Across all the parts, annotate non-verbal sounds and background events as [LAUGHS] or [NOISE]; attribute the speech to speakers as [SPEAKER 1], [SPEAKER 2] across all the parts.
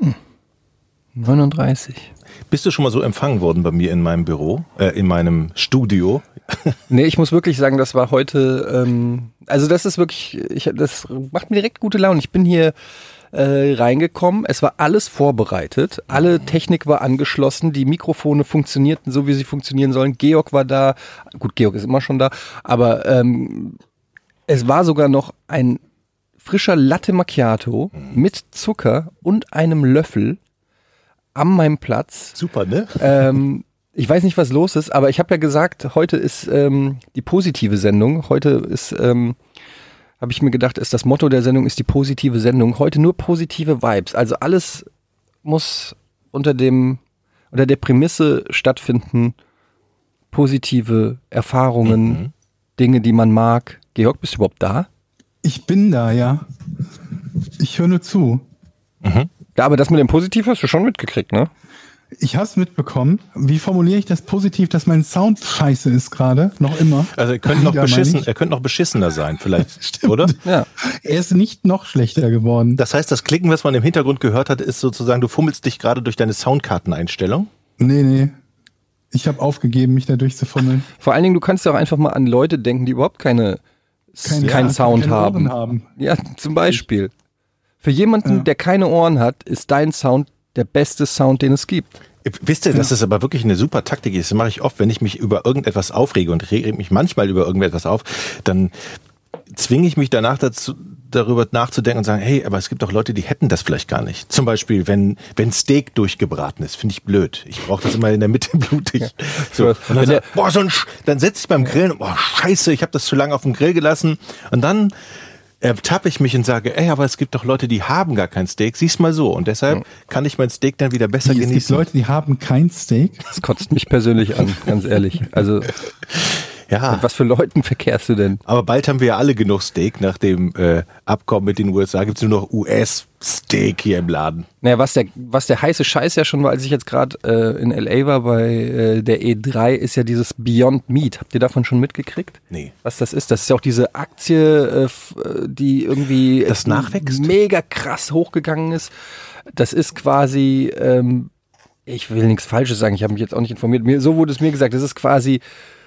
[SPEAKER 1] Hm.
[SPEAKER 2] 39.
[SPEAKER 1] Bist du schon mal so empfangen worden bei mir in meinem Büro, äh, in meinem Studio?
[SPEAKER 2] nee, ich muss wirklich sagen, das war heute, ähm, also das ist wirklich, ich, das macht mir direkt gute Laune. Ich bin hier äh, reingekommen, es war alles vorbereitet, alle Technik war angeschlossen, die Mikrofone funktionierten so, wie sie funktionieren sollen. Georg war da, gut, Georg ist immer schon da, aber ähm, es war sogar noch ein frischer Latte Macchiato mit Zucker und einem Löffel an meinem Platz.
[SPEAKER 1] Super, ne?
[SPEAKER 2] Ähm, ich weiß nicht, was los ist, aber ich habe ja gesagt, heute ist ähm, die positive Sendung. Heute ist, ähm, habe ich mir gedacht, ist das Motto der Sendung ist die positive Sendung. Heute nur positive Vibes. Also alles muss unter dem unter der Prämisse stattfinden. Positive Erfahrungen, mhm. Dinge, die man mag. Georg, bist du überhaupt da?
[SPEAKER 3] Ich bin da, ja. Ich höre nur zu.
[SPEAKER 2] Mhm. Ja, aber das mit dem Positiv hast du schon mitgekriegt, ne?
[SPEAKER 3] Ich hab's mitbekommen. Wie formuliere ich das positiv, dass mein Sound scheiße ist gerade? Noch immer.
[SPEAKER 1] Also er [LAUGHS] könnte noch, beschissen, er könnte noch beschissener sein, vielleicht, [LAUGHS] Stimmt. oder?
[SPEAKER 3] Ja. Er ist nicht noch schlechter geworden.
[SPEAKER 1] Das heißt, das Klicken, was man im Hintergrund gehört hat, ist sozusagen, du fummelst dich gerade durch deine Soundkarteneinstellung?
[SPEAKER 3] Nee, nee. Ich habe aufgegeben, mich da durchzufummeln.
[SPEAKER 2] Vor allen Dingen, du kannst ja auch einfach mal an Leute denken, die überhaupt keine, keine keinen ja, Sound keine haben. halt haben. Ja, [LAUGHS] zum Beispiel. Ich für jemanden, ja. der keine Ohren hat, ist dein Sound der beste Sound, den es gibt.
[SPEAKER 1] Wisst ihr, dass es aber wirklich eine super Taktik ist? Das mache ich oft, wenn ich mich über irgendetwas aufrege und rege mich manchmal über irgendetwas auf, dann zwinge ich mich danach dazu, darüber nachzudenken und sagen, hey, aber es gibt doch Leute, die hätten das vielleicht gar nicht. Zum Beispiel, wenn, wenn Steak durchgebraten ist, finde ich blöd. Ich brauche das immer in der Mitte [LAUGHS] blutig. Ja. So. Und dann, sag, boah, so ein Sch dann setze ich beim Grillen, boah, scheiße, ich habe das zu lange auf dem Grill gelassen. Und dann ertappe ich mich und sage, ey, aber es gibt doch Leute, die haben gar kein Steak. Sieh's mal so. Und deshalb kann ich mein Steak dann wieder besser
[SPEAKER 3] Wie,
[SPEAKER 1] genießen.
[SPEAKER 3] Es gibt Leute, die haben kein Steak.
[SPEAKER 2] Das kotzt mich persönlich an, ganz ehrlich. Also. Ja. Mit was für Leuten [LAUGHS] verkehrst du denn?
[SPEAKER 1] Aber bald haben wir ja alle genug Steak. Nach dem äh, Abkommen mit den USA gibt's nur noch US-Steak hier im Laden.
[SPEAKER 2] Naja, was der, was der heiße Scheiß ja schon war, als ich jetzt gerade äh, in L.A. war bei äh, der E3, ist ja dieses Beyond Meat. Habt ihr davon schon mitgekriegt?
[SPEAKER 1] Nee.
[SPEAKER 2] Was das ist? Das ist ja auch diese Aktie, äh, die irgendwie
[SPEAKER 1] das nachwächst.
[SPEAKER 2] mega krass hochgegangen ist. Das ist quasi... Ähm, ich will nichts Falsches sagen, ich habe mich jetzt auch nicht informiert. Mir, so wurde es mir gesagt, das ist quasi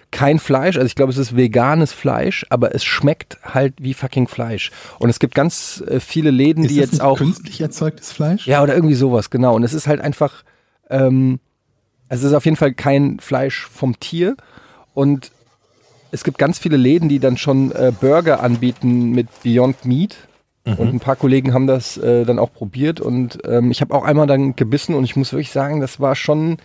[SPEAKER 2] kein Fleisch, also ich glaube, es ist veganes Fleisch, aber es schmeckt halt wie fucking Fleisch. Und es gibt ganz äh, viele Läden,
[SPEAKER 3] ist
[SPEAKER 2] die jetzt auch.
[SPEAKER 3] Künstlich erzeugtes Fleisch?
[SPEAKER 2] Ja, oder irgendwie sowas, genau. Und es ist halt einfach, ähm, es ist auf jeden Fall kein Fleisch vom Tier. Und es gibt ganz viele Läden, die dann schon äh, Burger anbieten mit Beyond Meat. Mhm. Und ein paar Kollegen haben das äh, dann auch probiert. Und ähm, ich habe auch einmal dann gebissen und ich muss wirklich sagen, das war schon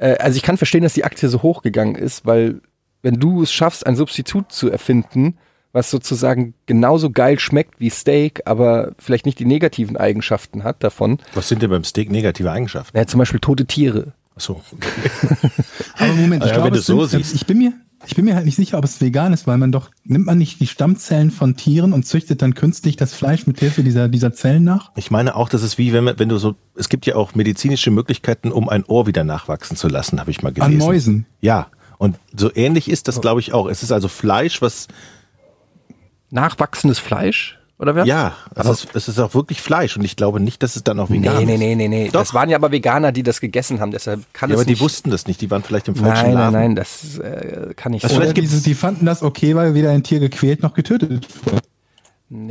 [SPEAKER 2] also ich kann verstehen, dass die Aktie so hochgegangen ist, weil wenn du es schaffst, ein Substitut zu erfinden, was sozusagen genauso geil schmeckt wie Steak, aber vielleicht nicht die negativen Eigenschaften hat davon.
[SPEAKER 1] Was sind denn beim Steak negative Eigenschaften?
[SPEAKER 2] Ja, zum Beispiel tote Tiere.
[SPEAKER 1] Ach so.
[SPEAKER 3] Okay. aber Moment, ich, ja, glaube,
[SPEAKER 1] so
[SPEAKER 3] sind, ich bin mir ich bin mir halt nicht sicher, ob es vegan ist, weil man doch, nimmt man nicht die Stammzellen von Tieren und züchtet dann künstlich das Fleisch mit Hilfe dieser, dieser Zellen nach?
[SPEAKER 1] Ich meine auch, das ist wie, wenn, wenn du so, es gibt ja auch medizinische Möglichkeiten, um ein Ohr wieder nachwachsen zu lassen, habe ich mal gelesen.
[SPEAKER 3] An Mäusen? Oh.
[SPEAKER 1] Ja. Und so ähnlich ist das, glaube ich, auch. Es ist also Fleisch, was.
[SPEAKER 2] Nachwachsendes Fleisch? Oder wer?
[SPEAKER 1] Ja, also es, ist, es ist auch wirklich Fleisch und ich glaube nicht, dass es dann auch vegan
[SPEAKER 2] nee, nee,
[SPEAKER 1] ist.
[SPEAKER 2] Nee, nee, nee, nee. Das waren ja aber Veganer, die das gegessen haben, deshalb kann
[SPEAKER 1] ja,
[SPEAKER 2] es
[SPEAKER 1] aber
[SPEAKER 2] nicht.
[SPEAKER 1] die wussten das nicht, die waren vielleicht im falschen
[SPEAKER 2] nein,
[SPEAKER 1] Laden.
[SPEAKER 2] Nein, nein, das äh, kann ich
[SPEAKER 3] also
[SPEAKER 2] so.
[SPEAKER 3] vielleicht diese, die fanden das okay, weil weder ein Tier gequält noch getötet wurde.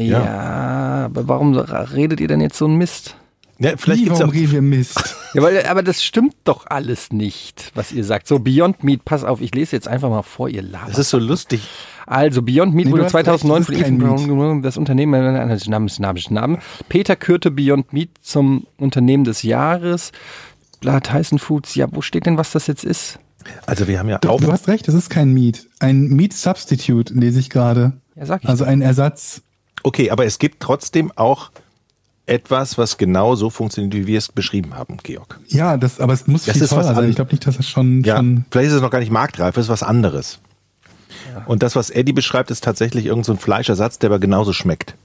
[SPEAKER 2] Ja, ja, aber warum redet ihr denn jetzt so einen Mist?
[SPEAKER 1] Ja, vielleicht
[SPEAKER 3] gibt's
[SPEAKER 1] auch
[SPEAKER 3] wir Mist.
[SPEAKER 2] [LAUGHS] ja, weil, aber das stimmt doch alles nicht, was ihr sagt. So Beyond Meat, pass auf, ich lese jetzt einfach mal vor, ihr labert.
[SPEAKER 1] Das ist so lustig.
[SPEAKER 2] Also Beyond Meat nee, wurde 2009 von Ethan Brown das Unternehmen namens namens Namen. Peter kürte Beyond Meat zum Unternehmen des Jahres. Bla, Tyson Foods. Ja, wo steht denn, was das jetzt ist?
[SPEAKER 1] Also wir haben ja
[SPEAKER 3] du,
[SPEAKER 1] auch
[SPEAKER 3] Du hast recht, das ist kein Meat. Ein Meat Substitute lese ich gerade.
[SPEAKER 2] Ja, sag ich.
[SPEAKER 3] Also ein Ersatz.
[SPEAKER 1] Okay, aber es gibt trotzdem auch etwas, was genau so funktioniert, wie wir es beschrieben haben, Georg.
[SPEAKER 3] Ja, das, aber es muss
[SPEAKER 1] Das
[SPEAKER 3] viel
[SPEAKER 1] ist was
[SPEAKER 3] teurer sein.
[SPEAKER 1] an-
[SPEAKER 3] Ich glaube nicht, dass das schon,
[SPEAKER 1] Ja,
[SPEAKER 3] schon
[SPEAKER 1] vielleicht ist es noch gar nicht marktreif, es ist was anderes. Und das, was Eddie beschreibt, ist tatsächlich irgendein so ein Fleischersatz, der aber genauso schmeckt.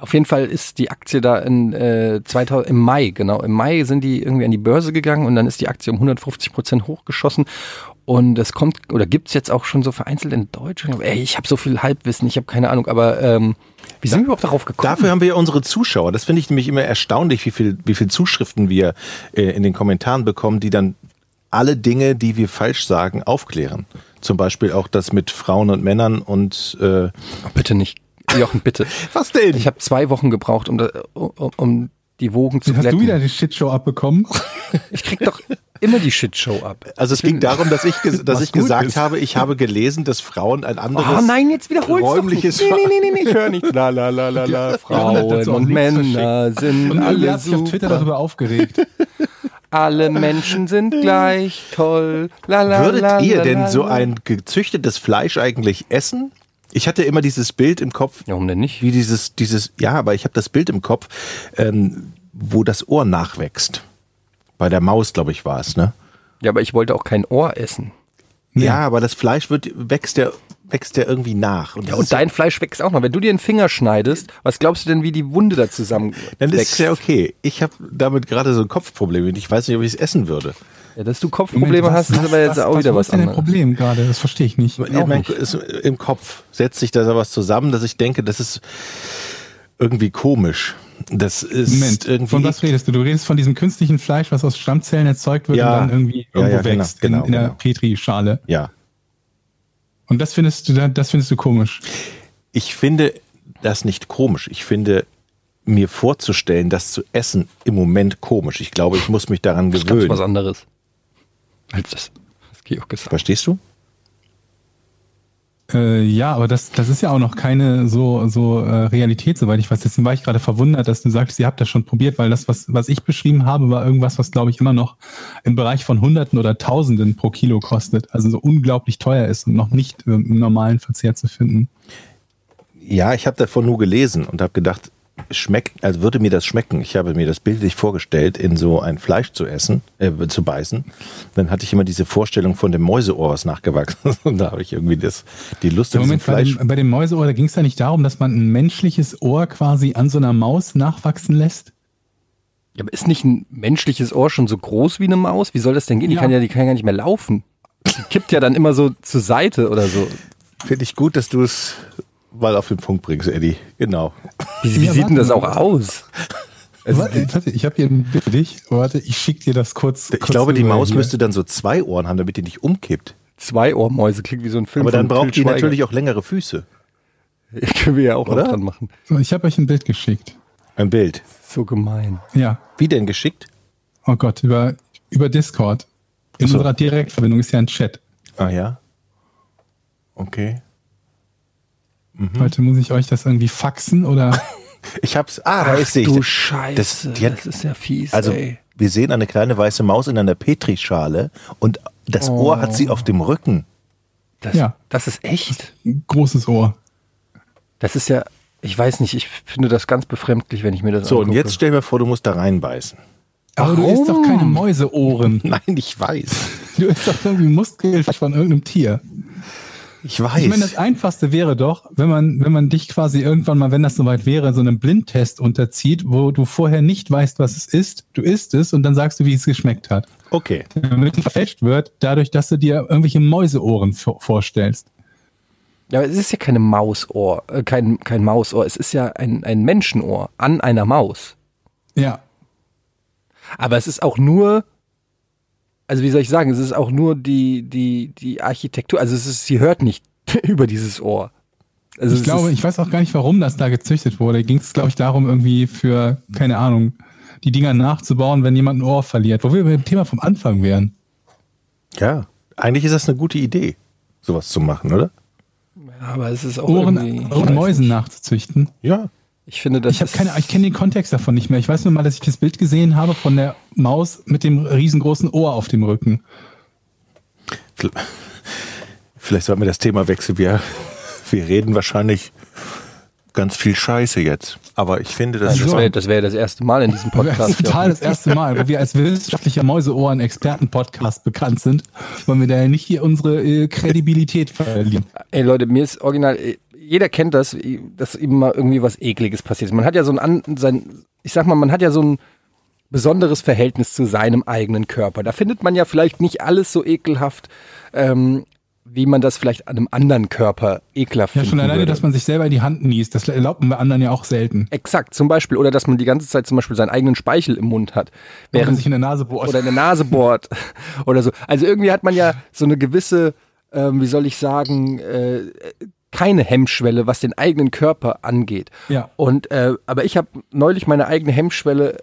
[SPEAKER 2] Auf jeden Fall ist die Aktie da in, äh, 2000, im Mai, genau. Im Mai sind die irgendwie an die Börse gegangen und dann ist die Aktie um 150 Prozent hochgeschossen. Und es kommt, oder gibt's jetzt auch schon so vereinzelt in Deutschland. Ey, ich habe so viel Halbwissen, ich habe keine Ahnung, aber ähm, wie sind wir überhaupt darauf gekommen?
[SPEAKER 1] Dafür haben wir ja unsere Zuschauer. Das finde ich nämlich immer erstaunlich, wie viel, wie viel Zuschriften wir äh, in den Kommentaren bekommen, die dann alle Dinge, die wir falsch sagen, aufklären. Zum Beispiel auch das mit Frauen und Männern und äh,
[SPEAKER 2] bitte nicht. Jochen, bitte.
[SPEAKER 1] was denn?
[SPEAKER 2] Ich habe zwei Wochen gebraucht, um, da, um, um die Wogen zu
[SPEAKER 3] Hast
[SPEAKER 2] glätten.
[SPEAKER 3] du wieder die Shitshow abbekommen?
[SPEAKER 2] Ich krieg doch immer die Shitshow ab.
[SPEAKER 1] also es ging darum, dass
[SPEAKER 2] [LAUGHS]
[SPEAKER 1] ich, ges- dass
[SPEAKER 3] Was
[SPEAKER 1] ich
[SPEAKER 3] gut
[SPEAKER 1] gesagt
[SPEAKER 3] ist.
[SPEAKER 1] habe, ich habe gelesen, dass Frauen ein anderes
[SPEAKER 2] Oh nein, jetzt wiederholst
[SPEAKER 1] räumliches
[SPEAKER 2] du. Nee, nee, nee, nee, ich höre nicht. La, la, la, la, la.
[SPEAKER 3] Jochen hat
[SPEAKER 2] Frauen
[SPEAKER 3] dazu auch
[SPEAKER 2] und
[SPEAKER 3] Links
[SPEAKER 2] Männer sind
[SPEAKER 3] Und alle
[SPEAKER 2] alle
[SPEAKER 3] hat sich auf Twitter
[SPEAKER 2] super.
[SPEAKER 3] darüber aufgeregt.
[SPEAKER 2] Alle Menschen sind gleich toll. La, la,
[SPEAKER 1] Würdet
[SPEAKER 2] la,
[SPEAKER 1] ihr
[SPEAKER 2] la,
[SPEAKER 1] denn
[SPEAKER 2] la,
[SPEAKER 1] so
[SPEAKER 2] la.
[SPEAKER 1] ein gezüchtetes Fleisch eigentlich essen? Ich hatte immer dieses Bild im Kopf,
[SPEAKER 2] Ja, warum denn nicht?
[SPEAKER 1] wie dieses, dieses, ja, aber ich habe das Bild im Kopf, ähm, wo das Ohr nachwächst. Bei der Maus, glaube ich, war es, ne?
[SPEAKER 2] Ja, aber ich wollte auch kein Ohr essen.
[SPEAKER 1] Ja, aber das Fleisch wird, wächst ja, wächst ja irgendwie nach. Und,
[SPEAKER 2] Ja, und dein Fleisch wächst auch noch. Wenn du dir einen Finger schneidest, was glaubst du denn, wie die Wunde da zusammen
[SPEAKER 1] dann ist
[SPEAKER 2] wächst?
[SPEAKER 1] es ja okay. Ich habe damit gerade so ein Kopfproblem und ich weiß nicht, ob ich es essen würde.
[SPEAKER 2] Ja, dass du Kopfprobleme
[SPEAKER 3] Moment,
[SPEAKER 2] hast, ist aber jetzt auch wieder
[SPEAKER 3] wo
[SPEAKER 2] was
[SPEAKER 3] ist denn dein
[SPEAKER 2] anderes.
[SPEAKER 3] Problem gerade? Das verstehe ich nicht.
[SPEAKER 1] Ich mein, es, Im Kopf setzt sich da so was zusammen, dass ich denke, das ist irgendwie komisch. Das ist
[SPEAKER 3] Moment,
[SPEAKER 1] irgendwie.
[SPEAKER 3] von was redest du? Du redest von diesem künstlichen Fleisch, was aus Stammzellen erzeugt wird
[SPEAKER 1] Ja.
[SPEAKER 3] und dann irgendwie
[SPEAKER 1] Ja,
[SPEAKER 3] irgendwo
[SPEAKER 1] ja, genau,
[SPEAKER 3] wächst
[SPEAKER 1] genau,
[SPEAKER 3] in, in der
[SPEAKER 1] genau.
[SPEAKER 3] Petrischale.
[SPEAKER 1] Ja.
[SPEAKER 3] Und das findest du dann, das findest du komisch.
[SPEAKER 1] Ich finde das nicht komisch. Ich finde mir vorzustellen, das zu essen, im Moment komisch. Ich glaube, ich muss mich daran
[SPEAKER 2] Das ist ganz was
[SPEAKER 1] gewöhnen.
[SPEAKER 2] anderes. Als das, was Georg gesagt
[SPEAKER 1] Verstehst du?
[SPEAKER 3] Äh, ja, aber das, das ist ja auch noch keine so, so äh, Realität, soweit ich weiß. Deswegen war ich gerade verwundert, dass du sagst, ihr habt das schon probiert, weil das, was, was ich beschrieben habe, war irgendwas, was, glaube ich, immer noch im Bereich von Hunderten oder Tausenden pro Kilo kostet. Also so unglaublich teuer ist und noch nicht ähm, im normalen Verzehr zu finden.
[SPEAKER 1] Ja, ich habe davon nur gelesen und habe gedacht, schmeckt, also würde mir das schmecken. Ich habe mir das bildlich vorgestellt, in so ein Fleisch zu essen, äh, zu beißen. Dann hatte ich immer diese Vorstellung von dem Mäuseohr, was nachgewachsen [LAUGHS] ist. Und da habe ich irgendwie das, die Lust an diesem
[SPEAKER 3] Moment, bei
[SPEAKER 1] Fleisch.
[SPEAKER 3] dem, bei dem Mäuseohr, da ging es ja nicht darum, dass man ein menschliches Ohr quasi an so einer Maus nachwachsen lässt.
[SPEAKER 2] Ja, aber ist nicht ein menschliches Ohr schon so groß wie eine Maus? Wie soll das denn gehen? Die
[SPEAKER 3] Ja.
[SPEAKER 2] kann ja, die kann ja nicht mehr laufen. Die kippt ja dann immer so zur Seite oder so.
[SPEAKER 3] ähm,
[SPEAKER 1] Finde ich gut, dass du es mal auf den Punkt bringst, Eddie. Genau.
[SPEAKER 2] Wie, wie
[SPEAKER 3] Ja,
[SPEAKER 2] sieht denn
[SPEAKER 3] warte
[SPEAKER 2] das
[SPEAKER 3] mal.
[SPEAKER 2] auch aus?
[SPEAKER 3] warte, warte, ich habe hier ein Bild für dich. Warte, ich schicke dir das kurz.
[SPEAKER 1] Ich
[SPEAKER 3] kurz
[SPEAKER 1] glaube, die
[SPEAKER 3] rüber
[SPEAKER 1] Maus
[SPEAKER 3] hier.
[SPEAKER 1] müsste dann so zwei Ohren haben, damit die nicht umkippt.
[SPEAKER 2] Zwei Ohrmäuse klingt wie so ein Film.
[SPEAKER 1] Aber
[SPEAKER 2] von
[SPEAKER 1] dann braucht
[SPEAKER 2] Til
[SPEAKER 1] die
[SPEAKER 2] Schweiger. [LAUGHS]
[SPEAKER 1] natürlich auch längere Füße.
[SPEAKER 2] Können wir ja auch
[SPEAKER 1] Oder?
[SPEAKER 2] noch dran machen.
[SPEAKER 3] So, ich habe euch ein Bild geschickt.
[SPEAKER 1] Ein Bild.
[SPEAKER 2] So gemein.
[SPEAKER 3] Ja,
[SPEAKER 1] Wie denn geschickt?
[SPEAKER 3] Oh Gott, über, über Discord. In
[SPEAKER 1] Achso.
[SPEAKER 3] unserer Direktverbindung ist ja ein Chat.
[SPEAKER 1] Ah ja. Okay.
[SPEAKER 3] Heute muss ich euch das irgendwie faxen oder.
[SPEAKER 1] Ich hab's. Ah, da ist sie.
[SPEAKER 2] du
[SPEAKER 1] Das-
[SPEAKER 2] Scheiße,
[SPEAKER 1] Das,
[SPEAKER 2] das,
[SPEAKER 1] die hat,
[SPEAKER 2] ist ja fies,
[SPEAKER 1] also
[SPEAKER 2] ey.
[SPEAKER 1] wir sehen eine kleine weiße Maus in einer Petrischale und das Ohr hat
[SPEAKER 2] Oh.
[SPEAKER 1] sie auf dem Rücken.
[SPEAKER 2] Das,
[SPEAKER 3] ja.
[SPEAKER 2] das ist echt.
[SPEAKER 3] Ein Großes Ohr.
[SPEAKER 2] Das ist ja, ich weiß nicht, ich finde das ganz befremdlich, wenn ich mir das
[SPEAKER 1] So, und
[SPEAKER 2] angucke.
[SPEAKER 1] jetzt stell mir vor, du musst da reinbeißen.
[SPEAKER 3] Aber du isst doch keine Mäuseohren.
[SPEAKER 1] [LAUGHS] Nein, ich weiß.
[SPEAKER 3] Du isst doch irgendwie Muskelfleisch von irgendeinem Tier.
[SPEAKER 1] Ich weiß.
[SPEAKER 3] Ich meine, das Einfachste wäre doch, wenn man, wenn man dich quasi irgendwann mal, wenn das soweit wäre, so einem Blindtest unterzieht, wo du vorher nicht weißt, was es ist. Du isst es und dann sagst du, wie es geschmeckt hat.
[SPEAKER 1] okay.
[SPEAKER 3] Damit es verfälscht wird, dadurch, dass du dir irgendwelche Mäuseohren vor- vorstellst.
[SPEAKER 2] Ja, aber es ist ja keine Mausohr, äh, kein, kein Mausohr, es ist ja ein, ein Menschenohr an einer Maus.
[SPEAKER 3] Ja.
[SPEAKER 2] Aber es ist auch nur, also wie soll ich sagen, es ist auch nur die, die, die Architektur, also es ist, sie hört nicht [LAUGHS] über dieses Ohr. Also
[SPEAKER 3] Ich
[SPEAKER 2] es
[SPEAKER 3] glaube,
[SPEAKER 2] ist,
[SPEAKER 3] ich weiß auch gar nicht, warum das da gezüchtet wurde. Ging es, glaube ich, darum, irgendwie für, keine Ahnung, die Dinger nachzubauen, wenn jemand ein Ohr verliert. Wo wir beim Thema vom Anfang wären.
[SPEAKER 1] Ja. Eigentlich ist das eine gute Idee, sowas zu machen, oder?
[SPEAKER 2] aber es ist auch
[SPEAKER 3] Ohren
[SPEAKER 2] irgendwie,
[SPEAKER 3] Ohren Mäusen nachzuzüchten.
[SPEAKER 1] Ja.
[SPEAKER 2] ich finde das
[SPEAKER 3] Ich habe
[SPEAKER 2] ist-
[SPEAKER 3] keine, ich kenne den Kontext davon nicht mehr. Ich weiß nur mal, dass ich das Bild gesehen habe von der Maus mit dem riesengroßen Ohr auf dem Rücken.
[SPEAKER 1] Vielleicht sollten wir das Thema wechseln. Wir, wir reden wahrscheinlich ganz viel Scheiße jetzt. Aber ich finde, das
[SPEAKER 2] Das
[SPEAKER 1] ist
[SPEAKER 2] wäre das, wär das erste Mal in diesem
[SPEAKER 3] [LAUGHS] Das
[SPEAKER 2] Podcast.
[SPEAKER 3] ist total das erste Mal, weil wir als wissenschaftliche Mäuseohren Experten-Podcast bekannt sind, weil wir da ja nicht hier unsere äh, Kredibilität verlieren.
[SPEAKER 2] Ey Leute, mir ist original, eh, jeder kennt das, eh, dass ihm mal irgendwie was Ekliges passiert ist. Man hat ja so ein, an- sein, ich sag mal, man hat ja so ein besonderes Verhältnis zu seinem eigenen Körper. Da findet man ja vielleicht nicht alles so ekelhaft, ähm, wie man das vielleicht an einem anderen Körper ekelhaft
[SPEAKER 3] Ja,
[SPEAKER 2] finden
[SPEAKER 3] schon alleine,
[SPEAKER 2] würde.
[SPEAKER 3] dass man sich selber in die Hand niest, das erlauben wir anderen ja auch selten.
[SPEAKER 2] Exakt, zum Beispiel. Oder dass man die ganze Zeit zum Beispiel seinen eigenen Speichel im Mund hat.
[SPEAKER 3] Während man
[SPEAKER 2] Während
[SPEAKER 3] sich in der Nase bohrt.
[SPEAKER 2] oder in der Nase bohrt [LAUGHS] oder so. Also irgendwie hat man ja so eine gewisse, ähm, wie soll ich sagen, äh, keine Hemmschwelle, was den eigenen Körper angeht.
[SPEAKER 3] Ja.
[SPEAKER 2] Und äh, aber ich habe neulich meine eigene Hemmschwelle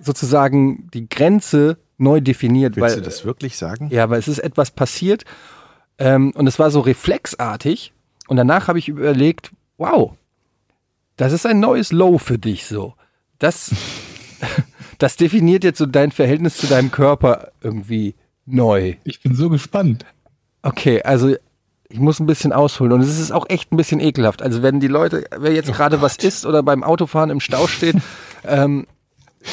[SPEAKER 2] sozusagen die Grenze neu definiert,
[SPEAKER 1] Willst
[SPEAKER 2] weil
[SPEAKER 1] du das wirklich sagen?
[SPEAKER 2] ja, aber es ist etwas passiert ähm, und es war so reflexartig und danach habe ich überlegt, wow, das ist ein neues Low für dich so. Das, [LAUGHS] das definiert jetzt so dein Verhältnis zu deinem Körper irgendwie neu.
[SPEAKER 3] Ich bin so gespannt.
[SPEAKER 2] Okay, also ich muss ein bisschen ausholen und es ist auch echt ein bisschen ekelhaft. Also wenn die Leute, wer
[SPEAKER 1] Oh
[SPEAKER 2] jetzt gerade was isst oder beim Autofahren im Stau steht,
[SPEAKER 1] [LAUGHS]
[SPEAKER 2] ähm,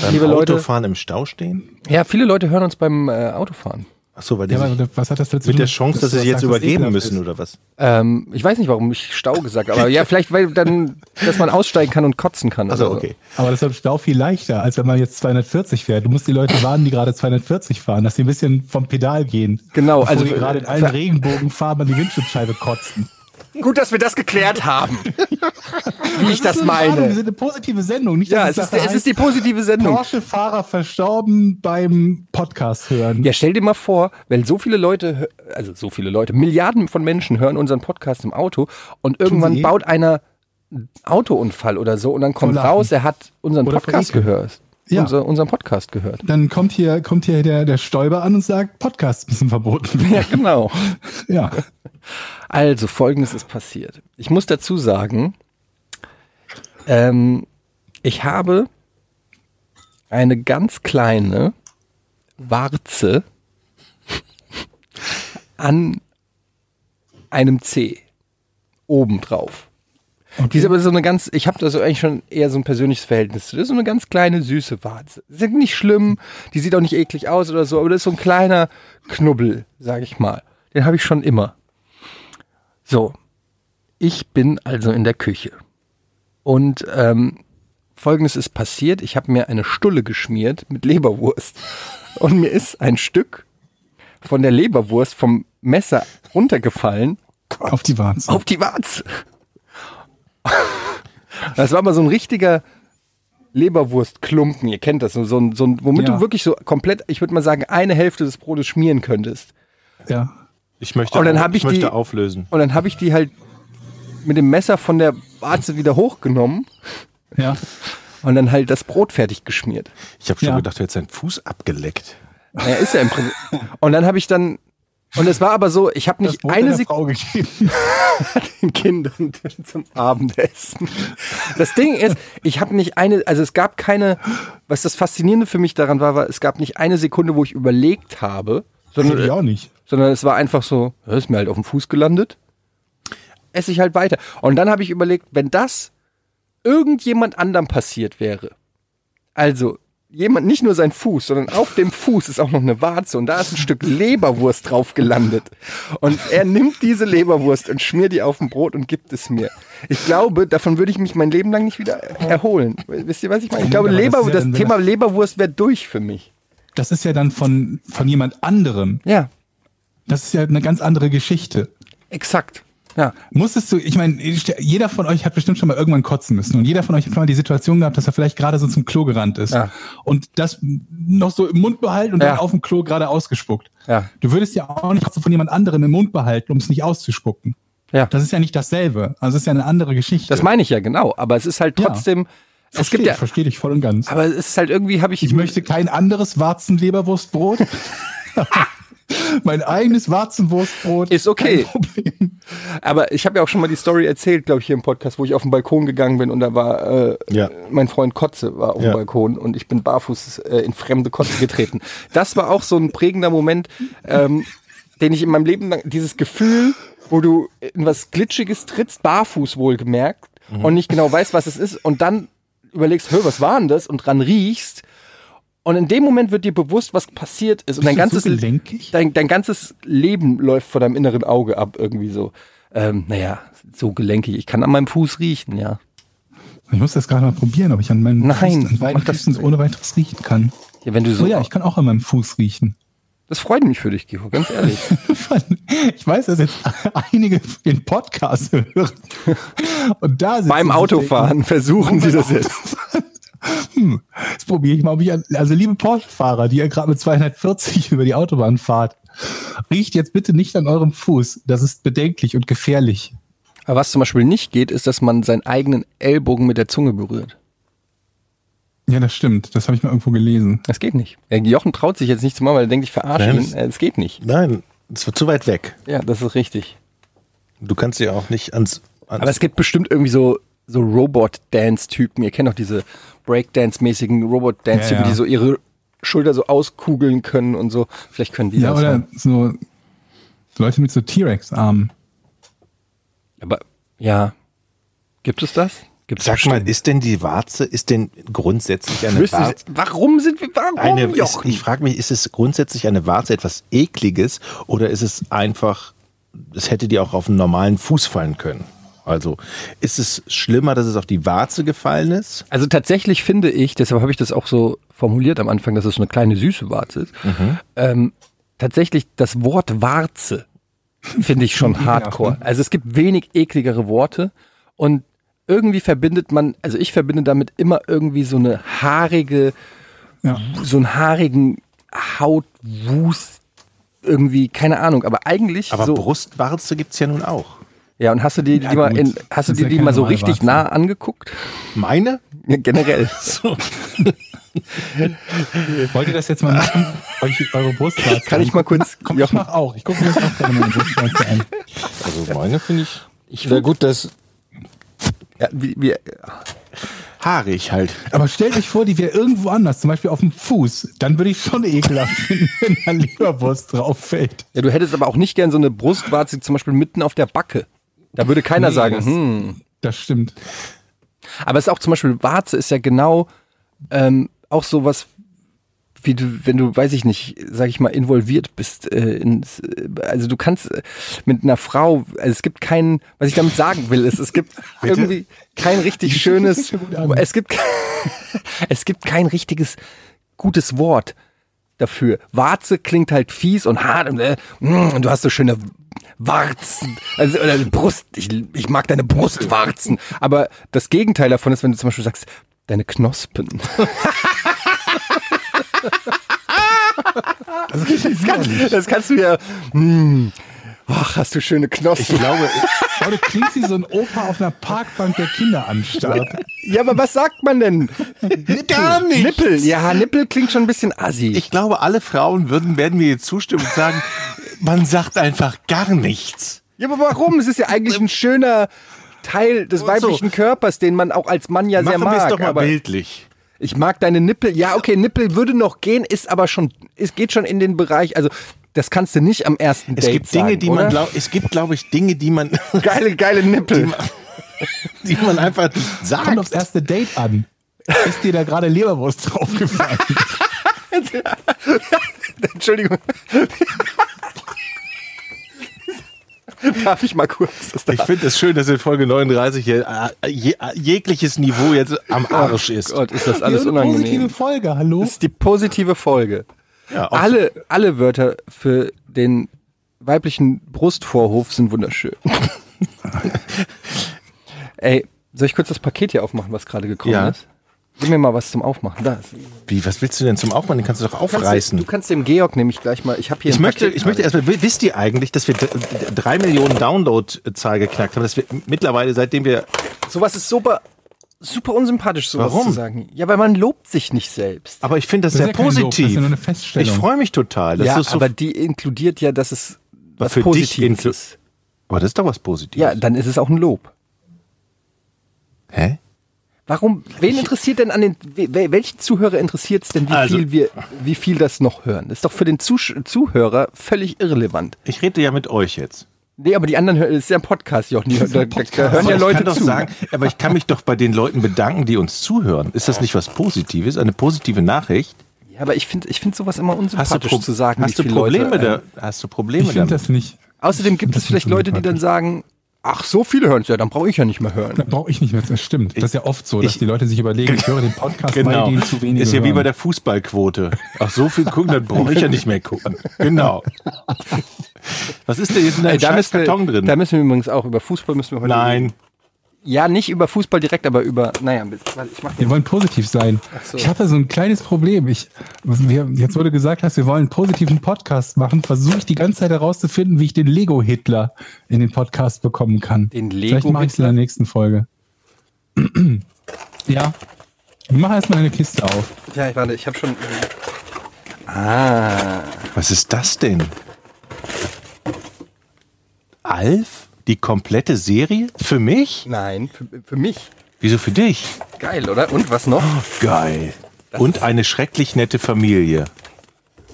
[SPEAKER 1] Beim
[SPEAKER 2] liebe Leute,
[SPEAKER 1] Autofahren im Stau stehen?
[SPEAKER 2] ja, viele Leute hören uns beim äh, Autofahren.
[SPEAKER 1] Achso, weil die
[SPEAKER 3] Ja,
[SPEAKER 1] sich-
[SPEAKER 3] aber was hat das dazu?
[SPEAKER 1] mit der Chance, dass sie sich jetzt übergeben müssen,
[SPEAKER 3] Oder?
[SPEAKER 1] oder was?
[SPEAKER 2] Ähm, ich weiß nicht, warum ich Stau gesagt habe, aber ja, vielleicht, weil dann, dass man aussteigen kann und kotzen kann.
[SPEAKER 1] Also
[SPEAKER 2] oder so.
[SPEAKER 1] okay.
[SPEAKER 3] Aber das ist im Stau viel leichter, als wenn man jetzt 240 fährt. Du musst die Leute warnen, die gerade 240 fahren, dass sie ein bisschen vom Pedal gehen.
[SPEAKER 2] Genau,
[SPEAKER 3] Bevor
[SPEAKER 2] also-
[SPEAKER 3] die gerade in allen Regenbogen fahren an die Windschutzscheibe kotzen.
[SPEAKER 2] Gut, dass wir das geklärt haben. [LAUGHS] Wie ich das
[SPEAKER 3] ist eine Warnung, Wir
[SPEAKER 2] meine.
[SPEAKER 3] sind eine positive Sendung, nicht
[SPEAKER 2] Ja,
[SPEAKER 3] dass
[SPEAKER 2] es ist,
[SPEAKER 3] nachher
[SPEAKER 2] es ist die
[SPEAKER 3] heißt,
[SPEAKER 2] positive Sendung.
[SPEAKER 3] Porsche-Fahrer verstorben beim Podcast hören.
[SPEAKER 2] Ja, stell dir mal vor, wenn so viele Leute, hö- also so viele Leute, Milliarden von Menschen hören unseren Podcast im Auto und irgendwann
[SPEAKER 3] eh?
[SPEAKER 2] baut einer einen Autounfall oder so und dann kommt
[SPEAKER 3] Vor Lachen.
[SPEAKER 2] raus, er hat unseren
[SPEAKER 3] Oder vor
[SPEAKER 2] Podcast
[SPEAKER 3] Ekel.
[SPEAKER 2] gehört.
[SPEAKER 3] Ja.
[SPEAKER 2] Unser, unseren Podcast gehört.
[SPEAKER 3] Dann kommt hier, kommt hier der, der Stoiber an und sagt, Podcasts müssen verboten werden.
[SPEAKER 2] Ja, [LAUGHS] genau.
[SPEAKER 3] Ja.
[SPEAKER 2] Also, folgendes ist passiert. Ich muss dazu sagen, ähm, ich habe eine ganz kleine Warze an einem C obendrauf. Die ist aber so eine ganz, ich habe da so eigentlich schon eher so ein persönliches Verhältnis zu. Das ist so eine ganz kleine, süße Warze. Ist ja nicht schlimm, die sieht auch nicht eklig aus oder so, aber das ist so ein kleiner Knubbel, sage ich mal. Den habe ich schon immer. So, ich bin also in der Küche. Und ähm, folgendes ist passiert: Ich habe mir eine Stulle geschmiert mit Leberwurst. Und mir ist ein Stück von der Leberwurst vom Messer runtergefallen
[SPEAKER 3] Auf die Warnung.
[SPEAKER 2] auf die Warze. Das war mal so ein richtiger Leberwurstklumpen, ihr kennt das, so so ein, so ein womit
[SPEAKER 3] Ja.
[SPEAKER 2] du wirklich so komplett, ich würde mal sagen, eine Hälfte des Brotes schmieren könntest.
[SPEAKER 3] Ja.
[SPEAKER 1] Ich möchte,
[SPEAKER 2] Und dann
[SPEAKER 1] au-
[SPEAKER 2] hab ich
[SPEAKER 1] möchte
[SPEAKER 2] die-
[SPEAKER 1] auflösen.
[SPEAKER 2] Und dann habe ich die halt mit dem Messer von der Warze wieder hochgenommen
[SPEAKER 3] Ja.
[SPEAKER 2] und dann halt das Brot fertig geschmiert.
[SPEAKER 1] Ich habe schon
[SPEAKER 3] Ja.
[SPEAKER 1] gedacht, du hättest deinen Fuß abgeleckt.
[SPEAKER 2] Naja, ist ja im Prinzip. Und dann habe ich dann, und es war aber so, ich habe nicht
[SPEAKER 3] Brot
[SPEAKER 2] eine
[SPEAKER 3] der
[SPEAKER 2] Sekunde.
[SPEAKER 3] Frau gegeben. [LAUGHS]
[SPEAKER 2] den Kindern [LAUGHS] zum Abendessen. Das Ding ist, ich habe nicht eine, also es gab keine, was das Faszinierende für mich daran war, war, es gab nicht eine Sekunde, wo ich überlegt habe,
[SPEAKER 3] Finde ich
[SPEAKER 2] sondern,
[SPEAKER 3] auch nicht.
[SPEAKER 2] sondern es war einfach so, ja, ist mir halt auf den Fuß gelandet, esse ich halt weiter. Und dann habe ich überlegt, wenn das irgendjemand anderem passiert wäre, also jemand, nicht nur sein Fuß, sondern auf dem Fuß ist auch noch eine Warze und da ist ein Stück Leberwurst drauf gelandet. Und er nimmt diese Leberwurst und schmiert die auf ein Brot und gibt es mir. Ich glaube, davon würde ich mich mein Leben lang nicht wieder erholen. Wisst ihr, was ich meine? Ich glaube,
[SPEAKER 3] Aber das
[SPEAKER 2] Leber,
[SPEAKER 3] ist ja
[SPEAKER 2] das
[SPEAKER 3] dann-
[SPEAKER 2] Thema Leberwurst wäre durch für mich.
[SPEAKER 3] Das ist ja dann von, von jemand anderem.
[SPEAKER 2] Ja,
[SPEAKER 3] Das ist ja eine ganz andere Geschichte.
[SPEAKER 2] exakt. Ja,
[SPEAKER 3] Musstest du, ich meine, jeder von euch hat bestimmt schon mal irgendwann kotzen müssen und jeder von euch hat schon mal die Situation gehabt, dass er vielleicht gerade so zum Klo gerannt ist
[SPEAKER 2] Ja.
[SPEAKER 3] und das noch so im Mund behalten und
[SPEAKER 2] Ja.
[SPEAKER 3] dann auf dem Klo gerade ausgespuckt.
[SPEAKER 2] Ja.
[SPEAKER 3] Du würdest ja auch nicht Kotzen von jemand anderem im Mund behalten, um es nicht auszuspucken.
[SPEAKER 2] ja.
[SPEAKER 3] Das ist ja nicht dasselbe. Also es ist ja eine andere Geschichte.
[SPEAKER 2] Das meine ich ja genau, aber es ist halt
[SPEAKER 3] Ja.
[SPEAKER 2] trotzdem, es
[SPEAKER 3] verstehe
[SPEAKER 2] gibt
[SPEAKER 3] ich,
[SPEAKER 2] ja,
[SPEAKER 3] verstehe dich voll und ganz.
[SPEAKER 2] aber es ist halt irgendwie, habe ich,
[SPEAKER 3] Ich möchte kein anderes Warzenleberwurstbrot. [LAUGHS] mein eigenes Warzenwurstbrot.
[SPEAKER 2] Ist okay.
[SPEAKER 3] Kein Problem.
[SPEAKER 2] aber ich habe ja auch schon mal die Story erzählt, glaube ich, hier im Podcast, wo ich auf den Balkon gegangen bin und da war, äh,
[SPEAKER 1] Ja.
[SPEAKER 2] mein Freund Kotze war auf
[SPEAKER 1] Ja.
[SPEAKER 2] dem Balkon und ich bin barfuß äh, in fremde Kotze getreten. Das war auch so ein prägender Moment, ähm, den ich in meinem Leben lang, dieses Gefühl, wo du in was Glitschiges trittst, barfuß wohlgemerkt,
[SPEAKER 3] Mhm.
[SPEAKER 2] und nicht genau weißt, was es ist und dann überlegst, hör, was war denn das und dran riechst und in dem Moment wird dir bewusst, was passiert ist und dein
[SPEAKER 3] Bist du
[SPEAKER 2] ganzes,
[SPEAKER 3] so gelenkig?
[SPEAKER 2] dein, dein ganzes Leben läuft vor deinem inneren Auge ab irgendwie so. Ähm, naja, so gelenkig. Ich kann an meinem Fuß riechen, ja.
[SPEAKER 3] Ich muss das gerade mal probieren, ob ich an meinem
[SPEAKER 2] Nein,
[SPEAKER 3] Fuß, an beiden
[SPEAKER 2] mach das
[SPEAKER 3] Füßen ohne weiteres riechen kann.
[SPEAKER 2] ja wenn du so,
[SPEAKER 3] Oh ja, ich kann auch an meinem Fuß riechen. [LAUGHS]
[SPEAKER 2] das freut mich für dich, Gio, ganz ehrlich.
[SPEAKER 3] Ich weiß, dass jetzt einige den Podcast hören. Und da sitzen
[SPEAKER 2] Beim
[SPEAKER 3] sie
[SPEAKER 2] Autofahren versuchen sie das jetzt.
[SPEAKER 3] [LAUGHS] Hm, jetzt probiere ich mal, ob ich, an- also liebe Porsche-Fahrer, die ihr gerade mit 240 über die Autobahn fahrt, riecht jetzt bitte nicht an eurem Fuß. Das ist bedenklich und gefährlich.
[SPEAKER 2] Aber was zum Beispiel nicht geht, ist, dass man seinen eigenen Ellbogen mit der Zunge berührt.
[SPEAKER 3] Ja, das stimmt. Das habe ich mal irgendwo gelesen.
[SPEAKER 2] Das geht nicht. Äh, Jochen traut sich jetzt nicht zu machen, weil er denkt, ich verarsche
[SPEAKER 1] Nein,
[SPEAKER 2] ihn.
[SPEAKER 1] das-
[SPEAKER 2] Äh, Es geht nicht.
[SPEAKER 1] Nein, es wird zu weit weg.
[SPEAKER 2] Ja, das ist richtig.
[SPEAKER 1] Du kannst ja auch nicht ans. ans
[SPEAKER 2] Aber es gibt bestimmt irgendwie so, so Robot-Dance-Typen. Ihr kennt doch diese Breakdance-mäßigen Robot-Dance-Typen,
[SPEAKER 3] Ja, ja.
[SPEAKER 2] die so ihre Schulter so auskugeln können und so. Vielleicht können die
[SPEAKER 3] Ja,
[SPEAKER 2] das.
[SPEAKER 3] oder
[SPEAKER 2] ne?
[SPEAKER 3] so Leute mit so T-Rex-Armen.
[SPEAKER 2] Aber ja. Gibt es das? Gibt es
[SPEAKER 1] Sag mal, ist denn die Warze, ist denn grundsätzlich eine
[SPEAKER 2] Müssen,
[SPEAKER 1] Warze?
[SPEAKER 2] warum sind wir, warum
[SPEAKER 1] Eine, ist,
[SPEAKER 2] Jochen?
[SPEAKER 1] ich frage mich, ist es grundsätzlich eine Warze etwas Ekliges oder ist es einfach, es hätte dir auch auf einen normalen Fuß fallen können? Also ist es schlimmer, dass es auf die Warze gefallen ist?
[SPEAKER 2] Also tatsächlich finde ich, deshalb habe ich das auch so formuliert am Anfang, dass es so eine kleine süße Warze ist.
[SPEAKER 3] Mhm.
[SPEAKER 2] Ähm, tatsächlich das Wort Warze finde ich
[SPEAKER 3] [LAUGHS]
[SPEAKER 2] schon hardcore. Also es gibt wenig ekligere Worte und irgendwie verbindet man, also ich verbinde damit immer irgendwie so eine haarige,
[SPEAKER 3] Ja.
[SPEAKER 2] so einen haarigen Hautwust, irgendwie, keine Ahnung, aber eigentlich
[SPEAKER 1] Aber
[SPEAKER 2] so.
[SPEAKER 1] Brustwarze gibt's ja nun auch.
[SPEAKER 2] Ja, und hast du dir die,
[SPEAKER 3] Ja,
[SPEAKER 2] mal,
[SPEAKER 3] gut.
[SPEAKER 2] in, hast du
[SPEAKER 3] Das ist
[SPEAKER 2] dir
[SPEAKER 3] ja
[SPEAKER 2] die
[SPEAKER 3] keine
[SPEAKER 2] mal so
[SPEAKER 3] normale
[SPEAKER 2] richtig
[SPEAKER 3] Warze.
[SPEAKER 2] nah angeguckt?
[SPEAKER 1] [LAUGHS] Meine?
[SPEAKER 2] Ja, generell.
[SPEAKER 3] Wollt ihr das jetzt mal machen? Euch eure [LAUGHS] Brustwarze.
[SPEAKER 2] Kann ich mal kurz,
[SPEAKER 3] Komm, ich mach auch. Ich gucke mir das auch gerne mal Brustwarze an.
[SPEAKER 1] Also meine finde ich.
[SPEAKER 2] Ich
[SPEAKER 1] Wäre gut, dass
[SPEAKER 2] Ja, wie, wie,
[SPEAKER 1] haarig halt.
[SPEAKER 3] Aber stellt euch vor, die wäre irgendwo anders, zum Beispiel auf dem Fuß. Dann würde ich schon ekelhaft finden, [LAUGHS] wenn da Leberwurst drauf fällt.
[SPEAKER 2] ja, du hättest aber auch nicht gern so eine Brustwarze zum Beispiel mitten auf der Backe. Da würde keiner
[SPEAKER 3] Nee,
[SPEAKER 2] sagen,
[SPEAKER 3] das-
[SPEAKER 2] hm.
[SPEAKER 3] Das stimmt.
[SPEAKER 2] Aber es ist auch zum Beispiel, Warze ist ja genau ähm, auch sowas, wie du, wenn du, weiß ich nicht, sag ich mal, involviert bist. Äh, ins, äh, also du kannst äh, mit einer Frau, also es gibt keinen, was ich damit sagen will, ist, es gibt
[SPEAKER 3] [LAUGHS]
[SPEAKER 2] irgendwie kein richtig schönes,
[SPEAKER 3] schon gut an.
[SPEAKER 2] es gibt, [LAUGHS] es gibt kein richtiges gutes Wort dafür. Warze klingt halt fies und hart und, äh, mm, und du hast so schöne Warzen, also oder Brust, ich, ich mag deine Brustwarzen. Aber das Gegenteil davon ist, wenn du zum Beispiel sagst, deine Knospen.
[SPEAKER 3] Also das
[SPEAKER 2] Das kannst du ja. Hm. Ach, hast du schöne
[SPEAKER 1] Ich
[SPEAKER 2] Knospen.
[SPEAKER 1] glaube,
[SPEAKER 3] Leute, klingt sie so ein Opa auf einer Parkbank der Kinderanstalt.
[SPEAKER 2] Ja, aber was sagt man denn?
[SPEAKER 1] gar nicht.
[SPEAKER 2] Nippel. Ja, Nippel klingt schon ein bisschen assi.
[SPEAKER 1] Ich glaube, alle Frauen würden, werden mir jetzt zustimmen und sagen, man sagt einfach gar nichts.
[SPEAKER 2] ja, aber warum? Es ist ja eigentlich ein schöner Teil des
[SPEAKER 1] So.
[SPEAKER 2] weiblichen Körpers, den man auch als Mann ja sehr
[SPEAKER 1] Machen wir
[SPEAKER 2] mag.
[SPEAKER 1] es doch mal
[SPEAKER 2] aber
[SPEAKER 1] bildlich.
[SPEAKER 2] ich mag deine Nippel. Ja, okay, Nippel würde noch gehen, ist aber schon, es geht schon in den Bereich. Also das kannst du nicht am ersten
[SPEAKER 1] Es
[SPEAKER 2] Date
[SPEAKER 1] gibt Dinge,
[SPEAKER 2] sagen,
[SPEAKER 1] die
[SPEAKER 2] oder?
[SPEAKER 1] man, glaub, es gibt, glaube ich, Dinge, die man, [LAUGHS]
[SPEAKER 2] geile, geile Nippel.
[SPEAKER 1] die man einfach nicht
[SPEAKER 3] Kommt aufs
[SPEAKER 1] sagt.
[SPEAKER 3] erste Date an. Ist dir da gerade Leberwurst draufgefallen?
[SPEAKER 2] [LAUGHS]
[SPEAKER 1] [LAUGHS]
[SPEAKER 2] Entschuldigung. Darf ich mal kurz? Das
[SPEAKER 1] [LAUGHS] Ich finde es das schön, dass in Folge 39 hier, äh, je, äh, jegliches Niveau jetzt am Arsch ist.
[SPEAKER 2] Gott, ist das alles
[SPEAKER 3] Ja, eine positive
[SPEAKER 2] unangenehm.
[SPEAKER 3] Folge, hallo?
[SPEAKER 2] Das ist die positive Folge.
[SPEAKER 1] Ja, auch-
[SPEAKER 2] Alle, alle Wörter für den weiblichen Brustvorhof sind
[SPEAKER 1] [LAUGHS]
[SPEAKER 2] wunderschön. Ey, soll ich kurz das Paket hier aufmachen, was gerade gekommen
[SPEAKER 1] Ja.
[SPEAKER 2] ist? Gib mir mal was zum Aufmachen. Da. ist-
[SPEAKER 1] Wie, was willst du denn zum Aufmachen? Den kannst du doch
[SPEAKER 2] Du
[SPEAKER 1] aufreißen.
[SPEAKER 2] kannst dem Georg nämlich gleich mal. Ich habe hier.
[SPEAKER 1] Ich
[SPEAKER 2] ein
[SPEAKER 1] möchte,
[SPEAKER 2] Paket
[SPEAKER 1] ich möchte
[SPEAKER 2] gerade.
[SPEAKER 1] erstmal, wi- wisst ihr eigentlich, dass wir d- d- drei Millionen Download-Zahl geknackt haben? Dass wir mittlerweile, seitdem wir
[SPEAKER 2] Sowas ist super, super unsympathisch, sowas
[SPEAKER 1] Warum?
[SPEAKER 2] zu sagen. Ja, weil man lobt sich nicht selbst.
[SPEAKER 1] Aber ich finde das,
[SPEAKER 3] Das ist
[SPEAKER 1] sehr
[SPEAKER 3] ja kein Lob, das
[SPEAKER 1] positiv.
[SPEAKER 3] ist ja nur eine Feststellung.
[SPEAKER 1] Ich freue mich total. Das
[SPEAKER 2] ja,
[SPEAKER 1] ist so,
[SPEAKER 2] aber die inkludiert ja, dass es was
[SPEAKER 1] für dich
[SPEAKER 2] Positives
[SPEAKER 1] inklu-
[SPEAKER 2] ist.
[SPEAKER 1] aber das ist doch was Positives.
[SPEAKER 2] Ja, dann ist es auch ein Lob.
[SPEAKER 1] Hä?
[SPEAKER 2] Warum? Wen interessiert denn an den? we- wel- Welchen Zuhörer interessiert es denn, wie
[SPEAKER 1] Also-
[SPEAKER 2] viel wir, wie viel das noch hören? Das ist doch für den Zusch- Zuhörer völlig irrelevant.
[SPEAKER 1] Ich rede ja mit euch jetzt.
[SPEAKER 2] Nee, aber die anderen hören, ist ja ein Podcast, Jochen. Die, da, da, da hören
[SPEAKER 1] Aber
[SPEAKER 2] ja
[SPEAKER 1] ich
[SPEAKER 2] Leute
[SPEAKER 1] kann doch
[SPEAKER 2] zu.
[SPEAKER 1] Sagen, aber ich kann mich doch bei den Leuten bedanken, die uns zuhören. Ist das nicht was Positives? Eine positive Nachricht?
[SPEAKER 2] ja, aber ich finde ich find sowas immer
[SPEAKER 1] Hast du,
[SPEAKER 2] unsympathisch
[SPEAKER 1] Pro
[SPEAKER 2] zu sagen,
[SPEAKER 1] hast
[SPEAKER 2] wie
[SPEAKER 1] du
[SPEAKER 2] viele
[SPEAKER 1] Probleme
[SPEAKER 2] Leute, äh,
[SPEAKER 1] da? Hast du
[SPEAKER 3] Ich
[SPEAKER 1] Probleme
[SPEAKER 3] finde
[SPEAKER 1] damit?
[SPEAKER 3] das nicht.
[SPEAKER 2] Außerdem gibt
[SPEAKER 3] find
[SPEAKER 2] es
[SPEAKER 3] das
[SPEAKER 2] vielleicht
[SPEAKER 3] nicht
[SPEAKER 2] Leute, die dann
[SPEAKER 3] sympathisch.
[SPEAKER 2] sagen, ach, so viele hören es ja, dann brauche ich ja nicht mehr hören.
[SPEAKER 3] Da brauche ich nicht mehr. Das stimmt. Das ist ja oft so, dass
[SPEAKER 1] ich-
[SPEAKER 3] die Leute sich überlegen, ich höre den Podcast,
[SPEAKER 1] genau.
[SPEAKER 3] weil denen zu wenig
[SPEAKER 1] Ist ja wie bei der Fußballquote. Ach, so viel gucken, dann brauche ich ja nicht mehr [LAUGHS] gucken. Genau. Was ist denn jetzt in deinem
[SPEAKER 2] Ey, da,
[SPEAKER 1] scheiß
[SPEAKER 2] müssen wir,
[SPEAKER 1] Karton drin?
[SPEAKER 2] da müssen wir übrigens auch über Fußball müssen wir heute
[SPEAKER 1] Nein.
[SPEAKER 2] Ja, nicht über Fußball direkt, aber über, naja, warte, ich mach den.
[SPEAKER 3] Wir wollen positiv sein.
[SPEAKER 2] so.
[SPEAKER 3] Ich habe da so ein kleines Problem. Ich, wir, jetzt wurde gesagt, dass wir wollen einen positiven Podcast machen. Versuche ich die ganze Zeit herauszufinden, wie ich den Lego-Hitler in den Podcast bekommen kann.
[SPEAKER 2] Den
[SPEAKER 3] Vielleicht mache ich es in
[SPEAKER 2] Lego-Hitler?
[SPEAKER 3] der nächsten Folge. ja. Wir machen erstmal eine Kiste auf.
[SPEAKER 2] Ja, ich- warte, ich habe schon. Ah.
[SPEAKER 1] Was ist das denn? Alf? Die komplette Serie? Für mich?
[SPEAKER 2] Nein, für, für mich.
[SPEAKER 1] Wieso für dich?
[SPEAKER 2] Geil, oder? Und was noch?
[SPEAKER 1] Geil. Und eine schrecklich nette Familie.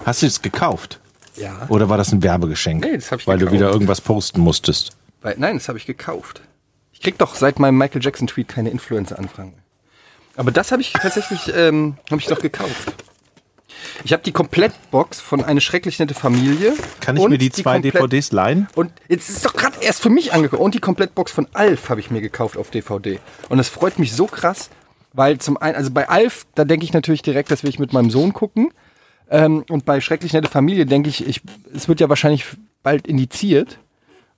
[SPEAKER 1] Hast du es gekauft?
[SPEAKER 2] Ja.
[SPEAKER 1] Oder war das ein Werbegeschenk?
[SPEAKER 2] Nee, das hab ich
[SPEAKER 1] Weil du
[SPEAKER 2] gekauft.
[SPEAKER 1] wieder irgendwas posten musstest.
[SPEAKER 2] Weil, nein, das habe ich gekauft. Ich krieg doch seit meinem Michael Jackson-Tweet keine Influencer-Anfragen. Aber das habe ich tatsächlich, ähm, habe ich doch gekauft. Ich habe die Komplettbox von Eine schrecklich nette Familie.
[SPEAKER 1] Kann ich
[SPEAKER 2] und
[SPEAKER 1] mir die zwei
[SPEAKER 2] Komplett-
[SPEAKER 1] DVDs leihen?
[SPEAKER 2] Und jetzt ist doch gerade erst für mich angekommen. Und die Komplettbox von Alf habe ich mir gekauft auf DVD. Und das freut mich so krass, weil zum einen, also bei Alf, da denke ich natürlich direkt, das will ich mit meinem Sohn gucken. Ähm, und bei Schrecklich Nette Familie denke ich, ich, es wird ja wahrscheinlich bald indiziert.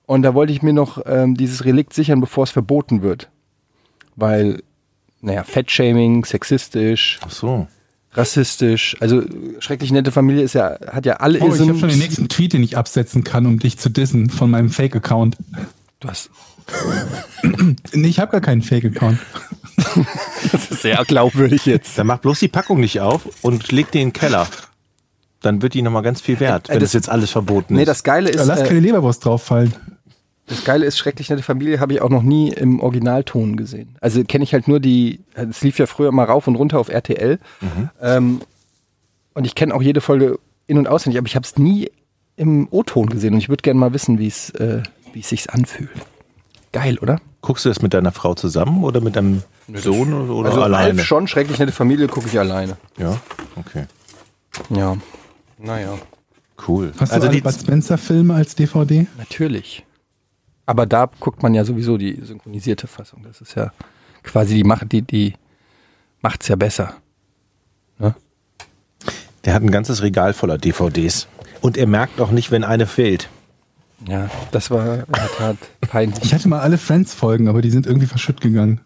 [SPEAKER 2] Und da wollte ich mir noch ähm, dieses Relikt sichern, bevor es verboten wird. Weil, naja, Fettshaming, sexistisch,
[SPEAKER 1] Ach so.
[SPEAKER 2] rassistisch, also äh, Schrecklich Nette Familie ist ja, hat ja alle
[SPEAKER 3] Oh, ich habe
[SPEAKER 2] Isms.
[SPEAKER 3] schon den nächsten Tweet, den ich absetzen kann, um dich zu dissen von meinem Fake-Account.
[SPEAKER 2] Du hast, [LAUGHS]
[SPEAKER 3] Nee, ich habe gar keinen Fake-Account.
[SPEAKER 2] das ist sehr glaubwürdig jetzt.
[SPEAKER 1] Dann mach bloß die Packung nicht auf und leg die in den Keller. Dann wird die nochmal ganz viel wert, wenn
[SPEAKER 2] Äh, das-
[SPEAKER 1] das, jetzt alles verboten
[SPEAKER 2] Nee,
[SPEAKER 1] ist.
[SPEAKER 2] das Geile [LAUGHS] ist,
[SPEAKER 3] Lass
[SPEAKER 2] äh,
[SPEAKER 3] keine Leberwurst drauffallen.
[SPEAKER 2] das Geile ist, schrecklich nette Familie habe ich auch noch nie im Originalton gesehen. Also kenne ich halt nur die, es lief ja früher mal rauf und runter auf RTL.
[SPEAKER 1] Mhm.
[SPEAKER 2] Ähm, und ich kenne auch jede Folge in- und auswendig, aber ich habe es nie im O-Ton gesehen und ich würde gerne mal wissen, wie es, äh, wie es sich anfühlt. Geil, oder?
[SPEAKER 1] Guckst du das mit deiner Frau zusammen oder mit deinem Sohn oder
[SPEAKER 2] also
[SPEAKER 1] alleine?
[SPEAKER 2] Alf schon, schrecklich nette Familie gucke ich alleine.
[SPEAKER 1] Ja, okay.
[SPEAKER 2] Ja. Naja.
[SPEAKER 1] Cool.
[SPEAKER 3] Hast
[SPEAKER 1] also
[SPEAKER 3] du alle
[SPEAKER 1] die,
[SPEAKER 3] Bud Spencer-Filme als DVD?
[SPEAKER 2] Natürlich. Aber da guckt man ja sowieso die synchronisierte Fassung. Das ist ja quasi die Macht, die, die macht's ja besser.
[SPEAKER 1] der hat ein ganzes Regal voller DVDs. Und er merkt auch nicht, wenn eine fehlt.
[SPEAKER 2] Ja, das war in der Tat peinlich.
[SPEAKER 3] Ich hatte mal alle Friends-Folgen, aber die sind irgendwie verschütt gegangen.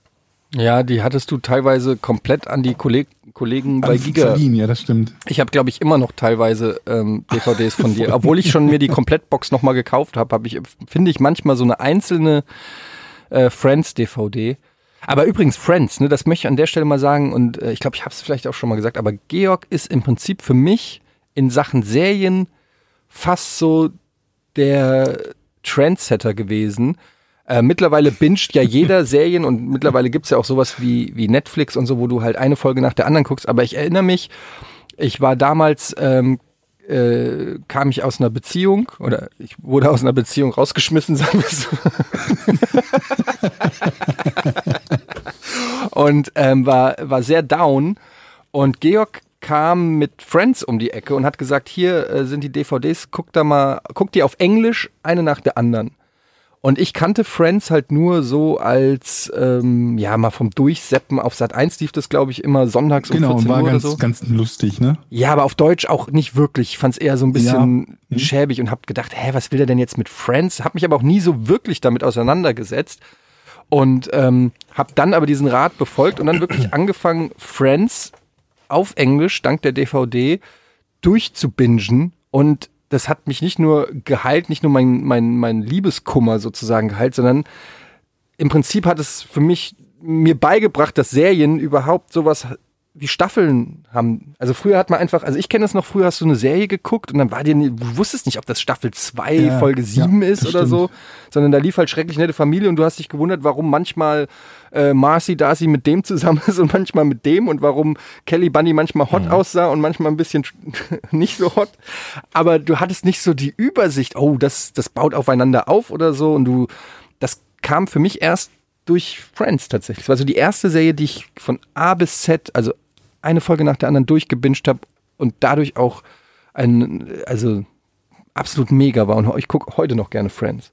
[SPEAKER 2] Ja, die hattest du teilweise komplett an die Kolleg Kollegen bei
[SPEAKER 3] Alle
[SPEAKER 2] Giga. Um
[SPEAKER 3] verliehen, ja, das stimmt.
[SPEAKER 2] Ich habe, glaube ich, immer noch teilweise ähm, DVDs von dir. Obwohl ich schon mir die Komplettbox nochmal gekauft habe, hab ich, finde ich manchmal so eine einzelne äh, Friends-DVD. Aber übrigens, Friends, ne, das möchte ich an der Stelle mal sagen, und äh, ich glaube, ich habe es vielleicht auch schon mal gesagt, aber Georg ist im Prinzip für mich in Sachen Serien fast so der Trendsetter gewesen. Äh, mittlerweile binget ja jeder Serien und mittlerweile gibt's ja auch sowas wie, wie Netflix und so, wo du halt eine Folge nach der anderen guckst. Aber ich erinnere mich, ich war damals, ähm, äh, kam ich aus einer Beziehung oder ich wurde aus einer Beziehung rausgeschmissen, [LAUGHS] sagen wir so. und ähm, war, war sehr down. Und Georg kam mit Friends um die Ecke und hat gesagt, hier äh, sind die DVDs, guck da mal, guck die auf Englisch, eine nach der anderen. Und ich kannte Friends halt nur so als, ähm, ja, mal vom Durchseppen auf Sat 1 lief das, glaube ich, immer sonntags um
[SPEAKER 3] Genau,
[SPEAKER 2] 14
[SPEAKER 3] und war
[SPEAKER 2] Uhr
[SPEAKER 3] ganz,
[SPEAKER 2] oder so.
[SPEAKER 3] ganz lustig, ne?
[SPEAKER 2] Ja, aber auf Deutsch auch nicht wirklich. Ich fand's eher so ein bisschen schäbig und hab gedacht, hä, was will der denn jetzt mit Friends? Hab mich aber auch nie so wirklich damit auseinandergesetzt und ähm, hab dann aber diesen Rat befolgt und dann wirklich angefangen, Friends auf Englisch dank der DVD durchzubingen und das hat mich nicht nur geheilt, nicht nur mein, mein, mein Liebeskummer sozusagen geheilt, sondern im Prinzip hat es für mich mir beigebracht, dass Serien überhaupt sowas die Staffeln haben, also früher hat man einfach, also ich kenne es noch, früher hast du eine Serie geguckt und dann war dir, nie- du wusstest nicht, ob das Staffel 2,
[SPEAKER 3] Ja,
[SPEAKER 2] Folge 7
[SPEAKER 3] ja,
[SPEAKER 2] ist
[SPEAKER 3] das
[SPEAKER 2] oder so, sondern da lief halt schrecklich nette Familie und du hast dich gewundert, warum manchmal äh, Marcy Darcy mit dem zusammen [LAUGHS] ist und manchmal mit dem und warum Kelly Bunny manchmal hot aussah und manchmal ein bisschen [LAUGHS] nicht so hot. Aber du hattest nicht so die Übersicht, oh, das, das baut aufeinander auf oder so und du, das kam für mich erst durch Friends tatsächlich. Das war so die erste Serie, die ich von A bis Z, also eine Folge nach der anderen durchgebinged habe und dadurch auch ein, also absolut mega war. Und ich gucke heute noch gerne Friends.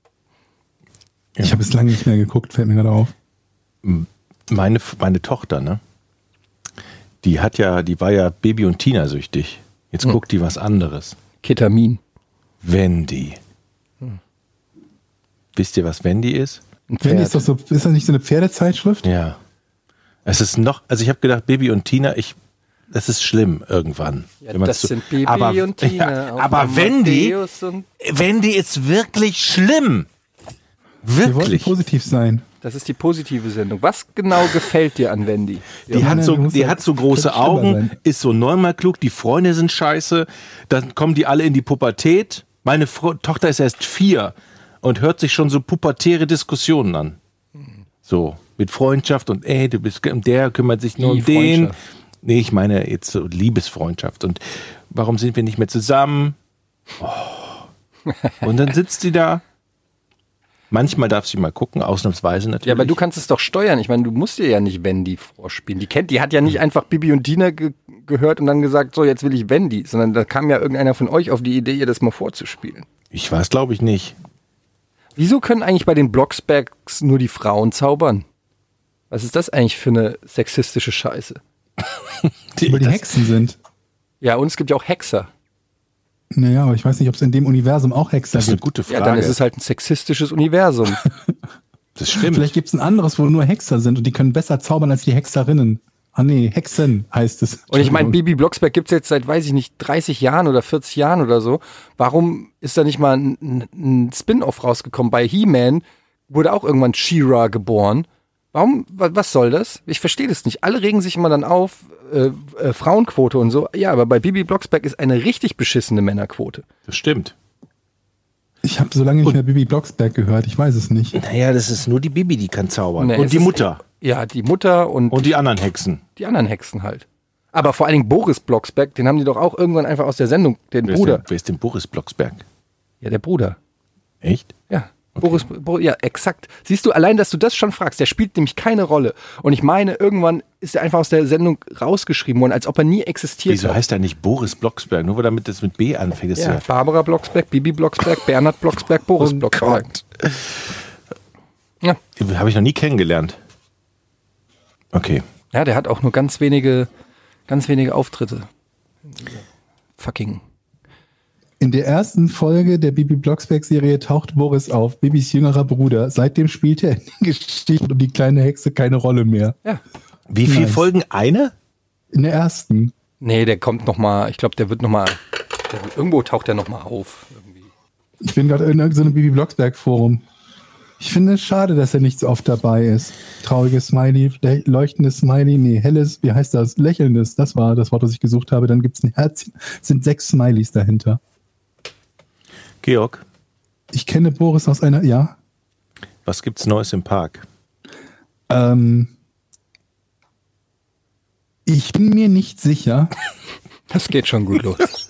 [SPEAKER 3] Ich habe es lange nicht mehr geguckt, fällt mir gerade auf.
[SPEAKER 1] Meine, meine Tochter, ne? Die hat ja, die war ja Baby- und Tina-süchtig.
[SPEAKER 2] Hm.
[SPEAKER 1] Jetzt guckt die was anderes.
[SPEAKER 2] Ketamin.
[SPEAKER 1] Wendy.
[SPEAKER 2] Hm.
[SPEAKER 1] Wisst ihr, was Wendy ist?
[SPEAKER 2] Ein
[SPEAKER 3] Wendy ist
[SPEAKER 2] Pferd.
[SPEAKER 3] doch so, ist das nicht so eine Pferdezeitschrift?
[SPEAKER 1] Ja. Es ist noch, also ich habe gedacht, Baby und Tina, ich, das ist schlimm irgendwann. wenn man's
[SPEAKER 2] das
[SPEAKER 1] so-
[SPEAKER 2] sind Baby
[SPEAKER 1] aber,
[SPEAKER 2] und Tina.
[SPEAKER 1] [LAUGHS] Ja,
[SPEAKER 2] auf
[SPEAKER 1] aber Wendy,
[SPEAKER 2] Amadeus und-
[SPEAKER 1] Wendy ist wirklich schlimm.
[SPEAKER 3] Wir wollten
[SPEAKER 1] Wirklich.
[SPEAKER 3] positiv sein.
[SPEAKER 2] Das ist die positive Sendung. Was genau gefällt dir an Wendy?
[SPEAKER 1] Die
[SPEAKER 3] Ja,
[SPEAKER 1] hat
[SPEAKER 3] nein,
[SPEAKER 1] so,
[SPEAKER 3] du musst
[SPEAKER 1] die
[SPEAKER 3] ja-
[SPEAKER 1] hat so
[SPEAKER 3] könnte
[SPEAKER 1] große
[SPEAKER 3] schlimmer
[SPEAKER 1] Augen,
[SPEAKER 3] sein.
[SPEAKER 1] ist so neunmal klug, die Freunde sind scheiße, dann kommen die alle in die Pubertät. Meine Fro Tochter ist erst vier und hört sich schon so pubertäre Diskussionen an. So, mit Freundschaft und ey, du bist, und der kümmert sich nur
[SPEAKER 2] Die
[SPEAKER 1] um den.
[SPEAKER 2] Freundschaft.
[SPEAKER 1] Nee, ich meine jetzt so Liebesfreundschaft und warum sind wir nicht mehr zusammen? Oh. Und dann sitzt sie da. Manchmal darf sie mal gucken, ausnahmsweise natürlich.
[SPEAKER 2] Ja, aber du kannst es doch steuern. Ich meine, du musst dir ja nicht Wendy vorspielen. Die kennt, die hat ja nicht einfach Bibi und Dina ge gehört und dann gesagt, so jetzt will ich Wendy, sondern da kam ja irgendeiner von euch auf die Idee, ihr das mal vorzuspielen.
[SPEAKER 1] ich weiß, glaube ich nicht.
[SPEAKER 2] Wieso können eigentlich bei den Blocksbergs nur die Frauen zaubern? Was ist das eigentlich für eine sexistische Scheiße?
[SPEAKER 3] Weil die
[SPEAKER 1] Das-
[SPEAKER 3] Hexen sind.
[SPEAKER 2] Ja, und es gibt ja auch Hexer.
[SPEAKER 3] Naja, aber ich weiß nicht, ob es in dem Universum auch Hexen
[SPEAKER 1] Das ist eine
[SPEAKER 3] gibt.
[SPEAKER 1] gute
[SPEAKER 2] Ja,
[SPEAKER 1] Frage.
[SPEAKER 2] dann ist es halt ein sexistisches Universum.
[SPEAKER 1] das stimmt.
[SPEAKER 3] Vielleicht gibt es ein anderes, wo nur Hexer sind und die können besser zaubern als die Hexerinnen. Ah nee, Hexen heißt es.
[SPEAKER 2] Und ich meine,
[SPEAKER 3] Entschuldigung.
[SPEAKER 2] Bibi Blocksberg gibt's jetzt seit, weiß ich nicht, 30 Jahren oder 40 Jahren oder so. Warum ist da nicht mal ein, ein- ein Spin-off rausgekommen? Bei He-Man wurde auch irgendwann She-Ra geboren. Warum, wa- was soll das? Ich verstehe das nicht. Alle regen sich immer dann auf, äh, äh, Frauenquote und so. Ja, aber bei Bibi Blocksberg ist eine richtig beschissene Männerquote.
[SPEAKER 1] Das stimmt.
[SPEAKER 3] Ich habe so lange nicht mehr Bibi Blocksberg gehört, ich weiß es nicht.
[SPEAKER 1] Naja, das ist nur die Bibi, die kann zaubern.
[SPEAKER 2] Nee, es
[SPEAKER 1] und die
[SPEAKER 2] ist-
[SPEAKER 1] Mutter.
[SPEAKER 2] Ja, die Mutter und,
[SPEAKER 1] Und die anderen Hexen.
[SPEAKER 2] die anderen Hexen halt. Aber vor allen Dingen Boris Blocksberg, den haben die doch auch irgendwann einfach aus der Sendung, den
[SPEAKER 1] Wer
[SPEAKER 2] Bruder.
[SPEAKER 1] Ist denn, wer ist denn Boris Blocksberg?
[SPEAKER 2] Ja, der Bruder.
[SPEAKER 1] Echt?
[SPEAKER 2] Ja, Boris, Bo ja, exakt. Siehst du, allein, dass du das schon fragst, der spielt nämlich keine Rolle. Und ich meine, irgendwann ist er einfach aus der Sendung rausgeschrieben worden, als ob er nie existiert
[SPEAKER 1] Wieso
[SPEAKER 2] hat.
[SPEAKER 1] heißt er nicht Boris Blocksberg? Nur weil damit das Oh mit B anfängt. Ist
[SPEAKER 2] ja,
[SPEAKER 1] ja.
[SPEAKER 2] Barbara Blocksberg, Bibi Blocksberg, Bernhard Blocksberg, Boris Blocksberg. Ja.
[SPEAKER 1] Habe ich noch nie kennengelernt. Okay.
[SPEAKER 2] ja, der hat auch nur ganz wenige, ganz wenige Auftritte. In dieser Fucking.
[SPEAKER 3] In der ersten Folge der Bibi Blocksberg-Serie taucht Boris auf, Bibis jüngerer Bruder. Seitdem spielt er in den Geschichten um die kleine Hexe keine Rolle mehr.
[SPEAKER 2] Ja.
[SPEAKER 1] Wie viele
[SPEAKER 3] Nice.
[SPEAKER 1] Folgen? Eine?
[SPEAKER 3] In der ersten.
[SPEAKER 2] Nee, der kommt nochmal, ich glaube, der wird nochmal, irgendwo taucht der nochmal auf. Irgendwie.
[SPEAKER 3] Ich bin gerade in irgendeinem Bibi Blocksberg-Forum. Ich finde es schade, dass er nicht so oft dabei ist. Trauriges Smiley, le- leuchtendes Smiley, nee, helles, wie heißt das? Lächelndes, das war das Wort, was ich gesucht habe. Dann gibt es ein Herzchen, sind sechs Smileys dahinter.
[SPEAKER 1] Georg,
[SPEAKER 3] Ich kenne Boris aus einer, ja,
[SPEAKER 1] was gibt's Neues im Park?
[SPEAKER 3] ähm, ich bin mir nicht sicher,
[SPEAKER 2] Das geht schon gut los.
[SPEAKER 1] [LAUGHS]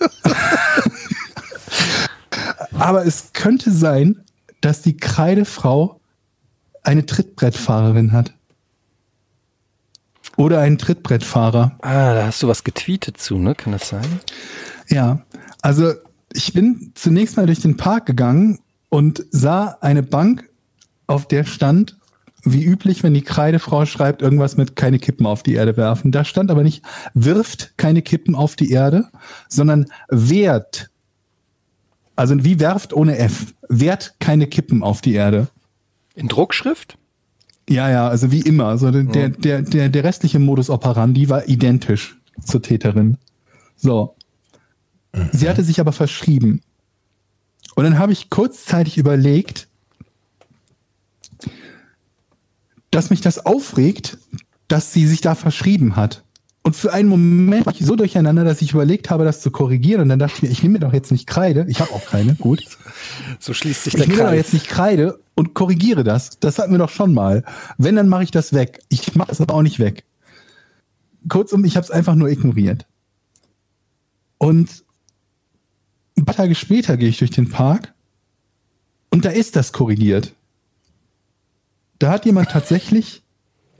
[SPEAKER 3] aber es könnte sein, dass die Kreidefrau eine Trittbrettfahrerin hat. Oder einen Trittbrettfahrer.
[SPEAKER 2] Ah, da hast du was getweetet zu, ne? Kann das sein?
[SPEAKER 3] Ja, also ich bin zunächst mal durch den Park gegangen und sah eine Bank, auf der stand, wie üblich, wenn die Kreidefrau schreibt, irgendwas mit keine Kippen auf die Erde werfen. Da stand aber nicht, wirft keine Kippen auf die Erde, sondern wehrt. Also wie werft ohne F. Wehrt keine Kippen auf die Erde.
[SPEAKER 2] In Druckschrift?
[SPEAKER 3] Ja, ja, also wie immer. Also der, der, der, der restliche Modus operandi war identisch zur Täterin. So. Sie hatte sich aber verschrieben. Und dann habe ich kurzzeitig überlegt, dass mich das aufregt, dass sie sich da verschrieben hat. Und für einen Moment war ich so durcheinander, dass ich überlegt habe, das zu korrigieren. Und dann dachte ich mir, ich nehme mir doch jetzt nicht Kreide. Ich habe auch keine, gut.
[SPEAKER 2] So schließt sich
[SPEAKER 3] Ich nehme doch jetzt nicht Kreide und korrigiere das. Das hatten wir doch schon mal. Wenn, dann mache ich das weg. Ich mache es aber auch nicht weg. Kurzum, ich habe es einfach nur ignoriert. Und ein paar Tage später gehe ich durch den Park und da ist das korrigiert. Da hat jemand tatsächlich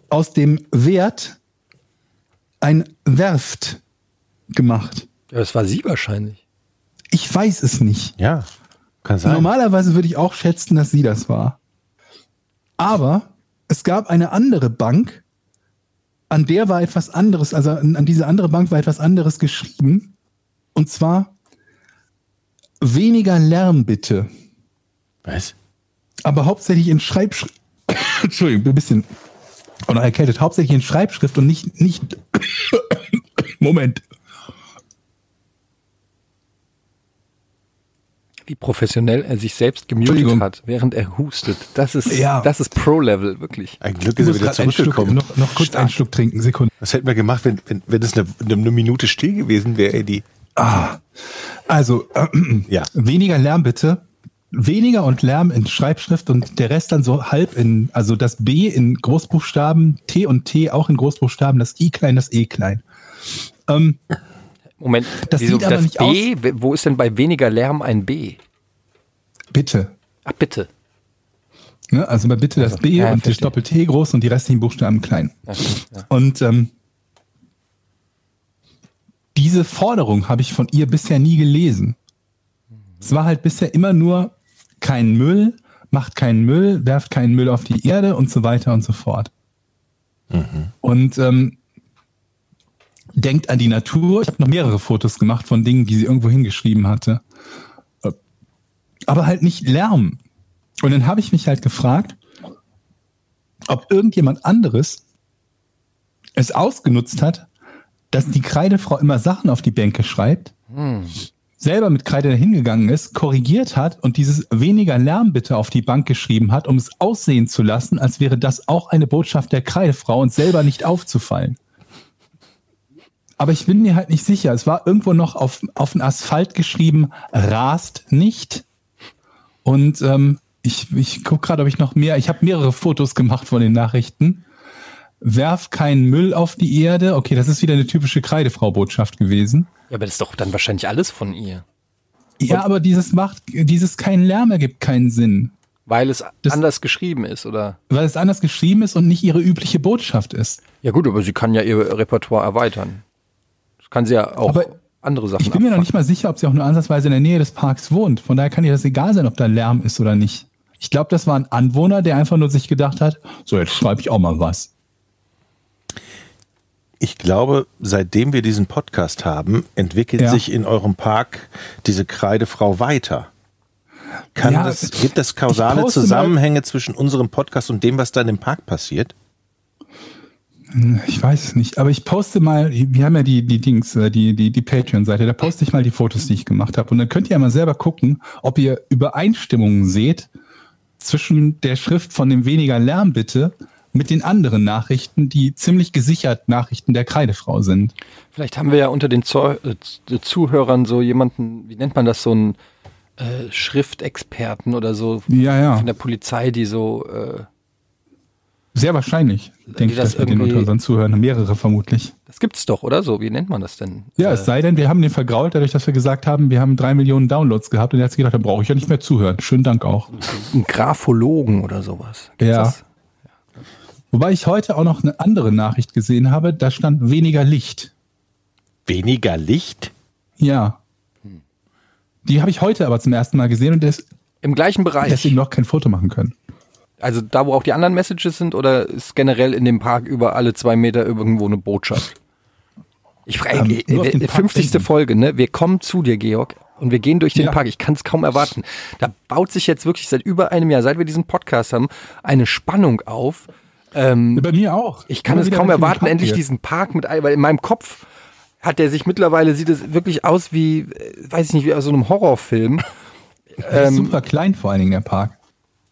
[SPEAKER 3] aus dem Wert ein Werft gemacht.
[SPEAKER 2] Ja, das war sie wahrscheinlich.
[SPEAKER 3] Ich weiß es nicht.
[SPEAKER 1] Ja, kann sein.
[SPEAKER 3] Normalerweise würde ich auch schätzen, dass sie das war. Aber es gab eine andere Bank, an der war etwas anderes, also an, an diese andere Bank war etwas anderes geschrieben. Und zwar weniger Lärm bitte.
[SPEAKER 1] Was?
[SPEAKER 3] Aber hauptsächlich in Schreibschrift. [COUGHS] Entschuldigung, bin ein bisschen. Oder erkältet. Hauptsächlich in Schreibschrift und nicht. nicht [COUGHS] Moment.
[SPEAKER 2] Wie professionell er sich selbst gemutet
[SPEAKER 3] Entschuldigung.
[SPEAKER 2] hat, während er hustet. Das ist,
[SPEAKER 3] Ja.
[SPEAKER 2] das ist Pro-Level, wirklich.
[SPEAKER 1] Ein Glück ist
[SPEAKER 3] Ich
[SPEAKER 1] er
[SPEAKER 3] muss
[SPEAKER 1] wieder
[SPEAKER 3] grad einen Schluck,
[SPEAKER 1] zurückgekommen.
[SPEAKER 3] noch, noch kurz einen Schluck trinken, Sekunde.
[SPEAKER 1] Was hätten wir gemacht, wenn, wenn, wenn es eine, eine Minute still gewesen wäre, Eddie?
[SPEAKER 3] Also, [CLEARS THROAT]
[SPEAKER 1] Ja.
[SPEAKER 3] Weniger Lärm bitte. Weniger und Lärm in Schreibschrift und der Rest dann so halb in, also das B in Großbuchstaben, T und T auch in Großbuchstaben, das I klein, das E klein. Ähm,
[SPEAKER 2] Moment,
[SPEAKER 3] Das sieht aber
[SPEAKER 2] das
[SPEAKER 3] nicht
[SPEAKER 2] B, w- wo ist denn bei weniger Lärm ein B?
[SPEAKER 3] bitte.
[SPEAKER 2] Ach, bitte.
[SPEAKER 3] Ne? Also mal bitte das B
[SPEAKER 2] ja,
[SPEAKER 3] und das
[SPEAKER 2] verstehe.
[SPEAKER 3] Doppel-T groß und die restlichen Buchstaben klein. Und ähm, diese Forderung habe ich von ihr bisher nie gelesen. Es war halt bisher immer nur kein Müll, macht keinen Müll, werft keinen Müll auf die Erde und so weiter und so fort.
[SPEAKER 2] Mhm.
[SPEAKER 3] Und ähm, denkt an die Natur. Ich habe noch mehrere Fotos gemacht von Dingen, die sie irgendwo hingeschrieben hatte. Äh, Aber halt nicht Lärm. Und dann habe ich mich halt gefragt, ob irgendjemand anderes es ausgenutzt hat, dass die Kreidefrau immer Sachen auf die Bänke schreibt, selber mit Kreide hingegangen ist, korrigiert hat und dieses weniger Lärm bitte auf die Bank geschrieben hat, um es aussehen zu lassen, als wäre das auch eine Botschaft der Kreidefrau und selber nicht aufzufallen. Aber ich bin mir halt nicht sicher. Es war irgendwo noch auf, auf den Asphalt geschrieben, rast nicht. Und ähm, ich, ich gucke gerade, ob ich noch mehr. Ich habe mehrere Fotos gemacht von den Nachrichten. Werf keinen Müll auf die Erde. Okay, das ist wieder eine typische Kreidefrau-Botschaft gewesen.
[SPEAKER 2] Ja, aber das ist doch dann wahrscheinlich alles von ihr.
[SPEAKER 3] Ja, aber dieses macht, dieses kein Lärm ergibt keinen Sinn,
[SPEAKER 2] Weil es
[SPEAKER 3] Das-
[SPEAKER 2] anders geschrieben ist, oder?
[SPEAKER 3] weil es anders geschrieben ist und nicht ihre übliche Botschaft ist.
[SPEAKER 2] Ja, gut, aber sie kann ja ihr Repertoire erweitern. Das kann sie ja auch
[SPEAKER 3] Aber
[SPEAKER 2] andere Sachen
[SPEAKER 3] Ich bin mir noch
[SPEAKER 2] abfangen.
[SPEAKER 3] nicht mal sicher, ob sie auch nur ansatzweise in der Nähe des Parks wohnt. Von daher kann ihr das egal sein, ob da Lärm ist oder nicht. Ich glaube, das war ein Anwohner, der einfach nur sich gedacht hat, so jetzt schreibe ich auch mal was.
[SPEAKER 1] Ich glaube, seitdem wir diesen Podcast haben, entwickelt
[SPEAKER 3] Ja.
[SPEAKER 1] sich in eurem Park diese Kreidefrau weiter. Kann
[SPEAKER 3] Ja,
[SPEAKER 1] das,
[SPEAKER 3] ich-
[SPEAKER 1] gibt es
[SPEAKER 3] ich
[SPEAKER 1] kausale
[SPEAKER 3] poste
[SPEAKER 1] Zusammenhänge zwischen unserem Podcast und dem, was da in dem Park passiert?
[SPEAKER 3] Ich weiß es nicht, aber ich poste mal, wir haben ja die, die Dings, äh, die, die, die Patreon-Seite, da poste ich mal die Fotos, die ich gemacht habe. Und dann könnt ihr ja mal selber gucken, ob ihr Übereinstimmungen seht zwischen der Schrift von dem weniger Lärm bitte mit den anderen Nachrichten, die ziemlich gesichert Nachrichten der Kreidefrau sind.
[SPEAKER 2] Vielleicht haben wir ja unter den Zeu- äh, Z- Zuhörern so jemanden, wie nennt man das, so einen äh, Schriftexperten oder so
[SPEAKER 3] Ja, ja.
[SPEAKER 2] von der Polizei, die so, äh,
[SPEAKER 3] Sehr wahrscheinlich, denke ich,
[SPEAKER 2] das
[SPEAKER 3] dass wir den
[SPEAKER 2] irgendwie-
[SPEAKER 3] unter unseren Zuhörern, mehrere vermutlich.
[SPEAKER 2] das gibt's doch, oder so, wie nennt man das denn?
[SPEAKER 3] Ja,
[SPEAKER 2] äh,
[SPEAKER 3] es sei denn, wir haben den vergrault, dadurch, dass wir gesagt haben, wir haben drei Millionen Downloads gehabt und er hat sich gedacht, da brauche ich ja nicht mehr zuhören. Schönen Dank auch.
[SPEAKER 2] einen Graphologen oder sowas.
[SPEAKER 3] Ja.
[SPEAKER 2] das?
[SPEAKER 3] Wobei ich heute auch noch eine andere Nachricht gesehen habe, da stand weniger Licht.
[SPEAKER 1] Weniger Licht?
[SPEAKER 3] Ja.
[SPEAKER 2] Hm.
[SPEAKER 3] Die habe ich heute aber zum ersten Mal gesehen und des,
[SPEAKER 2] Im gleichen Bereich.
[SPEAKER 3] deswegen noch kein Foto machen können.
[SPEAKER 2] Also da, wo auch die anderen Messages sind, oder ist generell in dem Park über alle zwei Meter irgendwo eine Botschaft? Ich frage,
[SPEAKER 3] Ähm, nur auf den
[SPEAKER 2] äh,
[SPEAKER 3] Park
[SPEAKER 2] 50.
[SPEAKER 3] denken.
[SPEAKER 2] Folge, ne? Wir kommen zu dir, Georg, und wir gehen durch den
[SPEAKER 3] Ja.
[SPEAKER 2] Park. Ich kann es kaum erwarten. Da baut sich jetzt wirklich seit über einem Jahr, seit wir diesen Podcast haben, eine Spannung auf.
[SPEAKER 3] Bei mir auch.
[SPEAKER 2] Hm. Ich kann
[SPEAKER 3] Immer
[SPEAKER 2] es
[SPEAKER 3] wieder,
[SPEAKER 2] kaum
[SPEAKER 3] wenn ich in den
[SPEAKER 2] erwarten,
[SPEAKER 3] Park
[SPEAKER 2] endlich
[SPEAKER 3] gehe.
[SPEAKER 2] diesen Park mit, ein- weil in meinem Kopf hat der sich mittlerweile, sieht es wirklich aus wie, äh, weiß ich nicht, wie aus so einem Horrorfilm. ähm,
[SPEAKER 3] Der ist super klein vor allen Dingen, der Park.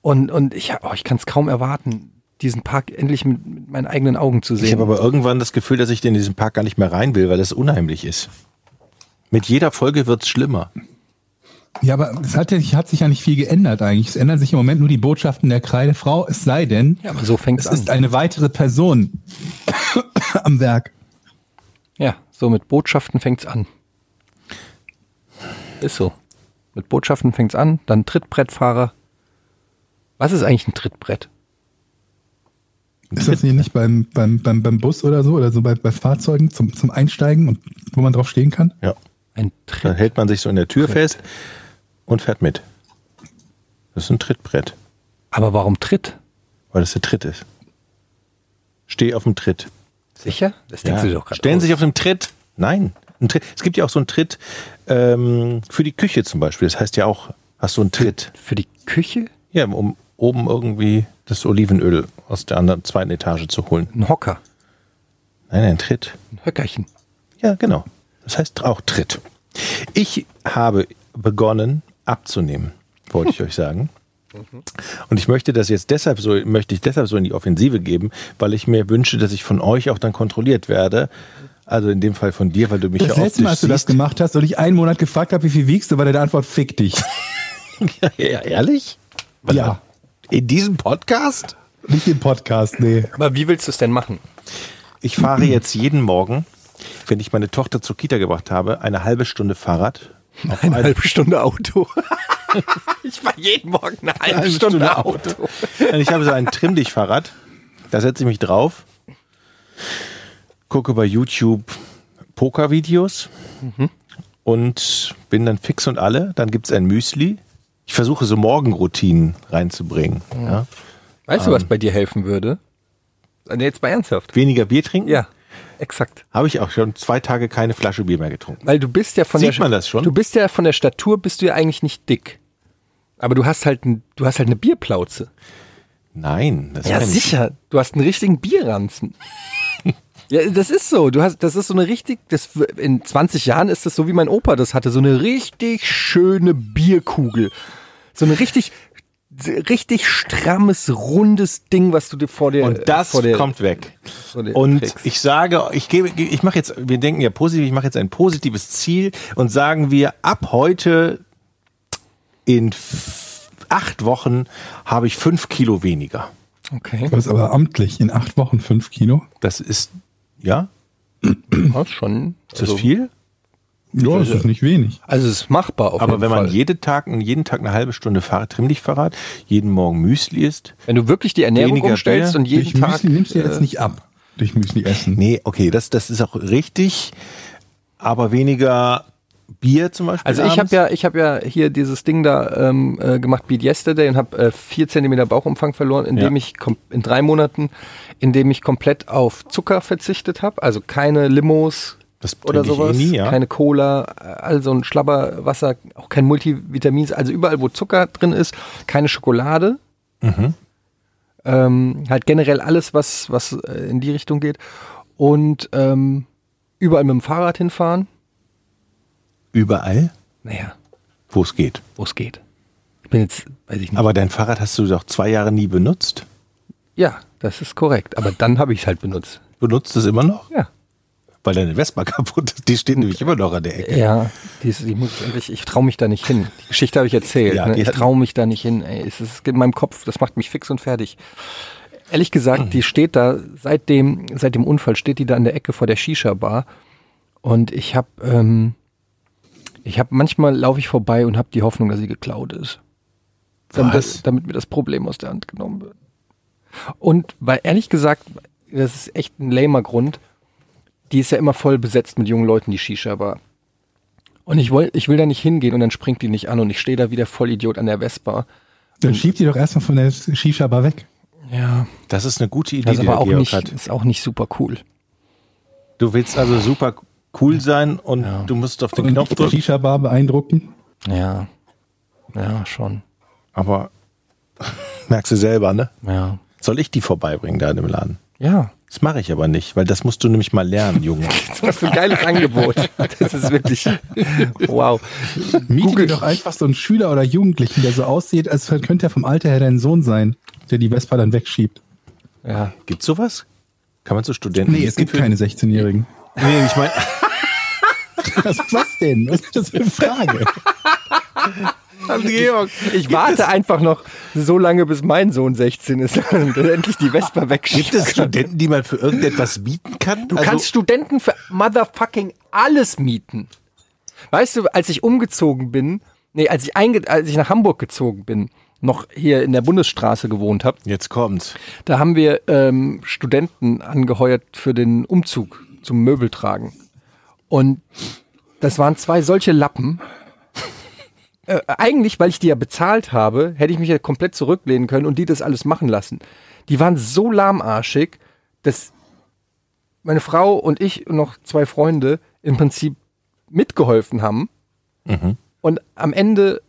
[SPEAKER 2] Und, und ich, oh, ich kann es kaum erwarten. diesen Park endlich mit, mit meinen eigenen Augen zu
[SPEAKER 1] Ich
[SPEAKER 2] sehen.
[SPEAKER 1] habe aber irgendwann das Gefühl, dass ich in diesen Park gar nicht mehr rein will, weil das unheimlich ist. Mit jeder Folge wird's schlimmer.
[SPEAKER 3] Ja, aber es hat, ja- hat sich ja nicht viel geändert eigentlich. Es ändern sich im Moment nur die Botschaften der Kreidefrau, es sei denn,
[SPEAKER 2] ja, aber so fängt
[SPEAKER 3] es
[SPEAKER 2] es an.
[SPEAKER 3] ist eine weitere Person [COUGHS] am Werk.
[SPEAKER 2] Ja, so mit Botschaften fängt's an. Ist so. Mit Botschaften fängt's an, dann Trittbrettfahrer. Was ist eigentlich ein Trittbrett?
[SPEAKER 3] Ist das hier nicht beim, beim, beim, beim Bus oder so oder so bei, bei Fahrzeugen zum, zum Einsteigen und wo man drauf stehen kann?
[SPEAKER 1] Ja.
[SPEAKER 2] Ein
[SPEAKER 1] Dann
[SPEAKER 2] Tritt.
[SPEAKER 1] hält man sich so in der Tür fest und fährt mit. Das ist ein Trittbrett,
[SPEAKER 2] Aber warum Tritt?
[SPEAKER 1] weil das der Tritt ist. Steh auf dem Tritt.
[SPEAKER 2] Sicher? Das denkst
[SPEAKER 1] Ja.
[SPEAKER 2] du dir doch gerade.
[SPEAKER 1] Stellen
[SPEAKER 2] aus.
[SPEAKER 1] Sie sich auf dem Tritt. Nein. Ein Tritt. Es gibt ja auch so einen Tritt ähm, für die Küche zum Beispiel. Das heißt ja auch, hast du einen Tritt.
[SPEAKER 2] Für die Küche
[SPEAKER 1] Ja, um oben irgendwie das Olivenöl aus der anderen, zweiten Etage zu holen.
[SPEAKER 2] ein Hocker,
[SPEAKER 1] Nein, ein Tritt.
[SPEAKER 2] ein Höckerchen.
[SPEAKER 1] Ja, genau. Das heißt auch Tritt. Ich habe begonnen abzunehmen, wollte
[SPEAKER 3] [LAUGHS]
[SPEAKER 1] ich euch sagen. Und ich möchte das jetzt deshalb so, möchte ich deshalb so in die Offensive geben, weil ich mir wünsche, dass ich von euch auch dann kontrolliert werde. Also in dem Fall von dir, weil du mich
[SPEAKER 3] Das
[SPEAKER 1] ja
[SPEAKER 3] letzte Mal, als
[SPEAKER 1] optisch
[SPEAKER 3] du das
[SPEAKER 1] siehst.
[SPEAKER 3] gemacht hast und ich einen Monat gefragt habe, wie viel wiegst du, war deine Antwort, fick dich.
[SPEAKER 1] Ja, ehrlich?
[SPEAKER 3] ja.
[SPEAKER 1] In diesem Podcast?
[SPEAKER 3] Nicht im Podcast, nee.
[SPEAKER 2] Aber wie willst du es denn machen?
[SPEAKER 1] Ich fahre jetzt jeden Morgen, wenn ich meine Tochter zur Kita gebracht habe, eine halbe Stunde Fahrrad. Auf
[SPEAKER 2] Eine
[SPEAKER 1] ein-
[SPEAKER 2] halbe Stunde Auto. Also- [LAUGHS] ich fahre jeden Morgen eine halbe,
[SPEAKER 1] halbe
[SPEAKER 2] Stunde,
[SPEAKER 1] Stunde
[SPEAKER 2] Auto.
[SPEAKER 1] Und ich habe so ein Trimm-Dich-Fahrrad. Da setze ich mich drauf, gucke bei YouTube Pokervideos Mhm. und bin dann fix und alle. Dann gibt es ein Müsli. Ich versuche so Morgenroutinen reinzubringen. Ja.
[SPEAKER 2] Weißt du, was bei dir helfen würde? Äh, Nee, jetzt mal ernsthaft.
[SPEAKER 1] Weniger Bier trinken.
[SPEAKER 2] Ja, exakt.
[SPEAKER 1] Habe ich auch schon zwei Tage keine Flasche Bier mehr getrunken.
[SPEAKER 2] Weil du bist ja von
[SPEAKER 1] Sieht
[SPEAKER 2] der
[SPEAKER 1] man das schon?
[SPEAKER 2] Du bist ja von der Statur bist du ja eigentlich nicht dick. Aber du hast halt ein, du hast halt eine Bierplauze.
[SPEAKER 1] Nein. Das war
[SPEAKER 2] Du hast einen richtigen Bierranzen. ja, das ist so. Du hast, das ist so eine richtig, das, in 20 Jahren ist das so, wie mein Opa das hatte, so eine richtig schöne Bierkugel. So ein richtig, richtig strammes, rundes Ding, was du dir vor der
[SPEAKER 1] Und das
[SPEAKER 2] vor der,
[SPEAKER 1] kommt weg.
[SPEAKER 2] vor der
[SPEAKER 1] Und
[SPEAKER 2] trägst.
[SPEAKER 1] ich sage, ich gebe, ich mache jetzt, wir denken ja positiv, ich mache jetzt ein positives Ziel und sagen wir, ab heute in f- acht Wochen habe ich fünf Kilo weniger.
[SPEAKER 2] Okay,
[SPEAKER 3] Du bist aber amtlich in acht Wochen fünf Kilo.
[SPEAKER 1] Das ist, ja,
[SPEAKER 2] das ist Hm. schon.
[SPEAKER 1] ist das viel?
[SPEAKER 3] Ja, das ist nicht wenig.
[SPEAKER 2] Also es ist machbar auf
[SPEAKER 1] Aber
[SPEAKER 2] jeden
[SPEAKER 1] wenn
[SPEAKER 2] Fall.
[SPEAKER 1] man jeden Tag, jeden Tag eine halbe Stunde Fahrrad, Trimmlichtfahrrad, jeden Morgen Müsli isst.
[SPEAKER 2] wenn du wirklich die Ernährung
[SPEAKER 1] Weniger
[SPEAKER 2] umstellst
[SPEAKER 1] Bier,
[SPEAKER 2] und jeden
[SPEAKER 3] Durch
[SPEAKER 2] Tag
[SPEAKER 3] Müsli nimmst du
[SPEAKER 2] äh,
[SPEAKER 3] jetzt nicht ab. Durch Müsli essen.
[SPEAKER 1] Nee, okay, das, das ist auch richtig, aber weniger Bier zum Beispiel.
[SPEAKER 2] Also ich
[SPEAKER 1] abends.
[SPEAKER 2] habe ja, ich habe ja hier dieses Ding da ähm, äh, gemacht, Beat Yesterday und habe äh, vier Zentimeter Bauchumfang verloren, indem
[SPEAKER 1] Ja.
[SPEAKER 2] ich kom- in drei Monaten, indem ich komplett auf Zucker verzichtet habe, also keine Limos
[SPEAKER 1] Das
[SPEAKER 2] oder
[SPEAKER 1] trinke ich eh
[SPEAKER 2] sowas,
[SPEAKER 1] nie, ja.
[SPEAKER 2] keine Cola, äh, all so ein Schlabberwasser, auch kein Multivitamins, also überall wo Zucker drin ist, keine Schokolade.
[SPEAKER 1] Mhm.
[SPEAKER 2] Ähm, halt generell alles, was, was äh, in die Richtung geht. Und ähm, überall mit dem Fahrrad hinfahren.
[SPEAKER 1] überall,
[SPEAKER 2] Naja,
[SPEAKER 1] wo es geht.
[SPEAKER 2] wo es geht. Ich bin jetzt, weiß ich nicht.
[SPEAKER 1] Aber dein Fahrrad hast du doch zwei Jahre nie benutzt.
[SPEAKER 2] ja, das ist korrekt. Aber dann habe ich es halt benutzt.
[SPEAKER 1] Benutzt es immer noch?
[SPEAKER 2] Ja.
[SPEAKER 1] Weil deine Vespa [LAUGHS] kaputt ist. Die steht nämlich immer noch an der Ecke.
[SPEAKER 2] Ja, die ist, die muss endlich, ich traue mich da nicht hin. Die Geschichte habe ich erzählt.
[SPEAKER 1] Ja,
[SPEAKER 2] ne?
[SPEAKER 1] die
[SPEAKER 2] Ich
[SPEAKER 1] hat-
[SPEAKER 2] traue mich da nicht hin. Ey. Es ist in meinem Kopf, das macht mich fix und fertig. Ehrlich gesagt, die steht da, seit dem, seit dem Unfall steht die da an der Ecke vor der Shisha-Bar. Und ich habe, ähm, ich habe, manchmal laufe ich vorbei und habe die Hoffnung, dass sie geklaut ist. Damit,
[SPEAKER 1] Was?
[SPEAKER 2] das, damit mir das Problem aus der Hand genommen wird. Und weil ehrlich gesagt, das ist echt ein lamer Grund, die ist ja immer voll besetzt mit jungen Leuten, die Shisha war. Und ich, woll, ich will da nicht hingehen und dann springt die nicht an und ich stehe da wie der Vollidiot an der Vespa.
[SPEAKER 3] Dann schieb die doch erstmal von der Shisha-Bar weg.
[SPEAKER 2] Ja, Also
[SPEAKER 1] Das ist eine gute Idee,
[SPEAKER 2] das ist
[SPEAKER 1] die der
[SPEAKER 2] aber auch
[SPEAKER 1] Georg
[SPEAKER 2] nicht,
[SPEAKER 1] hat.
[SPEAKER 2] ist auch nicht super cool.
[SPEAKER 1] Du willst also super cool sein und du musst auf den
[SPEAKER 3] Und
[SPEAKER 1] Knopf
[SPEAKER 3] die
[SPEAKER 1] drücken.
[SPEAKER 3] Shisha-Bar beeindrucken.
[SPEAKER 2] Ja, ja, schon.
[SPEAKER 1] Aber [LAUGHS] merkst du selber, ne?
[SPEAKER 2] Ja.
[SPEAKER 1] Soll ich die vorbeibringen da in dem Laden?
[SPEAKER 2] Ja. [LAUGHS]
[SPEAKER 1] Das mache ich aber nicht, weil das musst du nämlich mal lernen, Junge.
[SPEAKER 2] Was für ein geiles Angebot. Das ist [LAUGHS] wirklich, wow.
[SPEAKER 3] Miete dir doch einfach so einen Schüler oder Jugendlichen, der so aussieht, als könnte er vom Alter her dein Sohn sein, der die Vespa dann wegschiebt.
[SPEAKER 2] Ja.
[SPEAKER 1] Gibt's sowas? Kann man zu Studenten?
[SPEAKER 3] Nee, es gibt
[SPEAKER 1] für-
[SPEAKER 3] keine 16-Jährigen.
[SPEAKER 1] Nee, ich meine,
[SPEAKER 3] [LAUGHS] Was, was denn? Was ist das für eine Frage?
[SPEAKER 1] Georg,
[SPEAKER 2] Ich warte einfach noch so lange, bis mein Sohn 16 ist [LAUGHS] und endlich die Vespa wegschiebt.
[SPEAKER 1] Gibt es Studenten, die man für irgendetwas bieten kann? Also
[SPEAKER 2] Du kannst Studenten für motherfucking alles mieten. Weißt du, als ich umgezogen bin, nee, als ich, einge als ich nach Hamburg gezogen bin, noch hier in der Bundesstraße gewohnt habe,
[SPEAKER 1] Jetzt kommt's.
[SPEAKER 2] da haben wir ähm, Studenten angeheuert für den Umzug zum Möbeltragen. Und das waren zwei solche Lappen. [LAUGHS] Äh, eigentlich, weil ich die ja bezahlt habe, hätte ich mich ja komplett zurücklehnen können und die das alles machen lassen. Die waren so lahmarschig, dass meine Frau und ich und noch zwei Freunde im Prinzip mitgeholfen haben.
[SPEAKER 3] Mhm.
[SPEAKER 2] Und am Ende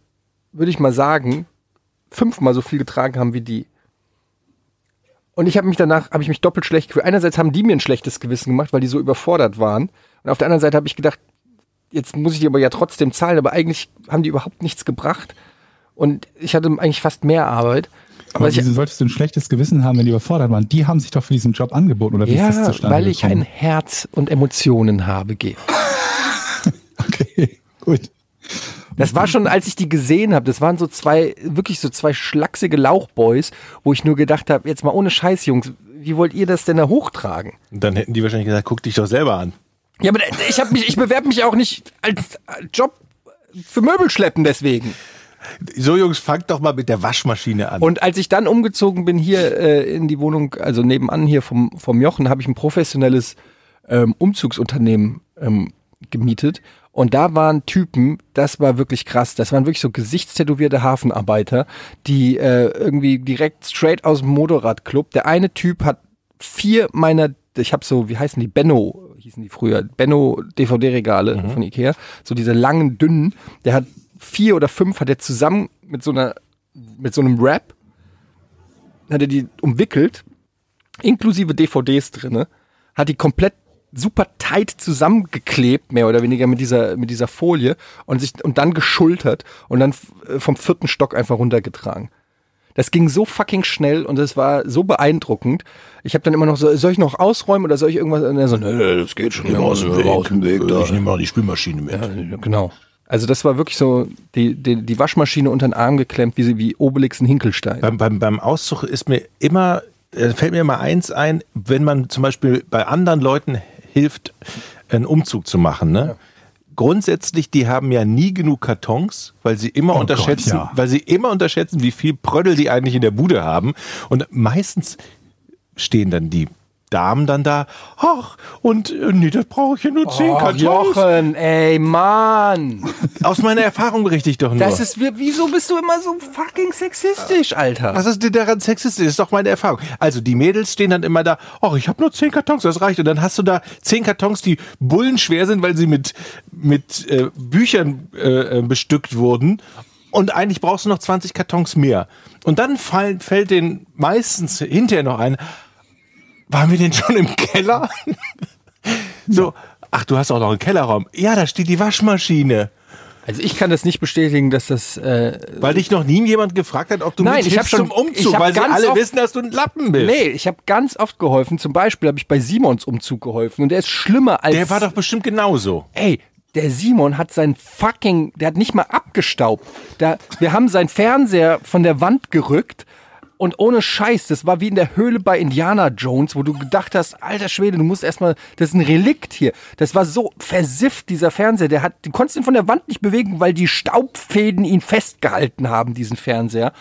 [SPEAKER 2] würde ich mal sagen, fünfmal so viel getragen haben wie die. Und ich habe mich danach, habe ich mich doppelt schlecht gefühlt. Einerseits haben die mir ein schlechtes Gewissen gemacht, weil die so überfordert waren. Und auf der anderen Seite habe ich gedacht, jetzt muss ich die aber ja trotzdem zahlen, aber eigentlich haben die überhaupt nichts gebracht. Und ich hatte eigentlich fast mehr Arbeit.
[SPEAKER 3] Aber
[SPEAKER 2] Was ich-
[SPEAKER 3] wieso solltest du ein schlechtes Gewissen haben, wenn die überfordert waren? Die haben sich doch für diesen Job angeboten, oder wie ist das
[SPEAKER 2] Ja,
[SPEAKER 3] zustande
[SPEAKER 2] weil ich ein
[SPEAKER 3] gekommen?
[SPEAKER 2] Herz und Emotionen habe, Georg.
[SPEAKER 3] [LAUGHS] Okay, gut.
[SPEAKER 2] Das war schon, als ich die gesehen habe, das waren so zwei, wirklich so zwei schlachsige Lauchboys, wo ich nur gedacht habe, jetzt mal ohne Scheiß, Jungs, wie wollt ihr das denn da hochtragen?
[SPEAKER 1] Dann hätten die wahrscheinlich gesagt, guck dich doch selber an.
[SPEAKER 2] Ja, aber ich, hab mich, ich bewerbe mich auch nicht als Job für Möbelschleppen deswegen.
[SPEAKER 1] So, Jungs, fangt doch mal mit der Waschmaschine an.
[SPEAKER 2] Und als ich dann umgezogen bin hier äh, in die Wohnung, also nebenan hier vom, vom Jochen, habe ich ein professionelles ähm, Umzugsunternehmen ähm, gemietet. Und da waren Typen, das war wirklich krass. Das waren wirklich so gesichtstätowierte Hafenarbeiter, die äh, irgendwie direkt straight aus dem Motorradclub. Der eine Typ hat vier meiner, ich habe so, wie heißen die, Benno, hießen die früher, Benno DVD-Regale von Ikea, so diese langen, dünnen, der hat vier oder fünf, hat er zusammen mit so einer, mit so einem Wrap, hat er die umwickelt, inklusive DVDs drinne, hat die komplett super tight zusammengeklebt, mehr oder weniger mit dieser, mit dieser Folie und sich, und dann geschultert und dann f- äh, vom vierten Stock einfach runtergetragen. Das ging so fucking schnell und es war so beeindruckend. Ich habe dann immer noch so, soll ich noch ausräumen oder soll ich irgendwas? Und er so, nee, das geht schon. Ja, aus dem Weg,
[SPEAKER 1] äh, ich nehme mal die Spülmaschine mit.
[SPEAKER 2] Ja, genau. Also das war wirklich so die, die, die Waschmaschine unter den Arm geklemmt, wie, sie- wie Obelix ein Hinkelstein.
[SPEAKER 1] Beim, beim, beim Auszug ist mir immer, äh, fällt mir immer eins ein, wenn man zum Beispiel bei anderen Leuten hilft, einen Umzug zu machen. Ne? Grundsätzlich, die haben ja nie genug Kartons, weil sie immer
[SPEAKER 3] Oh
[SPEAKER 1] unterschätzen,
[SPEAKER 3] Gott, ja.
[SPEAKER 1] weil sie immer unterschätzen, wie viel Prödel die eigentlich in der Bude haben. Und meistens stehen dann die Damen dann da, ach, und äh, nee, das brauche ich ja nur zehn
[SPEAKER 2] Och,
[SPEAKER 1] Kartons.
[SPEAKER 2] Jochen, ey, Mann.
[SPEAKER 1] Aus meiner Erfahrung berichte ich doch nur.
[SPEAKER 2] Das ist, wie- wieso bist du immer so fucking sexistisch, Alter?
[SPEAKER 1] Was ist denn daran sexistisch? Das ist doch meine Erfahrung. Also die Mädels stehen dann immer da, ach, ich habe nur zehn Kartons, das reicht. Und dann hast du da zehn Kartons, die bullenschwer sind, weil sie mit, mit äh, Büchern äh, äh, bestückt wurden. Und eigentlich brauchst du noch 20 Kartons mehr. Und dann fallen, fällt denen meistens hinterher noch ein, waren wir denn schon im Keller? [LAUGHS] so, ach, du hast auch noch einen Kellerraum. Ja, da steht die Waschmaschine.
[SPEAKER 2] Also ich kann das nicht bestätigen, dass das, äh,
[SPEAKER 1] Weil dich noch nie jemand gefragt hat, ob du
[SPEAKER 2] Nein, ich
[SPEAKER 1] mithilfst
[SPEAKER 2] hab schon-
[SPEAKER 1] zum Umzug,
[SPEAKER 2] ich hab
[SPEAKER 1] weil sie
[SPEAKER 2] ganz
[SPEAKER 1] alle
[SPEAKER 2] oft-
[SPEAKER 1] wissen, dass du ein Lappen bist.
[SPEAKER 2] nee, ich habe ganz oft geholfen. Zum Beispiel habe ich bei Simons Umzug geholfen und der ist schlimmer als...
[SPEAKER 1] Der war doch bestimmt genauso.
[SPEAKER 2] Ey, der Simon hat sein fucking, der hat nicht mal abgestaubt. Da, wir haben seinen Fernseher von der Wand gerückt und ohne Scheiß, das war wie in der Höhle bei Indiana Jones, wo du gedacht hast, alter Schwede, du musst erstmal, das ist ein Relikt hier. Das war so versifft, dieser Fernseher, der hat, du konntest ihn von der Wand nicht bewegen, weil die Staubfäden ihn festgehalten haben, diesen Fernseher.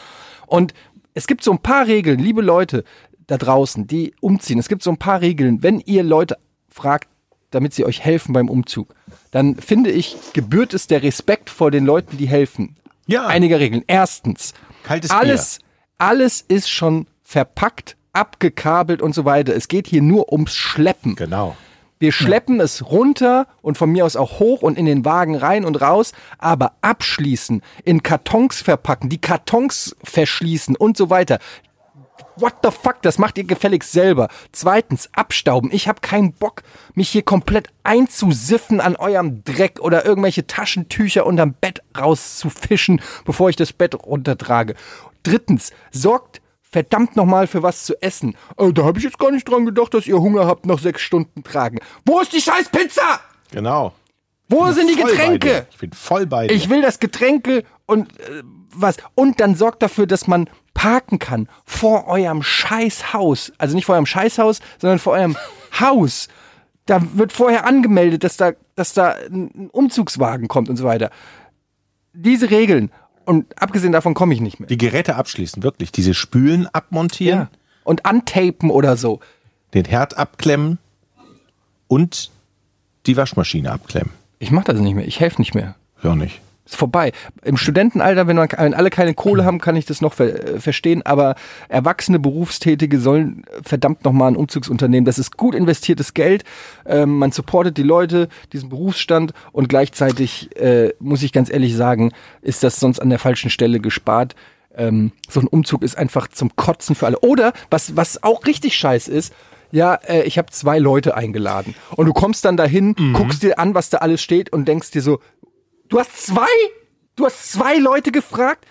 [SPEAKER 2] Und es gibt so ein paar Regeln, liebe Leute da draußen, die umziehen. Es gibt so ein paar Regeln, wenn ihr Leute fragt, damit sie euch helfen beim Umzug, dann finde ich, gebührt es der Respekt vor den Leuten, die helfen.
[SPEAKER 1] Ja.
[SPEAKER 2] Einige Regeln. Erstens,
[SPEAKER 1] Kaltes
[SPEAKER 2] alles, alles ist schon verpackt, abgekabelt und so weiter. Es geht hier nur ums Schleppen.
[SPEAKER 1] Genau.
[SPEAKER 2] Wir schleppen es runter und von mir aus auch hoch und in den Wagen rein und raus, aber abschließen, in Kartons verpacken, die Kartons verschließen und so weiter. What the fuck, das macht ihr gefälligst selber. Zweitens, abstauben. Ich habe keinen Bock, mich hier komplett einzusiffen an eurem Dreck oder irgendwelche Taschentücher unterm Bett rauszufischen, bevor ich das Bett runtertrage. Drittens, sorgt verdammt nochmal für was zu essen. Äh, da habe ich jetzt gar nicht dran gedacht, dass ihr Hunger habt nach sechs Stunden tragen. Wo ist die scheiß Pizza?
[SPEAKER 1] Genau.
[SPEAKER 2] Wo sind die
[SPEAKER 1] Voll bei
[SPEAKER 2] Getränke?
[SPEAKER 1] dir. Ich bin voll bei dir.
[SPEAKER 2] Ich will das Getränke und äh, was. Und dann sorgt dafür, dass man parken kann vor eurem Scheißhaus. Also nicht vor eurem Scheißhaus, sondern vor eurem Haus. Da wird vorher angemeldet, dass da, dass da ein ein Umzugswagen kommt und so weiter. Diese Regeln. Und abgesehen davon komme ich nicht mehr.
[SPEAKER 1] die Geräte abschließen, wirklich. Diese Spülen abmontieren,
[SPEAKER 2] Und antapen oder so.
[SPEAKER 1] den Herd abklemmen und die Waschmaschine abklemmen.
[SPEAKER 2] Ich mache das nicht mehr. Ich helfe nicht mehr.
[SPEAKER 1] Ja, auch nicht.
[SPEAKER 2] Ist vorbei. Im Studentenalter, wenn, man, wenn alle keine Kohle haben, kann ich das noch ver äh, verstehen, aber erwachsene Berufstätige sollen äh, verdammt nochmal ein Umzugsunternehmen. Das ist gut investiertes Geld. Ähm, man supportet die Leute, diesen Berufsstand und gleichzeitig, äh, muss ich ganz ehrlich sagen, ist das sonst an der falschen Stelle gespart. Ähm, so ein Umzug ist einfach zum Kotzen für alle. Oder, was, was auch richtig scheiß ist, ja, äh, ich habe zwei Leute eingeladen. Und du kommst dann dahin, guckst dir an, was da alles steht und denkst dir so, Du hast zwei? Du hast zwei Leute gefragt?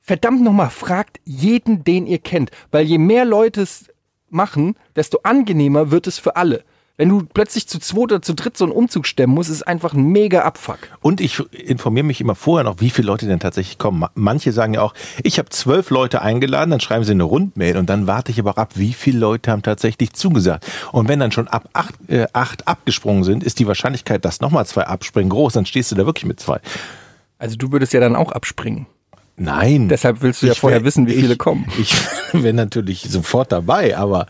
[SPEAKER 2] Verdammt nochmal, fragt jeden, den ihr kennt. Weil je mehr Leute es machen, desto angenehmer wird es für alle. Wenn du plötzlich zu zweit oder zu dritt so einen Umzug stemmen musst, ist es einfach ein mega Abfuck.
[SPEAKER 1] Und ich informiere mich immer vorher noch, wie viele Leute denn tatsächlich kommen. Ma- Manche sagen ja auch, ich habe zwölf Leute eingeladen, dann schreiben sie eine Rundmail und dann warte ich aber auch ab, wie viele Leute haben tatsächlich zugesagt. Und wenn dann schon ab acht, äh, acht abgesprungen sind, ist die Wahrscheinlichkeit, dass nochmal zwei abspringen, groß. Dann stehst du da wirklich mit zwei.
[SPEAKER 2] Also du würdest ja dann auch abspringen.
[SPEAKER 1] Nein.
[SPEAKER 2] Deshalb willst du ja vorher wissen, wie
[SPEAKER 1] ich,
[SPEAKER 2] viele kommen.
[SPEAKER 1] [LAUGHS] Ich wäre natürlich sofort dabei, aber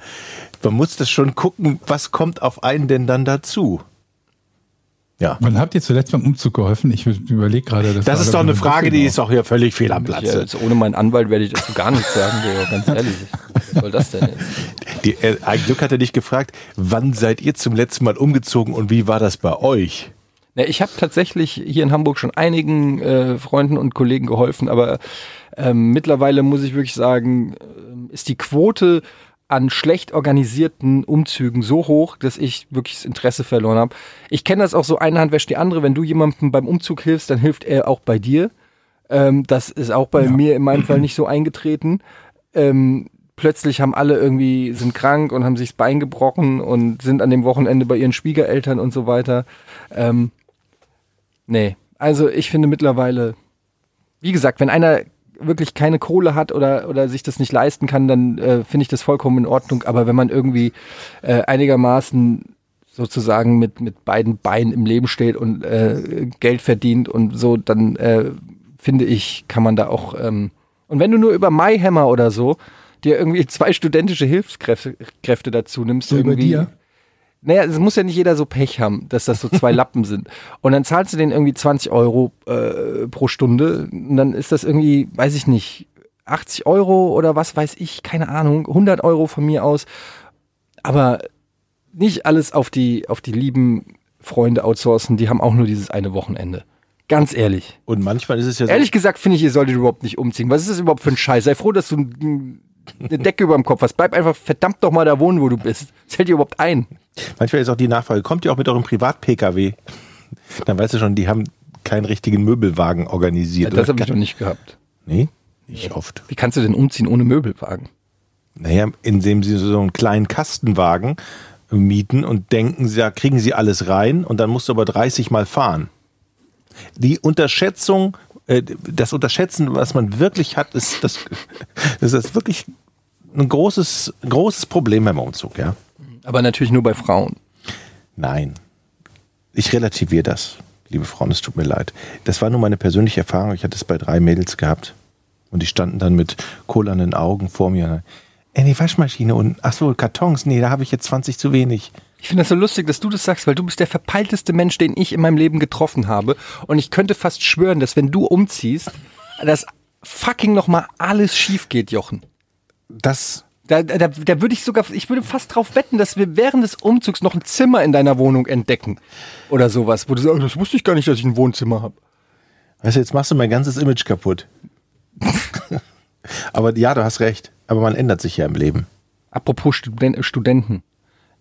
[SPEAKER 1] man muss das schon gucken, was kommt auf einen denn dann dazu. Ja.
[SPEAKER 3] Wann habt ihr zuletzt beim Umzug geholfen? Ich überlege gerade.
[SPEAKER 1] Das
[SPEAKER 3] war
[SPEAKER 1] ist doch
[SPEAKER 3] irgendwie
[SPEAKER 1] eine Frage, die
[SPEAKER 3] Düsseldorf.
[SPEAKER 1] ist doch hier völlig fehl am Platze.
[SPEAKER 2] ohne meinen Anwalt werde ich dazu gar nichts sagen, Georg, ganz ehrlich. Was soll das denn jetzt?
[SPEAKER 1] Die, äh, ein Glück hat er dich gefragt, wann seid ihr zum letzten Mal umgezogen und wie war das bei euch?
[SPEAKER 2] Na, ich habe tatsächlich hier in Hamburg schon einigen äh, Freunden und Kollegen geholfen, aber ähm, mittlerweile muss ich wirklich sagen, ähm, ist die Quote an schlecht organisierten Umzügen so hoch, dass ich wirklich das Interesse verloren habe. Ich kenne das auch so, eine Hand wäscht die andere. Wenn du jemandem beim Umzug hilfst, dann hilft er auch bei dir. Ähm, das ist auch bei mir in meinem Fall nicht so eingetreten. Ähm, plötzlich haben alle irgendwie, sind krank und haben sich das Bein gebrochen und sind an dem Wochenende bei ihren Schwiegereltern und so weiter. Ähm, nee, also ich finde mittlerweile, wie gesagt, wenn einer wirklich keine Kohle hat oder, oder sich das nicht leisten kann, dann äh, finde ich das vollkommen in Ordnung. Aber wenn man irgendwie äh, einigermaßen sozusagen mit, mit beiden Beinen im Leben steht und äh, Geld verdient und so, dann äh, finde ich, kann man da auch. Ähm, und wenn du nur über MyHammer oder so dir irgendwie [LAUGHS] zwei studentische Hilfskräfte Kräfte dazu nimmst,
[SPEAKER 3] So über
[SPEAKER 2] irgendwie.
[SPEAKER 3] dir?
[SPEAKER 2] Naja, es muss ja nicht jeder so Pech haben, dass das so
[SPEAKER 3] [LAUGHS]
[SPEAKER 2] zwei Lappen sind. Und dann zahlst du denen irgendwie 20 Euro äh, pro Stunde. Und dann ist das irgendwie, weiß ich nicht, 80 Euro oder was weiß ich, keine Ahnung, 100 Euro von mir aus. Aber nicht alles auf die, auf die lieben Freunde outsourcen, die haben auch nur dieses eine Wochenende. Ganz ehrlich.
[SPEAKER 1] Und manchmal ist es ja so,
[SPEAKER 2] Ehrlich gesagt finde ich, ihr solltet überhaupt nicht umziehen. Was ist das überhaupt für ein Scheiß? Sei froh, dass du n- eine Decke über dem Kopf hast. Bleib einfach verdammt nochmal da wohnen, wo du bist. Das hält dir überhaupt ein.
[SPEAKER 1] manchmal ist auch die Nachfrage, kommt ihr auch mit eurem Privat-Pkw? Dann weißt du schon, die haben keinen richtigen Möbelwagen organisiert.
[SPEAKER 2] Das
[SPEAKER 1] oder?
[SPEAKER 2] habe ich noch nicht gehabt.
[SPEAKER 1] Nee, nicht oft.
[SPEAKER 2] Wie kannst du denn umziehen ohne Möbelwagen?
[SPEAKER 1] Naja, indem sie so einen kleinen Kastenwagen mieten und denken, sie- da kriegen sie alles rein und dann musst du aber 30 Mal fahren. Die Unterschätzung, äh, das Unterschätzen, was man wirklich hat, ist [LAUGHS] das, das ist wirklich ein großes, großes Problem beim Umzug, ja.
[SPEAKER 2] Aber natürlich nur bei Frauen.
[SPEAKER 1] Nein. Ich relativiere das, liebe Frauen, es tut mir leid. Das war nur meine persönliche Erfahrung. Ich hatte es bei drei Mädels gehabt. Und die standen dann mit kohlernden Augen vor mir. Ey, die Waschmaschine unten. Ach so, Kartons. Nee, da habe ich jetzt 20 zu wenig.
[SPEAKER 2] Ich finde das so lustig, dass du das sagst, weil du bist der verpeilteste Mensch, den ich in meinem Leben getroffen habe. Und ich könnte fast schwören, dass wenn du umziehst, dass fucking nochmal alles schief geht, Jochen.
[SPEAKER 1] Das,
[SPEAKER 2] Da, da, da würde ich sogar, ich würde fast drauf wetten, dass wir während des Umzugs noch ein Zimmer in deiner Wohnung entdecken. Oder sowas, wo du sagst, oh, das wusste ich gar nicht, dass ich ein Wohnzimmer habe.
[SPEAKER 1] weißt du, jetzt machst du mein ganzes Image kaputt. [LAUGHS] Aber ja, du hast recht. Aber man ändert sich ja im Leben.
[SPEAKER 2] Apropos Studen äh, Studenten.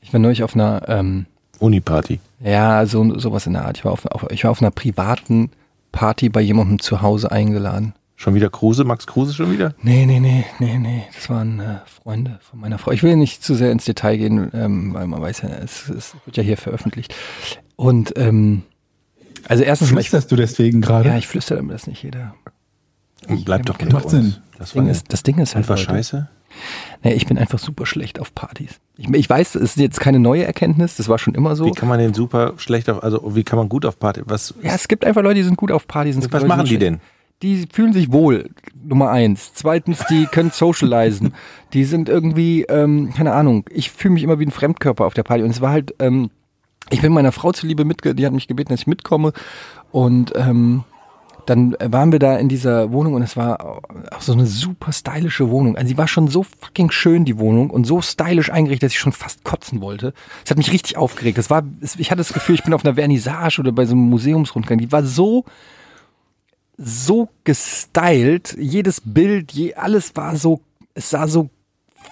[SPEAKER 2] Ich war neulich auf einer, ähm,
[SPEAKER 1] Uni-Party.
[SPEAKER 2] Ja, so sowas in der Art. Ich war auf, auf, ich war auf einer privaten Party bei jemandem zu Hause eingeladen.
[SPEAKER 1] Schon wieder Kruse, Max Kruse schon wieder?
[SPEAKER 2] Nee, nee, nee, nee, nee. Das waren äh, Freunde von meiner Frau. Ich will nicht zu sehr ins Detail gehen, ähm, weil man weiß ja, es, es wird ja hier veröffentlicht. Und ähm, also erstens mal, ich,
[SPEAKER 3] Flüsterst du deswegen gerade?
[SPEAKER 2] ja, ich flüstere, damit das nicht jeder.
[SPEAKER 1] Bleibt doch unter
[SPEAKER 3] Macht
[SPEAKER 1] uns.
[SPEAKER 3] Sinn.
[SPEAKER 1] Das
[SPEAKER 2] Das
[SPEAKER 1] war,
[SPEAKER 2] Ding
[SPEAKER 1] eine-
[SPEAKER 2] ist, das Ding ist halt
[SPEAKER 1] das war
[SPEAKER 2] Leute,
[SPEAKER 1] scheiße.
[SPEAKER 2] Nee, ich bin einfach super schlecht auf Partys. Ich, ich weiß, es ist jetzt keine neue Erkenntnis, das war schon immer so.
[SPEAKER 1] Wie kann man den super schlecht auf, also wie kann man gut auf Party? Was,
[SPEAKER 2] Ja, es gibt einfach Leute, die sind gut auf Partys. und es gibt
[SPEAKER 1] was
[SPEAKER 2] Leute,
[SPEAKER 1] machen die
[SPEAKER 2] sind
[SPEAKER 1] denn?
[SPEAKER 2] schlecht. Die fühlen sich wohl, Nummer eins. Zweitens,
[SPEAKER 1] [LAUGHS]
[SPEAKER 2] die können socialisen. Die sind irgendwie, ähm, keine Ahnung, ich fühle mich immer wie ein Fremdkörper auf der Party. Und es war halt, ähm, ich bin meiner Frau zuliebe mitge, die hat mich gebeten, dass ich mitkomme. Und ähm, dann waren wir da in dieser Wohnung und es war auch so eine super stylische Wohnung. Also sie war schon so fucking schön, die Wohnung, und so stylisch eingerichtet, dass ich schon fast kotzen wollte. Es hat mich richtig aufgeregt. Das war, es- ich hatte das Gefühl, ich bin auf einer Vernissage oder bei so einem Museumsrundgang. Die war so, so gestylt. Jedes Bild, je, alles war so, es sah so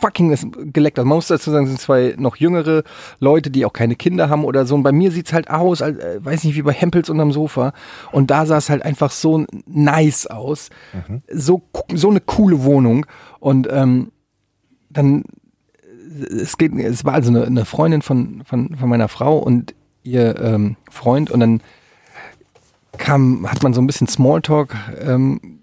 [SPEAKER 2] fucking ist geleckt. Also man muss dazu sagen, es sind zwei noch jüngere Leute, die auch keine Kinder haben oder so. Und bei mir sieht's halt aus, als, äh, weiß nicht, wie bei Hempels unterm Sofa. Und da sah es halt einfach so nice aus. So, so eine coole Wohnung. Und ähm, dann äh, es, geht, es war also eine, eine Freundin von, von, von meiner Frau und ihr ähm, Freund und dann kam, hat man so ein bisschen Smalltalk ähm,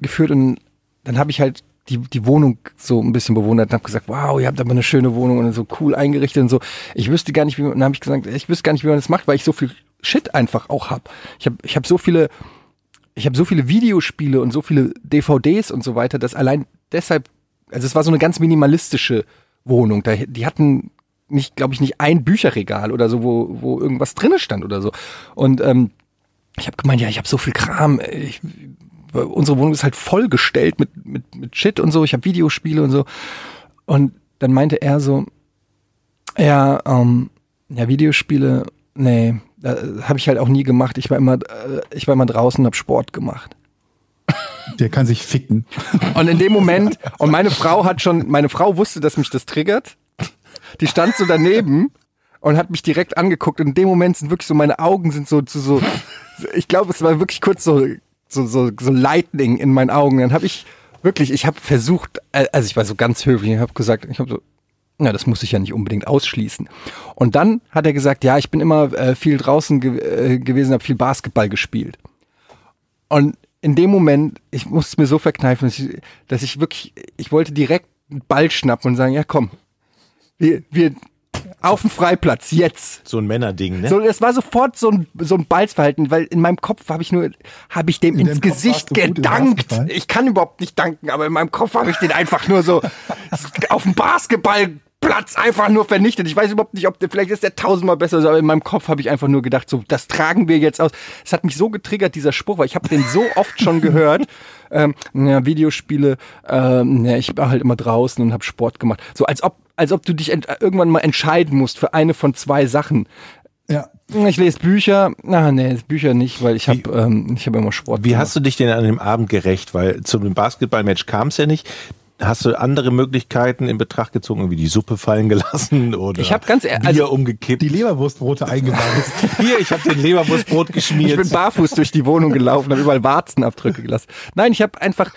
[SPEAKER 2] geführt und dann habe ich halt die, die Wohnung so ein bisschen bewundert und habe gesagt, wow, ihr habt aber eine schöne Wohnung und so cool eingerichtet und so. Ich wüsste gar nicht, wie man, dann habe ich gesagt, ich wüsste gar nicht, wie man das macht, weil ich so viel Shit einfach auch habe. Ich habe ich hab so viele ich habe so viele Videospiele und so viele DVDs und so weiter, dass allein deshalb, also es war so eine ganz minimalistische Wohnung. Da, die hatten nicht, glaube ich, nicht ein Bücherregal oder so, wo, wo irgendwas drinne stand oder so. Und ähm, ich habe gemeint, ja, ich habe so viel Kram. äh, Ich, unsere Wohnung ist halt vollgestellt mit, mit, mit Shit und so. Ich habe Videospiele und so. Und dann meinte er so, ja, ähm, ja, Videospiele, nee, äh, habe ich halt auch nie gemacht. Ich war immer, äh, ich war immer draußen und habe Sport gemacht.
[SPEAKER 3] Der kann sich ficken. [LAUGHS]
[SPEAKER 2] Und in dem Moment, und meine Frau hat schon, meine Frau wusste, dass mich das triggert. Die stand so daneben und hat mich direkt angeguckt. Und in dem Moment sind wirklich so, meine Augen sind so, so, so ich glaube, es war wirklich kurz so, so, so, so Lightning in meinen Augen. Dann habe ich wirklich, ich habe versucht, äh, also ich war so ganz höflich, ich habe gesagt, ich habe so, na, das muss ich ja nicht unbedingt ausschließen. Und dann hat er gesagt, ja, ich bin immer äh, viel draußen ge äh, gewesen, habe viel Basketball gespielt. Und in dem Moment, ich musste es mir so verkneifen, dass ich, dass ich wirklich, ich wollte direkt einen Ball schnappen und sagen, ja komm, wir, wir auf den Freiplatz, jetzt.
[SPEAKER 1] So ein Männerding, ne?
[SPEAKER 2] So, das war sofort so ein, so ein Balzverhalten, weil in meinem Kopf habe ich nur, habe ich dem
[SPEAKER 3] In
[SPEAKER 2] ins
[SPEAKER 3] deinem Kopf warst
[SPEAKER 2] Gesicht
[SPEAKER 3] du gut im
[SPEAKER 2] gedankt.
[SPEAKER 3] Basketball?
[SPEAKER 2] Ich kann überhaupt nicht danken, aber in meinem Kopf habe ich den einfach nur so [LAUGHS] auf dem Basketballplatz einfach nur vernichtet. Ich weiß überhaupt nicht, ob der, vielleicht ist der tausendmal besser, so, aber in meinem Kopf habe ich einfach nur gedacht, so, das tragen wir jetzt aus. Es hat mich so getriggert, dieser Spruch, weil ich habe den so oft schon
[SPEAKER 3] [LAUGHS]
[SPEAKER 2] gehört. Ähm, ja, Videospiele, ähm, ja, ich war halt immer draußen und habe Sport gemacht. So als ob, als ob du dich ent- irgendwann mal entscheiden musst für eine von zwei Sachen.
[SPEAKER 3] Ja.
[SPEAKER 2] Ich lese Bücher. Na, nee, Bücher nicht, weil ich habe ähm, ich hab immer Sport.
[SPEAKER 1] Wie hast du dich denn an dem Abend gerecht? Weil zum Basketballmatch kam es ja nicht. Hast du andere Möglichkeiten in Betracht gezogen, irgendwie die Suppe fallen gelassen [LAUGHS] oder
[SPEAKER 2] Ich hab ganz ehr-
[SPEAKER 1] Bier
[SPEAKER 2] also-
[SPEAKER 1] umgekippt?
[SPEAKER 3] Die Leberwurstbrote eingewarzt.
[SPEAKER 1] Hier, ich habe den
[SPEAKER 2] [LAUGHS]
[SPEAKER 1] Leberwurstbrot
[SPEAKER 2] ich
[SPEAKER 1] geschmiert.
[SPEAKER 2] bin barfuß durch die Wohnung gelaufen, habe überall Warzenabdrücke gelassen. Nein, ich habe einfach,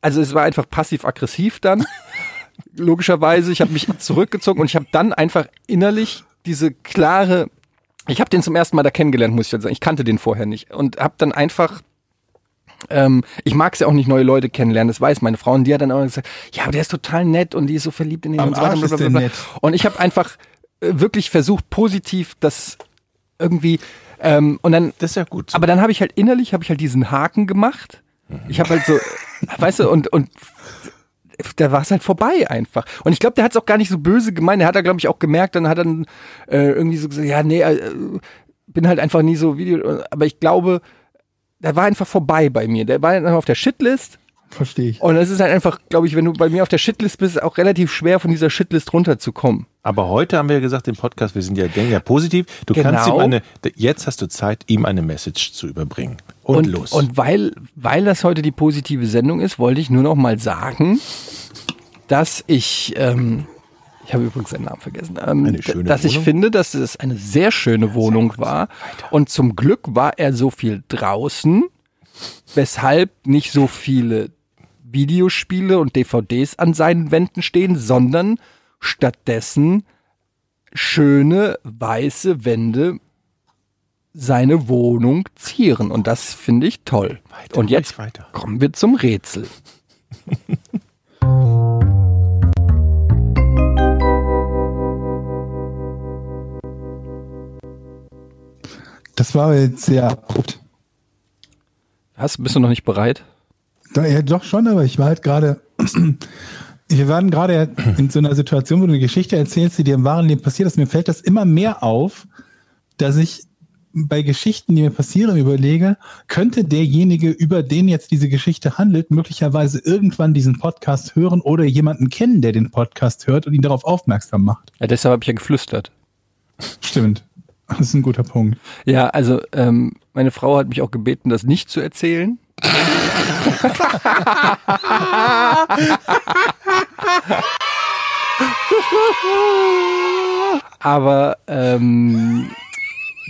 [SPEAKER 2] also es war einfach passiv-aggressiv dann. Logischerweise, ich habe mich zurückgezogen und ich habe dann einfach innerlich diese klare, ich habe den zum ersten Mal da kennengelernt, muss ich jetzt sagen. Ich kannte den vorher nicht und habe dann einfach ähm, ich mag es ja auch nicht, neue Leute kennenlernen, das weiß meine Frau. Und die hat dann auch gesagt, ja, aber der ist total nett und die ist so verliebt in ihn
[SPEAKER 3] Am
[SPEAKER 2] und so weiter.
[SPEAKER 3] Arsch ist der
[SPEAKER 2] blablabla.
[SPEAKER 3] nett.
[SPEAKER 2] Und ich habe einfach äh, wirklich versucht, positiv das irgendwie, ähm, und dann
[SPEAKER 1] Das ist ja gut.
[SPEAKER 2] aber dann habe ich halt innerlich, habe ich halt diesen Haken gemacht. Ich habe halt so, weißt du, und, und da war es halt vorbei einfach. Und ich glaube, der hat es auch gar nicht so böse gemeint. Der hat da, glaube ich, auch gemerkt, dann hat er dann äh, irgendwie so gesagt, ja, nee, äh, bin halt einfach nie so Video. Aber ich glaube, der war einfach vorbei bei mir. Der war einfach auf der Shitlist.
[SPEAKER 3] Verstehe ich.
[SPEAKER 2] Und es ist halt einfach, glaube ich, wenn du bei mir auf der Shitlist bist, auch relativ schwer, von dieser Shitlist runterzukommen.
[SPEAKER 1] Aber heute haben wir ja gesagt im Podcast, wir sind ja, denken ja positiv. Du
[SPEAKER 2] Genau.
[SPEAKER 1] kannst ihm eine, jetzt hast du Zeit, ihm eine Message zu überbringen. Und, los.
[SPEAKER 2] Und weil, weil das heute die positive Sendung ist, wollte ich nur noch mal sagen, dass ich, ähm, ich habe übrigens seinen Namen vergessen, ähm,
[SPEAKER 1] Eine schöne
[SPEAKER 2] dass ich
[SPEAKER 1] Wohnung.
[SPEAKER 2] finde, dass es eine sehr schöne Wohnung war. Und zum Glück war er so viel draußen, weshalb nicht so viele Videospiele und DVDs an seinen Wänden stehen, sondern stattdessen schöne weiße Wände seine Wohnung zieren. Und das finde ich toll.
[SPEAKER 1] Weiter,
[SPEAKER 2] und jetzt
[SPEAKER 1] ruhig weiter.
[SPEAKER 2] kommen wir zum Rätsel.
[SPEAKER 3] Das war jetzt sehr abrupt.
[SPEAKER 2] Hast, bist du noch nicht bereit?
[SPEAKER 3] Da, ja, doch schon, aber ich war halt gerade. [CLEARS THROAT] Wir waren gerade in so einer Situation, wo du eine Geschichte erzählst, die dir im wahren Leben passiert ist. Mir fällt das immer mehr auf, dass ich bei Geschichten, die mir passieren, überlege, könnte derjenige, über den jetzt diese Geschichte handelt, möglicherweise irgendwann diesen Podcast hören oder jemanden kennen, der den Podcast hört und ihn darauf aufmerksam macht.
[SPEAKER 2] Ja, deshalb habe ich ja geflüstert.
[SPEAKER 3] Stimmt. Das ist ein guter Punkt.
[SPEAKER 2] Ja, also ähm, meine Frau hat mich auch gebeten, das nicht zu erzählen. [LAUGHS] Aber ähm,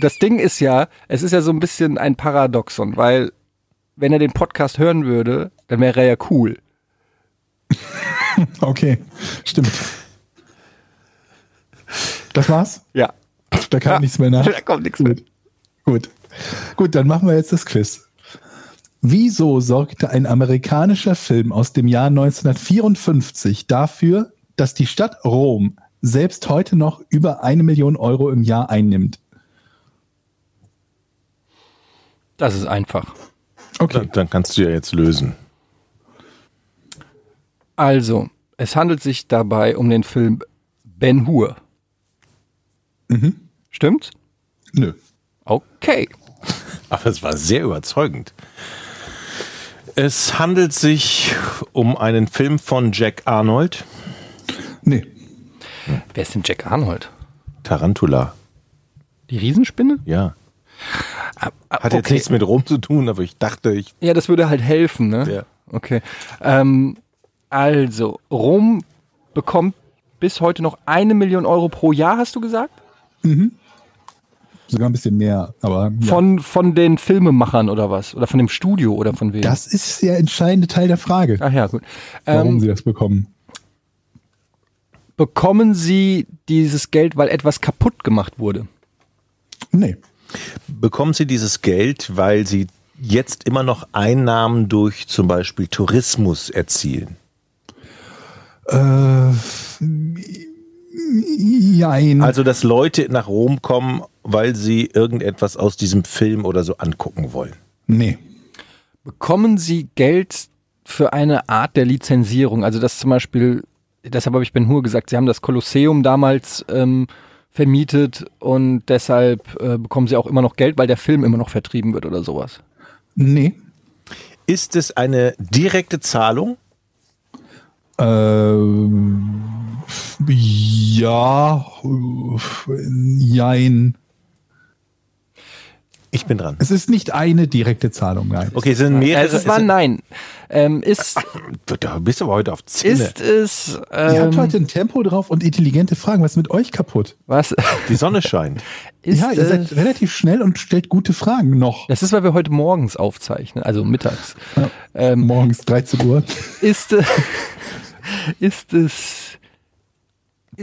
[SPEAKER 2] das Ding ist ja, es ist ja so ein bisschen ein Paradoxon, weil wenn er den Podcast hören würde, dann wäre er ja cool.
[SPEAKER 3] Okay, stimmt. Das war's?
[SPEAKER 2] Ja.
[SPEAKER 3] Da kam
[SPEAKER 2] Ja.
[SPEAKER 3] nichts mehr nach.
[SPEAKER 2] Da kommt nichts mit.
[SPEAKER 3] Gut. Gut, dann machen wir jetzt das Quiz. Wieso sorgte ein amerikanischer Film aus dem Jahr 1954 dafür, dass die Stadt Rom selbst heute noch über eine Million Euro im Jahr einnimmt?
[SPEAKER 2] Das ist einfach.
[SPEAKER 3] Okay.
[SPEAKER 1] Dann, dann kannst du ja jetzt lösen.
[SPEAKER 2] Also, es handelt sich dabei um den Film Ben Hur.
[SPEAKER 1] Mhm.
[SPEAKER 2] Stimmt's?
[SPEAKER 3] Nö.
[SPEAKER 2] Okay.
[SPEAKER 1] Aber es war sehr überzeugend. Es handelt sich um einen Film von Jack Arnold,
[SPEAKER 3] Nee.
[SPEAKER 2] Wer ist denn Jack Arnold?
[SPEAKER 1] Tarantula.
[SPEAKER 2] Die Riesenspinne?
[SPEAKER 1] Ja.
[SPEAKER 2] Ah,
[SPEAKER 1] Hat jetzt nichts mit Rom zu tun, aber ich dachte, ich.
[SPEAKER 2] Ja, das würde halt helfen, ne?
[SPEAKER 1] Ja.
[SPEAKER 2] Okay. Ähm, also, Rom bekommt bis heute noch eine Million Euro pro Jahr, hast du gesagt?
[SPEAKER 3] Sogar ein bisschen mehr, aber ja.
[SPEAKER 2] Von, von den Filmemachern oder was? Oder von dem Studio oder von wem?
[SPEAKER 3] das ist der entscheidende Teil der Frage,
[SPEAKER 2] Ach ja, gut.
[SPEAKER 3] warum
[SPEAKER 2] Ähm,
[SPEAKER 3] sie das bekommen.
[SPEAKER 2] bekommen Sie dieses Geld, weil etwas kaputt gemacht wurde?
[SPEAKER 3] Nee.
[SPEAKER 1] Bekommen Sie dieses Geld, weil Sie jetzt immer noch Einnahmen durch zum Beispiel Tourismus erzielen?
[SPEAKER 3] Äh, jein.
[SPEAKER 1] Also, dass Leute nach Rom kommen, weil sie irgendetwas aus diesem Film oder so angucken wollen.
[SPEAKER 3] nee.
[SPEAKER 2] Bekommen Sie Geld für eine Art der Lizenzierung? Also das zum Beispiel, deshalb habe ich Ben Hur gesagt, Sie haben das Kolosseum damals ähm, vermietet und deshalb äh, bekommen Sie auch immer noch Geld, weil der Film immer noch vertrieben wird oder sowas.
[SPEAKER 3] Nee.
[SPEAKER 1] Ist es eine direkte Zahlung?
[SPEAKER 3] Ähm, ja, äh, jein.
[SPEAKER 1] Ich bin dran.
[SPEAKER 3] Es ist nicht eine direkte Zahlung, nein.
[SPEAKER 1] Okay, es sind mehrere.
[SPEAKER 2] Also, es war nein. Ähm, ist,
[SPEAKER 1] Du bist aber heute auf Zinne.
[SPEAKER 2] ist es
[SPEAKER 3] Ihr habt
[SPEAKER 2] ähm,
[SPEAKER 3] heute ein Tempo drauf und intelligente Fragen. Was ist mit euch kaputt?
[SPEAKER 2] was?
[SPEAKER 1] Die Sonne scheint.
[SPEAKER 2] Ist äh,
[SPEAKER 3] ja, ihr seid
[SPEAKER 2] es,
[SPEAKER 3] relativ schnell und stellt gute Fragen noch.
[SPEAKER 2] das ist, weil wir heute morgens aufzeichnen, also mittags. Ähm,
[SPEAKER 3] Morgens 13 Uhr.
[SPEAKER 2] Ist, äh, [LAUGHS] ist es.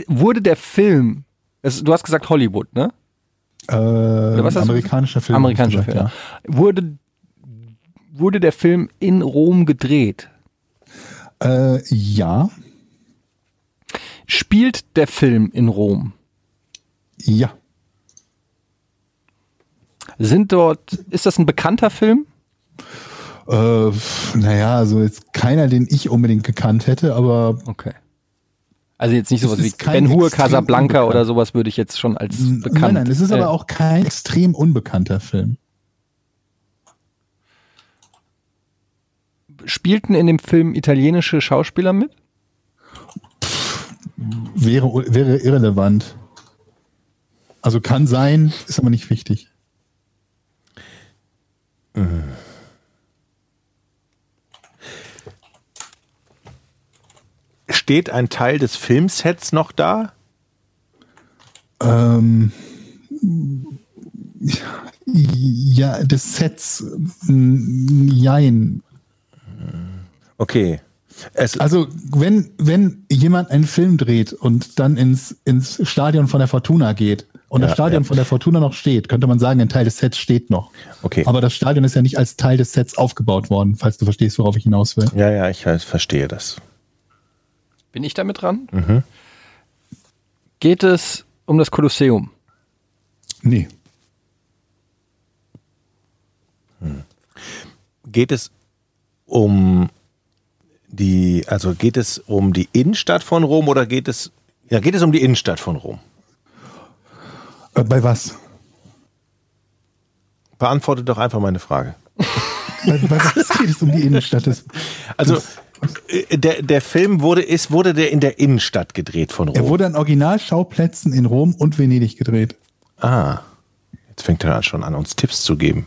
[SPEAKER 2] Wurde der Film. Das, du hast gesagt Hollywood, ne?
[SPEAKER 3] Äh, was
[SPEAKER 2] hast du
[SPEAKER 3] amerikanischer Film.
[SPEAKER 2] Amerikanischer
[SPEAKER 3] hab ich
[SPEAKER 2] Film.
[SPEAKER 3] gesagt,
[SPEAKER 2] Wurde, wurde der Film in Rom gedreht?
[SPEAKER 3] Ja. Äh, ja,
[SPEAKER 2] Spielt der Film in Rom?
[SPEAKER 3] ja,
[SPEAKER 2] Sind dort. Ist das ein bekannter Film?
[SPEAKER 3] Äh, pf, naja, also jetzt keiner, den ich unbedingt gekannt hätte, aber
[SPEAKER 2] Okay. Also jetzt nicht
[SPEAKER 3] Es
[SPEAKER 2] sowas
[SPEAKER 3] ist
[SPEAKER 2] wie
[SPEAKER 3] kein
[SPEAKER 2] Ben Hur,
[SPEAKER 3] extrem
[SPEAKER 2] Casablanca
[SPEAKER 3] unbekannt.
[SPEAKER 2] oder sowas würde ich jetzt schon als bekannt.
[SPEAKER 3] nein, nein, es ist
[SPEAKER 2] äh,
[SPEAKER 3] aber auch kein extrem unbekannter Film.
[SPEAKER 2] Spielten in dem Film italienische Schauspieler mit?
[SPEAKER 3] Wäre, wäre irrelevant. Also kann sein, ist aber nicht wichtig.
[SPEAKER 1] Steht ein Teil des Filmsets noch da?
[SPEAKER 3] Ähm, ja, des Sets, mm, jein.
[SPEAKER 1] Okay. Es,
[SPEAKER 3] Also, wenn, wenn jemand einen Film dreht und dann ins, ins Stadion von der Fortuna geht und
[SPEAKER 1] Ja,
[SPEAKER 3] das Stadion
[SPEAKER 1] ja.
[SPEAKER 3] von der Fortuna noch steht, könnte man sagen, ein Teil des Sets steht noch.
[SPEAKER 1] Okay.
[SPEAKER 3] Aber das Stadion ist ja nicht als Teil des Sets aufgebaut worden, falls du verstehst, worauf ich hinaus will.
[SPEAKER 1] ja, ja, ich weiß, verstehe das.
[SPEAKER 2] Bin ich damit dran? Geht es um das Kolosseum?
[SPEAKER 3] Nee.
[SPEAKER 1] Geht es um die, also geht es um die Innenstadt von Rom oder geht es, ja, geht es um die Innenstadt von Rom?
[SPEAKER 3] Äh, bei was?
[SPEAKER 1] Beantwortet doch einfach meine Frage.
[SPEAKER 3] bei, bei was [LAUGHS] geht es um die Innenstadt? Des,
[SPEAKER 1] Also, äh, der, der Film wurde, ist, wurde der in der Innenstadt gedreht von Rom?
[SPEAKER 3] er wurde an Originalschauplätzen in Rom und Venedig gedreht.
[SPEAKER 1] Ah, jetzt fängt er schon an, uns Tipps zu geben.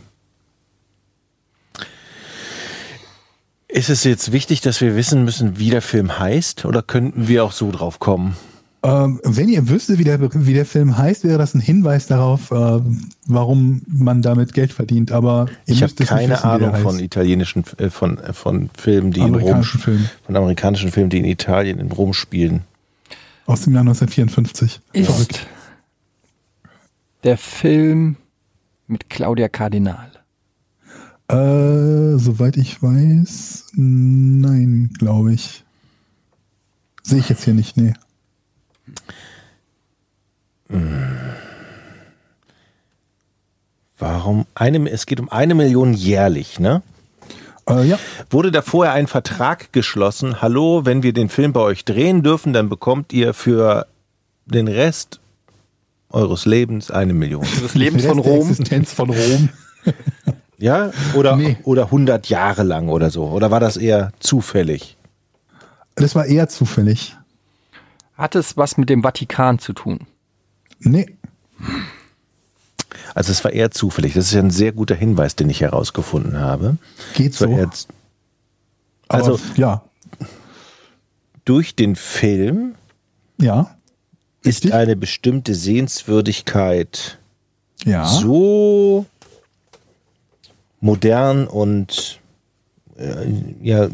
[SPEAKER 1] Ist es jetzt wichtig, dass wir wissen müssen, wie der Film heißt? Oder könnten wir auch so drauf kommen?
[SPEAKER 3] Ähm, wenn ihr wüsstet, wie der, wie der Film heißt, wäre das ein Hinweis darauf, ähm, warum man damit Geld verdient. Aber ihr
[SPEAKER 1] ich habe
[SPEAKER 3] müsst es nicht
[SPEAKER 1] keine
[SPEAKER 3] wissen, wie der
[SPEAKER 1] Ahnung von
[SPEAKER 3] heißt.
[SPEAKER 1] italienischen, äh, von, äh, von Filmen, die in Rom,
[SPEAKER 3] Amerikanischen Filmen.
[SPEAKER 1] von amerikanischen Filmen, die in Italien, in Rom spielen.
[SPEAKER 3] aus dem Jahr 1954.
[SPEAKER 2] Ist der Film mit Claudia Cardinal.
[SPEAKER 3] Äh, soweit ich weiß, nein, glaube ich. Sehe ich jetzt hier nicht, nee.
[SPEAKER 1] Warum? Eine, es geht um eine Million jährlich, ne?
[SPEAKER 3] Äh, ja,
[SPEAKER 1] Wurde da vorher ein Vertrag geschlossen? Hallo, wenn wir den Film bei euch drehen dürfen, dann bekommt ihr für den Rest eures Lebens eine Million.
[SPEAKER 2] Das Leben
[SPEAKER 3] der
[SPEAKER 2] von
[SPEAKER 3] Rest der
[SPEAKER 2] Rom.
[SPEAKER 3] Existenz von Rom.
[SPEAKER 1] Ja? Oder,
[SPEAKER 3] Nee.
[SPEAKER 1] oder 100 Jahre lang oder so. Oder war das eher zufällig?
[SPEAKER 3] Das war eher zufällig.
[SPEAKER 2] Hat es was mit dem Vatikan zu tun?
[SPEAKER 3] Nee,
[SPEAKER 1] Also es war eher zufällig. Das ist ja ein sehr guter Hinweis, den ich herausgefunden habe.
[SPEAKER 3] geht
[SPEAKER 1] Es war
[SPEAKER 3] so.
[SPEAKER 1] eher z- äh, also
[SPEAKER 3] Aber, ja,
[SPEAKER 1] durch den Film
[SPEAKER 3] ja,
[SPEAKER 1] ist
[SPEAKER 3] Richtig.
[SPEAKER 1] eine bestimmte Sehenswürdigkeit
[SPEAKER 3] ja.
[SPEAKER 1] so modern und äh, ja,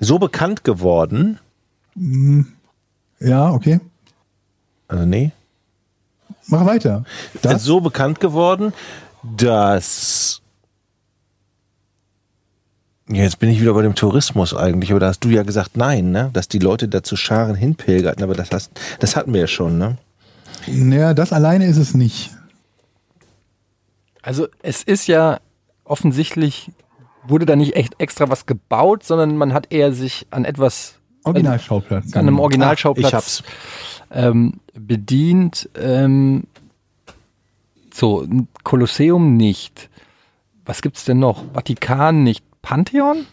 [SPEAKER 1] so bekannt geworden.
[SPEAKER 3] Ja, okay.
[SPEAKER 1] Also nee.
[SPEAKER 3] Mach weiter. Das,
[SPEAKER 1] So bekannt geworden, dass. Ja, Jetzt bin ich wieder bei dem Tourismus eigentlich, aber da hast du ja gesagt, nein, ne? dass die Leute da zu Scharen hinpilgerten, aber das, hast, das hatten wir ja schon. Ne?
[SPEAKER 3] naja, das alleine ist es nicht.
[SPEAKER 2] Also es ist ja offensichtlich, wurde da nicht echt extra was gebaut, sondern man hat eher sich an etwas,
[SPEAKER 3] Originalschauplatz.
[SPEAKER 2] an einem
[SPEAKER 1] Ah, ich
[SPEAKER 2] Originalschauplatz
[SPEAKER 1] hab's.
[SPEAKER 2] ähm, bedient. Ähm, so, ein Kolosseum nicht. Was gibt's denn noch? Vatikan nicht. Pantheon?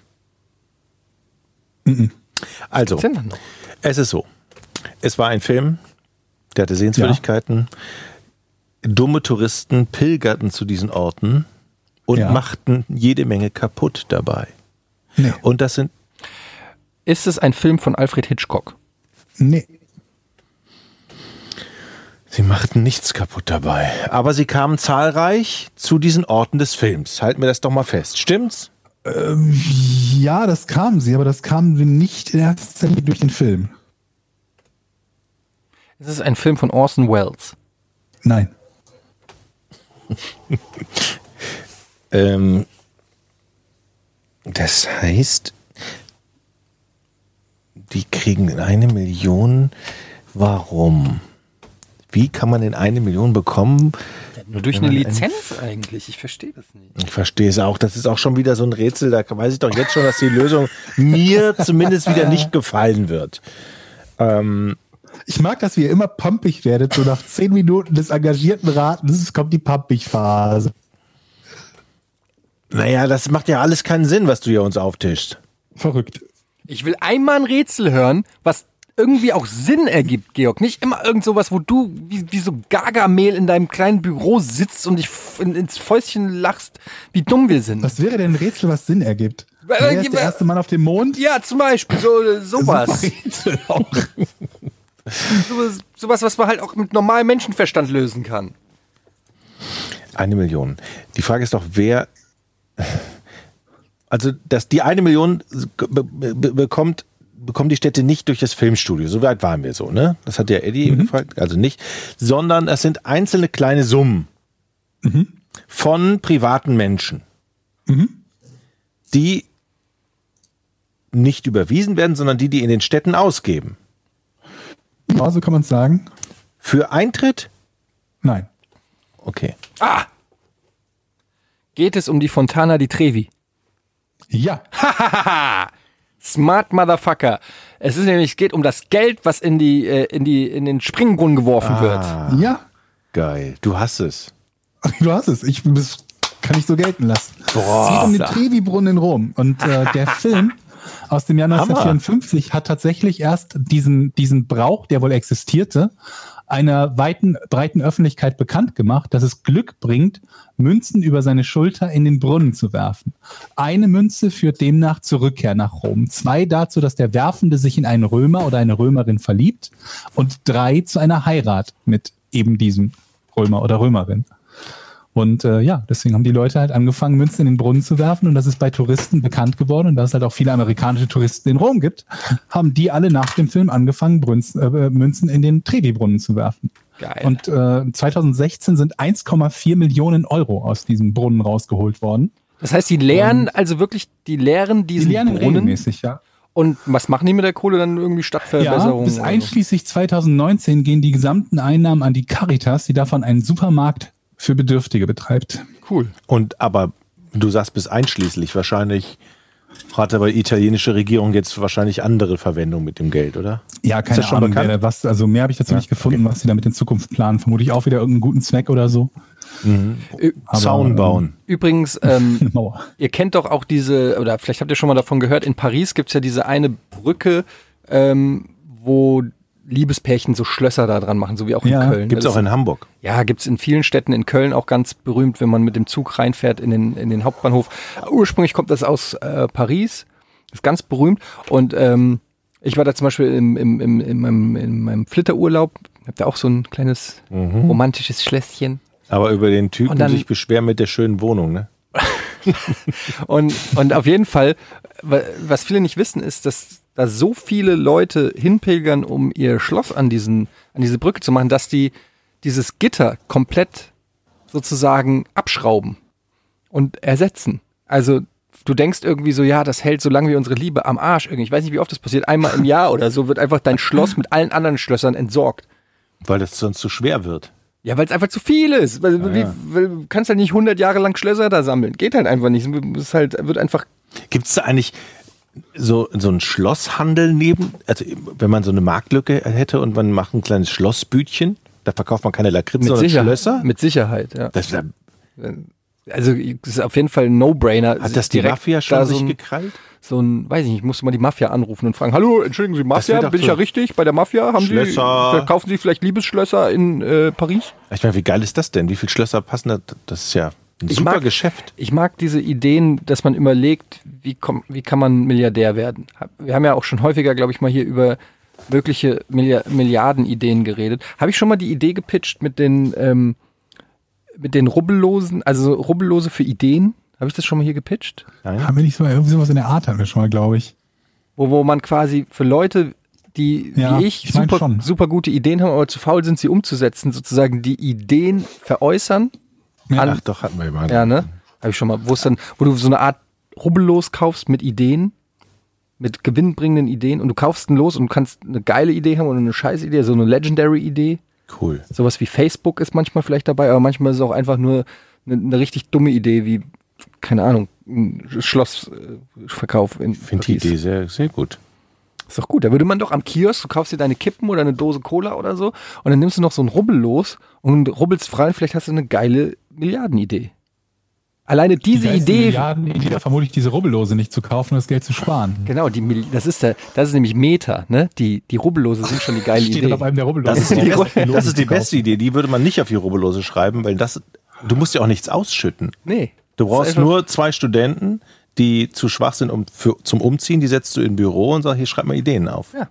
[SPEAKER 3] Mhm.
[SPEAKER 1] Also,
[SPEAKER 2] Was denn da noch?
[SPEAKER 1] Es ist so. Es war ein Film, der hatte Sehenswürdigkeiten. Dumme Touristen pilgerten zu diesen Orten und
[SPEAKER 3] Ja.
[SPEAKER 1] machten jede Menge kaputt dabei.
[SPEAKER 3] Nee.
[SPEAKER 1] Und das sind,
[SPEAKER 2] Ist es ein Film von Alfred Hitchcock?
[SPEAKER 3] nee.
[SPEAKER 1] sie machten nichts kaputt dabei. Aber sie kamen zahlreich zu diesen Orten des Films. Halten wir das doch mal fest. Stimmt's?
[SPEAKER 3] Ja, das kamen sie, aber das kamen wir nicht in erster Linie durch den Film.
[SPEAKER 2] Ist es ein Film von Orson Welles?
[SPEAKER 3] Nein.
[SPEAKER 1] Ähm, das heißt, die kriegen eine Million. Warum? Wie kann man denn eine Million bekommen?
[SPEAKER 2] Nur durch
[SPEAKER 1] Wenn
[SPEAKER 2] eine
[SPEAKER 1] man einen-
[SPEAKER 2] Lizenz eigentlich. Ich verstehe das nicht.
[SPEAKER 1] Ich verstehe es auch. Das ist auch schon wieder so ein Rätsel. Da weiß ich doch jetzt schon, dass die Lösung mir zumindest wieder nicht gefallen wird.
[SPEAKER 3] Ich mag, dass ihr immer pumpig werdet. So nach zehn Minuten des engagierten Ratens kommt die Pumpig-Phase.
[SPEAKER 1] Naja, das macht ja alles keinen Sinn, was du hier uns auftischst.
[SPEAKER 3] Verrückt.
[SPEAKER 2] Ich will einmal ein Rätsel hören, was irgendwie auch Sinn ergibt, Georg. Nicht immer irgend sowas, wo du wie, wie so Gargamel in deinem kleinen Büro sitzt und dich f- in, ins Fäustchen lachst, wie dumm wir sind.
[SPEAKER 3] Was wäre denn ein Rätsel, was Sinn ergibt?
[SPEAKER 2] Weil-
[SPEAKER 3] Wer ist der erste Mann auf dem Mond?
[SPEAKER 2] Ja, zum Beispiel so, äh, [LAUGHS] sowas.
[SPEAKER 3] Super Rätsel auch.
[SPEAKER 2] sowas. Sowas, was man halt auch mit normalem Menschenverstand lösen kann.
[SPEAKER 1] Eine Million. Die Frage ist doch, wer. Also, dass die eine Million be be bekommt, bekommen die Städte nicht durch das Filmstudio. So weit waren wir so, ne? Das hat ja Eddie eben gefragt. Also nicht. Sondern es sind einzelne kleine Summen von privaten Menschen, die nicht überwiesen werden, sondern die, die in den Städten ausgeben.
[SPEAKER 3] Ja, so kann man es sagen.
[SPEAKER 1] Für Eintritt?
[SPEAKER 3] Nein.
[SPEAKER 1] Okay.
[SPEAKER 2] Ah! Geht es um die Fontana di Trevi?
[SPEAKER 3] Ja.
[SPEAKER 2] Smart Motherfucker. Es ist nämlich, es geht um das Geld, was in die, äh, in die, in den Springbrunnen geworfen wird.
[SPEAKER 3] Ja.
[SPEAKER 1] Ah, Geil. Du hast es.
[SPEAKER 3] [LAUGHS] Du hast es. Ich das kann ich so gelten lassen. Es geht um den Trevi-Brunnen in Rom. Und äh, der Film aus dem Jahr 1954 hat tatsächlich erst diesen, diesen Brauch, der wohl existierte, einer weiten, breiten Öffentlichkeit bekannt gemacht, dass es Glück bringt, Münzen über seine Schulter in den Brunnen zu werfen. Eine Münze führt demnach zur Rückkehr nach Rom, zwei dazu, dass der Werfende sich in einen Römer oder eine Römerin verliebt und drei zu einer Heirat mit eben diesem Römer oder Römerin. Und äh, ja, deswegen haben die Leute halt angefangen, Münzen in den Brunnen zu werfen. Und das ist bei Touristen bekannt geworden. Und da es halt auch viele amerikanische Touristen in Rom gibt, haben die alle nach dem Film angefangen, Brünzen, äh, Münzen in den Trevi-Brunnen zu werfen.
[SPEAKER 2] Geil.
[SPEAKER 3] Und äh, 2016 sind 1,4 Millionen Euro aus diesem Brunnen rausgeholt worden.
[SPEAKER 2] Das heißt, die leeren, also wirklich, die leeren
[SPEAKER 3] Die
[SPEAKER 2] diesen
[SPEAKER 3] lernen
[SPEAKER 2] Brunnen.
[SPEAKER 3] regelmäßig, ja.
[SPEAKER 2] Und was machen die mit der Kohle dann irgendwie
[SPEAKER 3] Ja,
[SPEAKER 2] Stadtverbesserung?
[SPEAKER 3] bis
[SPEAKER 2] Äh, oder so?
[SPEAKER 3] einschließlich 2019 gehen die gesamten Einnahmen an die Caritas, die davon einen Supermarkt für Bedürftige betreibt.
[SPEAKER 2] Cool.
[SPEAKER 1] Und aber du sagst bis einschließlich. Wahrscheinlich hat aber die italienische Regierung jetzt wahrscheinlich andere Verwendung mit dem Geld, oder?
[SPEAKER 3] Ja, keine
[SPEAKER 1] das schon
[SPEAKER 3] Ahnung,
[SPEAKER 1] bekannt?
[SPEAKER 3] wer da was, also mehr habe ich dazu nicht gefunden, was sie damit in Zukunft planen. Vermutlich auch wieder irgendeinen guten Zweck oder so. [LAUGHS]
[SPEAKER 2] Ü
[SPEAKER 3] Aber,
[SPEAKER 1] Zaun
[SPEAKER 3] ähm,
[SPEAKER 1] bauen.
[SPEAKER 2] Übrigens, ähm, [LAUGHS]
[SPEAKER 3] Eine Mauer.
[SPEAKER 2] Ihr kennt doch auch diese, oder vielleicht habt ihr schon mal davon gehört, in Paris gibt es ja diese eine Brücke, ähm, wo Liebespärchen so Schlösser da dran machen, so wie auch in
[SPEAKER 3] Ja,
[SPEAKER 2] Köln.
[SPEAKER 1] Gibt es
[SPEAKER 2] Das
[SPEAKER 1] auch in Hamburg.
[SPEAKER 2] ja, gibt's in vielen Städten, in Köln auch ganz berühmt, wenn man mit dem Zug reinfährt in den, in den Hauptbahnhof. Ursprünglich kommt das aus äh, Paris, ist ganz berühmt. Und ähm, ich war da zum Beispiel im, im, im, in, meinem, in meinem Flitterurlaub, hab da auch so ein kleines
[SPEAKER 1] Mhm.
[SPEAKER 2] romantisches Schlösschen.
[SPEAKER 1] Aber über den Typen
[SPEAKER 2] Und dann-
[SPEAKER 1] sich beschweren mit der schönen Wohnung, ne?
[SPEAKER 2] Und, und auf jeden Fall, wa- was viele nicht wissen, ist, dass da so viele Leute hinpilgern, um ihr Schloss an, diesen, an diese Brücke zu machen, dass die dieses Gitter komplett sozusagen abschrauben und ersetzen. Also du denkst irgendwie so, ja, das hält so lange wie unsere Liebe am Arsch. Irgendwie. Ich weiß nicht, wie oft das passiert. Einmal im Jahr oder so wird einfach dein Schloss mit allen anderen Schlössern entsorgt.
[SPEAKER 1] Weil das sonst zu schwer wird.
[SPEAKER 2] Ja, weil es einfach zu viel ist. Weil, wie, weil du kannst halt nicht 100 Jahre lang Schlösser da sammeln. Geht halt einfach nicht. Es ist halt, wird einfach
[SPEAKER 1] Gibt es da eigentlich so, so einen Schlosshandel neben? Also, wenn man so eine Marktlücke hätte und man macht ein kleines Schlossbütchen, da verkauft man keine Lakritze, sondern
[SPEAKER 2] Sicherheit.
[SPEAKER 1] Schlösser?
[SPEAKER 2] Mit Sicherheit, ja.
[SPEAKER 1] das, da,
[SPEAKER 2] Also das ist auf jeden Fall ein No-Brainer.
[SPEAKER 1] hat das die
[SPEAKER 2] Direkt
[SPEAKER 1] Mafia
[SPEAKER 2] da
[SPEAKER 1] schon
[SPEAKER 2] so
[SPEAKER 1] sich
[SPEAKER 2] ein,
[SPEAKER 1] gekrallt?
[SPEAKER 2] so ein, weiß ich nicht, ich musste mal die Mafia anrufen und fragen, hallo, entschuldigen Sie, Mafia,
[SPEAKER 1] wär doch
[SPEAKER 2] bin ich
[SPEAKER 1] so-
[SPEAKER 2] ja richtig bei der Mafia? Haben Sie,
[SPEAKER 1] Schlösser.
[SPEAKER 2] verkaufen Sie vielleicht Liebesschlösser in äh, Paris?
[SPEAKER 1] Ich meine, wie geil ist das denn? Wie viele Schlösser passen da? Das ist ja ein
[SPEAKER 2] Ich
[SPEAKER 1] super
[SPEAKER 2] mag-
[SPEAKER 1] Geschäft.
[SPEAKER 2] Ich mag diese Ideen, dass man überlegt, wie, komm, wie kann man Milliardär werden. Hab- Wir haben ja auch schon häufiger, glaube ich, mal hier über mögliche Milliard Milliardenideen geredet. Habe ich schon mal die Idee gepitcht mit den, ähm, mit den Rubbellosen, also Rubbellose für Ideen? Habe ich das schon mal hier gepitcht?
[SPEAKER 3] Haben wir nicht so irgendwie sowas in der Art, hatten wir schon mal, glaube ich.
[SPEAKER 2] wo, wo man quasi für Leute, die
[SPEAKER 3] Ja,
[SPEAKER 2] wie ich,
[SPEAKER 3] ich mein
[SPEAKER 2] super,
[SPEAKER 3] schon.
[SPEAKER 2] super gute Ideen haben, aber zu faul sind, sie umzusetzen, sozusagen die Ideen veräußern.
[SPEAKER 3] Ja.
[SPEAKER 2] an,
[SPEAKER 1] Ach doch, hatten wir mal.
[SPEAKER 2] ja ne? Habe ich schon mal, wo es dann, wo du so eine Art Rubbellos kaufst mit Ideen, mit gewinnbringenden Ideen und du kaufst ein Los und kannst eine geile Idee haben oder eine scheiß Idee, so eine legendary Idee.
[SPEAKER 1] Cool.
[SPEAKER 2] Sowas wie Facebook ist manchmal vielleicht dabei, aber manchmal ist es auch einfach nur eine, eine richtig dumme Idee, wie, keine Ahnung, ein Schlossverkauf in
[SPEAKER 1] Finde die Idee sehr, sehr gut.
[SPEAKER 2] Ist doch gut. Da würde man doch am Kiosk, du kaufst dir deine Kippen oder eine Dose Cola oder so und dann nimmst du noch so einen Rubbel los und rubbelst frei und vielleicht hast du eine geile Milliardenidee. Alleine diese
[SPEAKER 3] geilsten
[SPEAKER 2] Idee.
[SPEAKER 3] Milliarden, die da vermutlich diese Rubbellose nicht zu kaufen und das Geld zu sparen.
[SPEAKER 2] Genau, die Mil das ist der, das ist nämlich Meta, ne? Die, die Rubbellose sind schon die geile
[SPEAKER 3] Steht
[SPEAKER 2] Idee.
[SPEAKER 3] dann auf einem der Rubbellosen.
[SPEAKER 1] Das ist, die
[SPEAKER 3] drauf,
[SPEAKER 1] beste,
[SPEAKER 3] Lose
[SPEAKER 1] das ist die
[SPEAKER 3] zu kaufen.
[SPEAKER 1] beste Idee. Die würde man nicht auf die Rubbellose schreiben, weil das, du musst ja auch nichts ausschütten.
[SPEAKER 2] Nee.
[SPEAKER 1] Du
[SPEAKER 2] Das ist
[SPEAKER 1] brauchst
[SPEAKER 2] einfach-
[SPEAKER 1] nur zwei Studenten, die zu schwach sind um, für, zum Umziehen. Die setzt du in ein Büro und sagst, hier schreib mal Ideen auf.
[SPEAKER 2] Ja.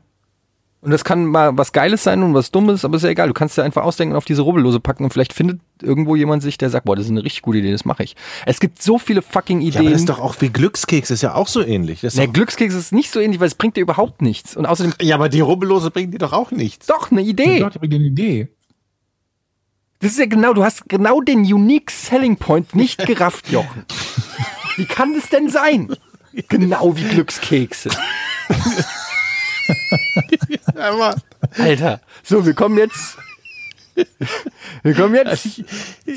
[SPEAKER 2] Und das kann mal was Geiles sein und was Dummes, aber ist ja egal. Du kannst ja einfach ausdenken und auf diese Rubbellose packen und vielleicht findet irgendwo jemand sich, der sagt, boah, das ist eine richtig gute Idee, das mache ich. Es gibt so viele fucking
[SPEAKER 1] Ja,
[SPEAKER 2] Ideen.
[SPEAKER 1] aber das ist doch auch wie Glückskeks, ist ja auch so ähnlich. Das ist
[SPEAKER 2] der
[SPEAKER 1] doch-
[SPEAKER 2] Glückskeks ist nicht so ähnlich, weil es bringt dir überhaupt nichts. Und außerdem
[SPEAKER 1] ja, aber die Rubbellose bringen die doch auch [LAUGHS] nichts.
[SPEAKER 2] doch eine
[SPEAKER 3] Hey.
[SPEAKER 2] Idee.
[SPEAKER 3] Gott, ich habe eine Idee.
[SPEAKER 2] Das ist ja genau, du hast genau den Unique Selling Point nicht gerafft,
[SPEAKER 1] [LAUGHS]
[SPEAKER 2] Jochen. Wie kann das denn sein? Genau wie Glückskekse.
[SPEAKER 1] Aber
[SPEAKER 2] Alter. So, wir kommen jetzt. Wir kommen jetzt.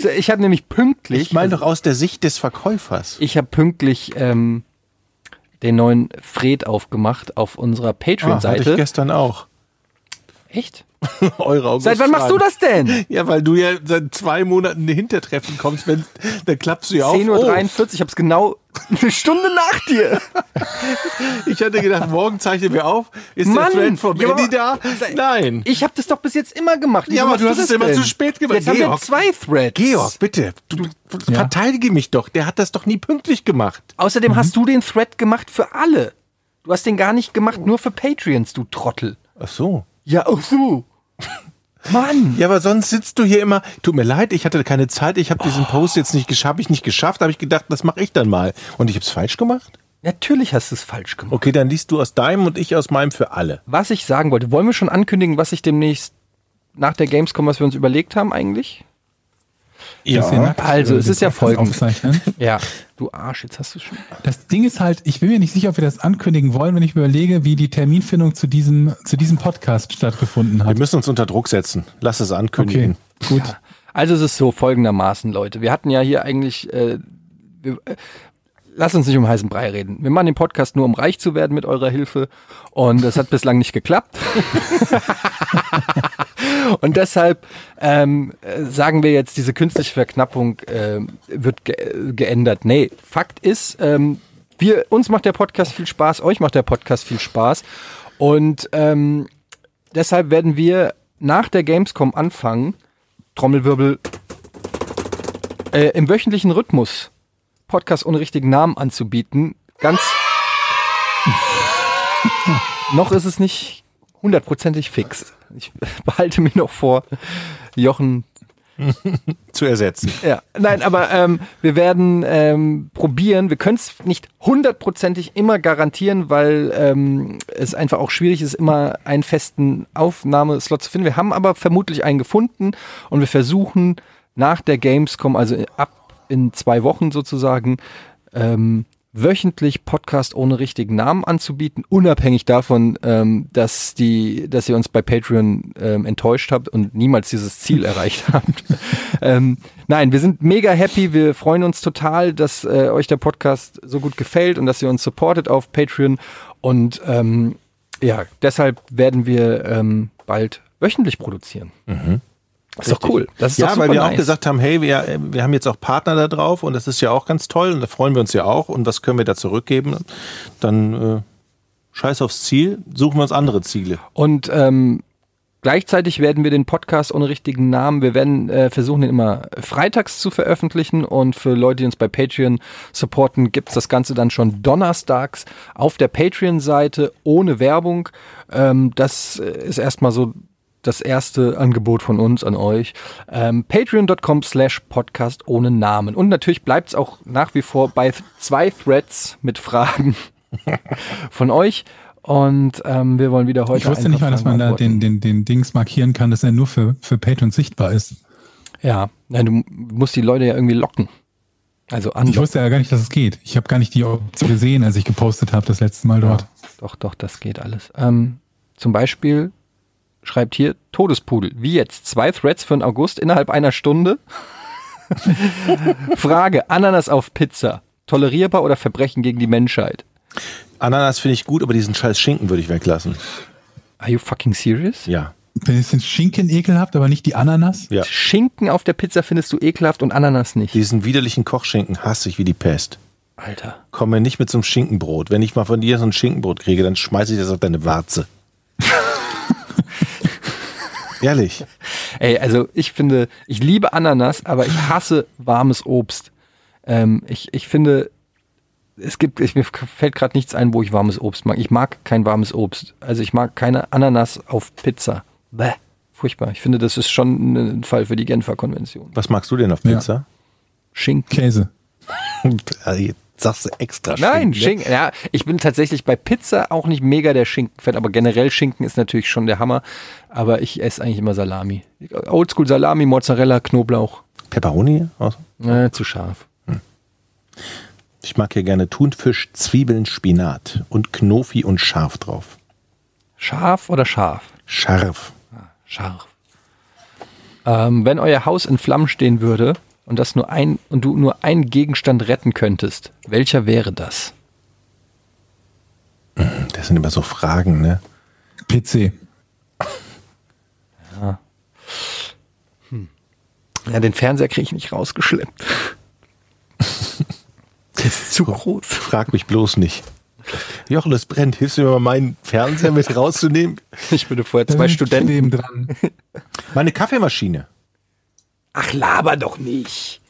[SPEAKER 2] So, Ich habe nämlich pünktlich.
[SPEAKER 1] ich meine doch aus der Sicht des Verkäufers.
[SPEAKER 2] ich habe pünktlich ähm, den neuen Fred aufgemacht auf unserer
[SPEAKER 1] Ah, hatte ich
[SPEAKER 2] Patreon-Seite.
[SPEAKER 1] gestern auch.
[SPEAKER 2] Echt?
[SPEAKER 1] [LAUGHS] Eure August
[SPEAKER 2] Seit wann machst du das denn?
[SPEAKER 1] Ja, weil du ja seit zwei Monaten in Hintertreffen kommst, wenn, dann klappst du ja auf.
[SPEAKER 2] 10.43 Uhr, ich habe es genau eine Stunde nach dir.
[SPEAKER 1] Oh, ich hatte gedacht, morgen zeichnen wir auf. Ist
[SPEAKER 2] Mann,
[SPEAKER 1] der Trend vom
[SPEAKER 2] ja,
[SPEAKER 1] Andy da?
[SPEAKER 2] sei-
[SPEAKER 1] Nein.
[SPEAKER 2] Ich habe das doch bis jetzt immer gemacht.
[SPEAKER 1] Ja, aber
[SPEAKER 2] machst
[SPEAKER 1] du hast es
[SPEAKER 2] das
[SPEAKER 1] immer zu spät gemacht.
[SPEAKER 2] Jetzt haben wir
[SPEAKER 1] Georg.
[SPEAKER 2] zwei Threads.
[SPEAKER 1] Georg, bitte, du, verteidige mich doch. Der hat das doch nie pünktlich gemacht.
[SPEAKER 2] Außerdem hast du den Thread gemacht für alle. Du hast den gar nicht gemacht,
[SPEAKER 1] Oh.
[SPEAKER 2] nur für Patreons, du Trottel.
[SPEAKER 1] Ach so.
[SPEAKER 2] Ja, auch so. [LAUGHS] Mann.
[SPEAKER 1] Ja, aber sonst sitzt du hier immer. Tut mir leid, ich hatte keine Zeit. Ich habe diesen Post jetzt nicht geschafft. Hab ich nicht geschafft. Habe ich gedacht, das mache ich dann mal. Und ich habe es falsch gemacht.
[SPEAKER 2] Natürlich hast du es falsch gemacht.
[SPEAKER 1] Okay, dann liest du aus deinem und ich aus meinem für alle.
[SPEAKER 2] Was ich sagen wollte, wollen wir schon ankündigen, was ich demnächst nach der Gamescom, was wir uns überlegt haben eigentlich?
[SPEAKER 3] Dass ihr nackt,
[SPEAKER 2] Also,
[SPEAKER 3] äh,
[SPEAKER 2] es
[SPEAKER 3] den
[SPEAKER 2] ist ja
[SPEAKER 3] Podcast
[SPEAKER 2] folgendes.
[SPEAKER 3] Aufzeichnen.
[SPEAKER 2] Ja. Du Arsch, jetzt hast du schon.
[SPEAKER 3] Das Ding ist halt, ich bin mir nicht sicher, ob wir das ankündigen wollen, wenn ich mir überlege, wie die Terminfindung zu diesem, zu diesem Podcast stattgefunden
[SPEAKER 1] Wir
[SPEAKER 3] hat.
[SPEAKER 1] müssen uns unter Druck setzen. Lass es ankündigen.
[SPEAKER 3] gut.
[SPEAKER 2] Also es ist so folgendermaßen, Leute. Wir hatten ja hier eigentlich, äh, wir, äh, lass uns nicht um heißen Brei reden. Wir machen den Podcast nur, um reich zu werden mit eurer Hilfe. Und das hat bislang nicht geklappt. [LAUGHS] Und deshalb ähm, äh, sagen wir jetzt, diese künstliche Verknappung ähm, wird ge geändert. Nee, Fakt ist, ähm, wir, uns macht der Podcast viel Spaß, euch macht der Podcast viel Spaß. Und ähm, deshalb werden wir nach der Gamescom anfangen, Trommelwirbel, äh, im wöchentlichen Rhythmus Podcast ohne richtigen Namen anzubieten. Ganz. [LAUGHS] noch ist es nicht hundertprozentig fix. Ich [LAUGHS] behalte mir noch vor, Jochen
[SPEAKER 1] Zu ersetzen.
[SPEAKER 2] ja, nein, aber ähm, wir werden ähm, probieren. Wir können es nicht hundertprozentig immer garantieren, weil ähm, es einfach auch schwierig ist, immer einen festen Aufnahmeslot zu finden. Wir haben aber vermutlich einen gefunden und wir versuchen nach der Gamescom, also ab in zwei Wochen sozusagen, ähm, wöchentlich Podcast ohne richtigen Namen anzubieten, unabhängig davon, ähm, dass die, dass ihr uns bei Patreon ähm, enttäuscht habt und niemals dieses Ziel erreicht [LAUGHS] habt. ähm, nein, wir sind mega happy, wir freuen uns total, dass äh, euch der Podcast so gut gefällt und dass ihr uns supportet auf Patreon und ähm, ja, deshalb werden wir ähm, bald wöchentlich produzieren. Ist doch cool. Mhm. Das ist
[SPEAKER 1] ja,
[SPEAKER 2] doch
[SPEAKER 1] weil
[SPEAKER 2] super
[SPEAKER 1] wir auch
[SPEAKER 2] nice.
[SPEAKER 1] gesagt haben, hey, wir, äh, wir haben jetzt auch Partner da drauf und das ist ja auch ganz toll und da freuen wir uns ja auch und was können wir da zurückgeben? Dann äh, scheiß aufs Ziel, suchen wir uns andere Ziele.
[SPEAKER 2] Und ähm, gleichzeitig werden wir den Podcast ohne richtigen Namen, wir werden äh, versuchen, den immer freitags zu veröffentlichen. Und für Leute, die uns bei Patreon supporten, gibt's das Ganze dann schon donnerstags auf der Patreon-Seite ohne Werbung. Ähm, das äh, ist erstmal so das erste Angebot von uns an euch. Ähm, Patreon.com slash Podcast ohne Namen. Und natürlich bleibt's auch nach wie vor bei zwei Threads mit
[SPEAKER 3] [LAUGHS]
[SPEAKER 2] Fragen von euch. Und ähm, wir wollen wieder heute.
[SPEAKER 3] Ich wusste
[SPEAKER 2] ein
[SPEAKER 3] nicht
[SPEAKER 2] paar
[SPEAKER 3] mal, dass
[SPEAKER 2] Fragen
[SPEAKER 3] man da
[SPEAKER 2] beantworten.
[SPEAKER 3] den, den, den Dings markieren kann, dass er nur für, für Patreon sichtbar ist.
[SPEAKER 2] Ja, nein, du musst die Leute ja irgendwie locken. Also
[SPEAKER 3] Ich
[SPEAKER 2] anlocken.
[SPEAKER 3] wusste ja gar nicht, dass es geht. Ich habe gar nicht die Option gesehen, als ich gepostet habe das letzte Mal dort.
[SPEAKER 2] Doch, doch, das geht alles. Ähm, zum Beispiel schreibt hier Todespudel. Wie jetzt? Zwei Threads für den August innerhalb einer Stunde? [LAUGHS] Frage: Ananas auf Pizza. Tolerierbar oder Verbrechen gegen die Menschheit?
[SPEAKER 1] Ananas finde ich gut, aber diesen scheiß Schinken würde ich weglassen.
[SPEAKER 2] Are you fucking serious?
[SPEAKER 1] Ja.
[SPEAKER 3] Wenn ihr den Schinken ekelhaft, aber nicht die Ananas.
[SPEAKER 1] Ja.
[SPEAKER 2] Schinken auf der Pizza findest du ekelhaft und Ananas nicht.
[SPEAKER 1] Diesen widerlichen Kochschinken hasse ich wie die Pest.
[SPEAKER 2] Alter.
[SPEAKER 1] Komme nicht mit so einem Schinkenbrot. Wenn ich mal von dir so ein Schinkenbrot kriege, dann schmeiße ich das auf deine
[SPEAKER 2] [LAUGHS]
[SPEAKER 1] Warze. Ehrlich.
[SPEAKER 2] Ey, also ich finde, ich liebe Ananas, aber ich hasse warmes Obst. Ähm, ich, ich finde, es gibt, ich, mir fällt gerade nichts ein, wo ich warmes Obst mag. Ich mag kein warmes Obst. Also ich mag keine Ananas auf Pizza. Bäh. Furchtbar. Ich finde, das ist schon ein Fall für die Genfer Konvention.
[SPEAKER 1] Was magst du denn auf
[SPEAKER 3] Ja.
[SPEAKER 2] [LAUGHS]
[SPEAKER 1] Pizza?
[SPEAKER 2] Schinken.
[SPEAKER 3] Käse.
[SPEAKER 1] Ja.
[SPEAKER 2] Also
[SPEAKER 1] Jetzt sagst du extra
[SPEAKER 2] Nein,
[SPEAKER 1] Schinken,
[SPEAKER 2] Schinken. Ja, ich bin tatsächlich bei Pizza auch nicht mega der Schinkenfan, aber generell Schinken ist natürlich schon der Hammer. Aber ich esse eigentlich immer Salami. Oldschool Salami, Mozzarella, Knoblauch.
[SPEAKER 1] ne? Pepperoni? Also,
[SPEAKER 2] Äh, zu scharf.
[SPEAKER 1] Ich mag hier gerne Thunfisch, Zwiebeln, Spinat und Knofi und scharf drauf.
[SPEAKER 2] Scharf oder scharf?
[SPEAKER 1] Scharf.
[SPEAKER 2] Scharf. Ähm, wenn euer Haus in Flammen stehen würde und das nur ein und du nur einen Gegenstand retten könntest, welcher wäre das?
[SPEAKER 1] Das sind immer so Fragen, ne?
[SPEAKER 3] PC.
[SPEAKER 2] Ja, den Fernseher kriege ich nicht rausgeschleppt. Der ist [LAUGHS] zu groß.
[SPEAKER 1] [LAUGHS] Frag mich bloß nicht. Jochen, es brennt. Hilfst du mir mal, meinen Fernseher mit rauszunehmen?
[SPEAKER 2] Ich würde vorher zwei Studenten.
[SPEAKER 3] Neben dran.
[SPEAKER 1] Meine Kaffeemaschine.
[SPEAKER 2] [LAUGHS] Ach, laber doch nicht.
[SPEAKER 1] Aber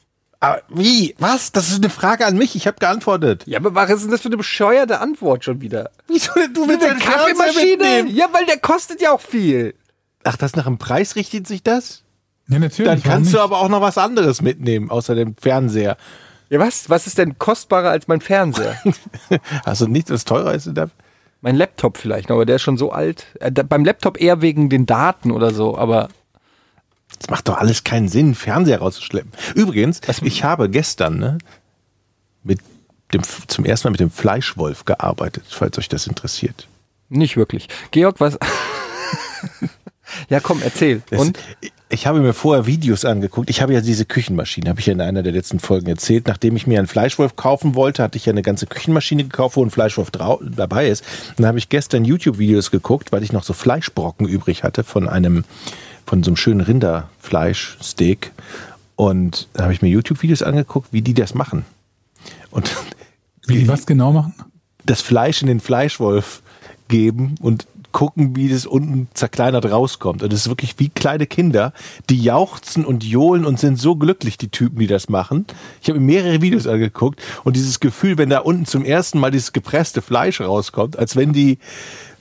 [SPEAKER 1] Ah, wie? Was? Das ist eine Frage an mich. Ich habe geantwortet.
[SPEAKER 2] Ja, aber was ist denn das für eine bescheuerte Antwort schon wieder?
[SPEAKER 1] Wieso denn du mit
[SPEAKER 2] Eine Kaffeemaschine? Ja, weil der kostet ja auch viel.
[SPEAKER 1] Ach, das nach dem Preis richtet sich das?
[SPEAKER 3] Ja, natürlich.
[SPEAKER 1] Dann
[SPEAKER 3] warum
[SPEAKER 1] kannst du
[SPEAKER 3] nicht?
[SPEAKER 1] aber auch noch was anderes mitnehmen, außer dem Fernseher.
[SPEAKER 2] Ja, was? Was ist denn kostbarer als mein Fernseher?
[SPEAKER 1] Hast du Also nichts, was teurer ist? in der-
[SPEAKER 2] [LAUGHS] mein Laptop vielleicht, noch, aber der ist schon so alt. Äh, da, beim Laptop eher wegen den Daten oder so, aber
[SPEAKER 1] Das macht doch alles keinen Sinn, einen Fernseher rauszuschleppen. Übrigens, ich habe gestern ne, mit dem, zum ersten Mal mit dem Fleischwolf gearbeitet, falls euch das interessiert.
[SPEAKER 2] nicht wirklich. Georg, was? [LAUGHS] ja, komm, erzähl.
[SPEAKER 1] Das-
[SPEAKER 2] Und?
[SPEAKER 1] Ich habe mir vorher Videos angeguckt. Ich habe ja diese Küchenmaschine, habe ich ja in einer der letzten Folgen erzählt. Nachdem ich mir einen Fleischwolf kaufen wollte, hatte ich ja eine ganze Küchenmaschine gekauft, wo ein Fleischwolf drau- dabei ist. Und dann habe ich gestern YouTube-Videos geguckt, weil ich noch so Fleischbrocken übrig hatte von einem, von so einem schönen Rinderfleischsteak. Und dann habe ich mir YouTube-Videos angeguckt, wie die das machen. Und
[SPEAKER 3] Wie die was genau machen?
[SPEAKER 1] das Fleisch in den Fleischwolf geben und gucken, wie das unten zerkleinert rauskommt. Und es ist wirklich wie kleine Kinder, die jauchzen und johlen und sind so glücklich, die Typen, die das machen. Ich habe mir mehrere Videos angeguckt und dieses Gefühl, wenn da unten zum ersten Mal dieses gepresste Fleisch rauskommt, als wenn die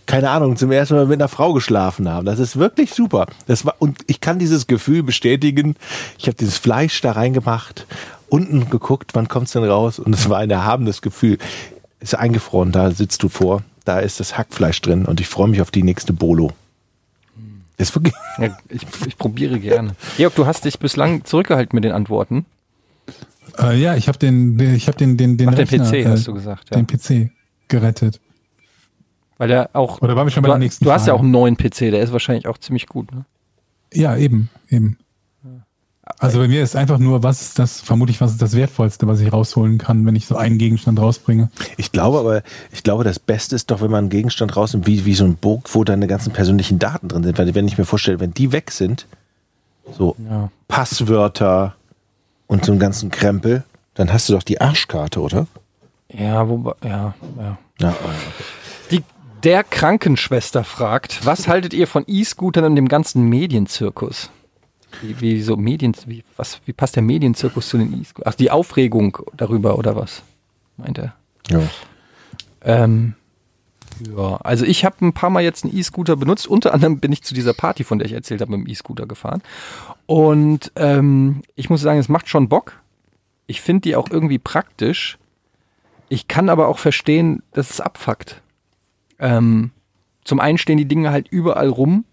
[SPEAKER 1] keine Ahnung, zum ersten Mal mit einer Frau geschlafen haben. Das ist wirklich super. Das war, und ich kann dieses Gefühl bestätigen. Ich habe dieses Fleisch da reingemacht, unten geguckt, wann kommt's denn raus? Und es war ein erhabenes Gefühl. Ist eingefroren, da sitzt du vor, da ist das Hackfleisch drin und ich freue mich auf die nächste Bolo.
[SPEAKER 2] Hm.
[SPEAKER 1] Ist wirklich, [LAUGHS]
[SPEAKER 2] Ja, ich, ich probiere gerne. Georg, du hast dich bislang zurückgehalten mit den Antworten.
[SPEAKER 3] Äh, ja, ich habe den, den- ich habe den, den, den,
[SPEAKER 2] Ach, den
[SPEAKER 3] Rechner,
[SPEAKER 2] PC
[SPEAKER 3] äh,
[SPEAKER 2] hast du gesagt, ja.
[SPEAKER 3] Den PC gerettet.
[SPEAKER 2] Weil der auch.
[SPEAKER 3] Oder waren wir schon bei
[SPEAKER 2] du,
[SPEAKER 3] der nächsten
[SPEAKER 2] Du hast ja auch
[SPEAKER 3] Frage?
[SPEAKER 2] einen neuen PC, der ist wahrscheinlich auch ziemlich gut. Ne?
[SPEAKER 3] Ja, eben, eben. Also bei mir ist einfach nur, was ist das, vermutlich, was ist das Wertvollste, was ich rausholen kann, wenn ich so einen Gegenstand rausbringe.
[SPEAKER 1] ich glaube aber, ich glaube, das Beste ist doch, wenn man einen Gegenstand rausnimmt, wie, wie so ein Burg, wo deine ganzen persönlichen Daten drin sind. Weil wenn ich mir vorstelle, wenn die weg sind, so
[SPEAKER 2] Ja.
[SPEAKER 1] Passwörter und so einen ganzen Krempel, dann hast du doch die Arschkarte, oder?
[SPEAKER 2] Ja, wobei, ja, ja.
[SPEAKER 1] Ja.
[SPEAKER 2] Die, der Krankenschwester fragt, was haltet ihr von E-Scootern und dem ganzen Medienzirkus? Wie, wie so Medien, wie, was, wie passt der Medienzirkus zu den E-Scootern? Ach, die Aufregung darüber oder was? Meint er.
[SPEAKER 1] ja.
[SPEAKER 2] Ähm, ja, also ich habe ein paar Mal jetzt einen E-Scooter benutzt. Unter anderem bin ich zu dieser Party, von der ich erzählt habe, mit dem E-Scooter gefahren. Und ähm, ich muss sagen, es macht schon Bock. Ich finde die auch irgendwie praktisch. Ich kann aber auch verstehen, dass es abfuckt. Ähm, zum einen stehen die Dinge halt überall rum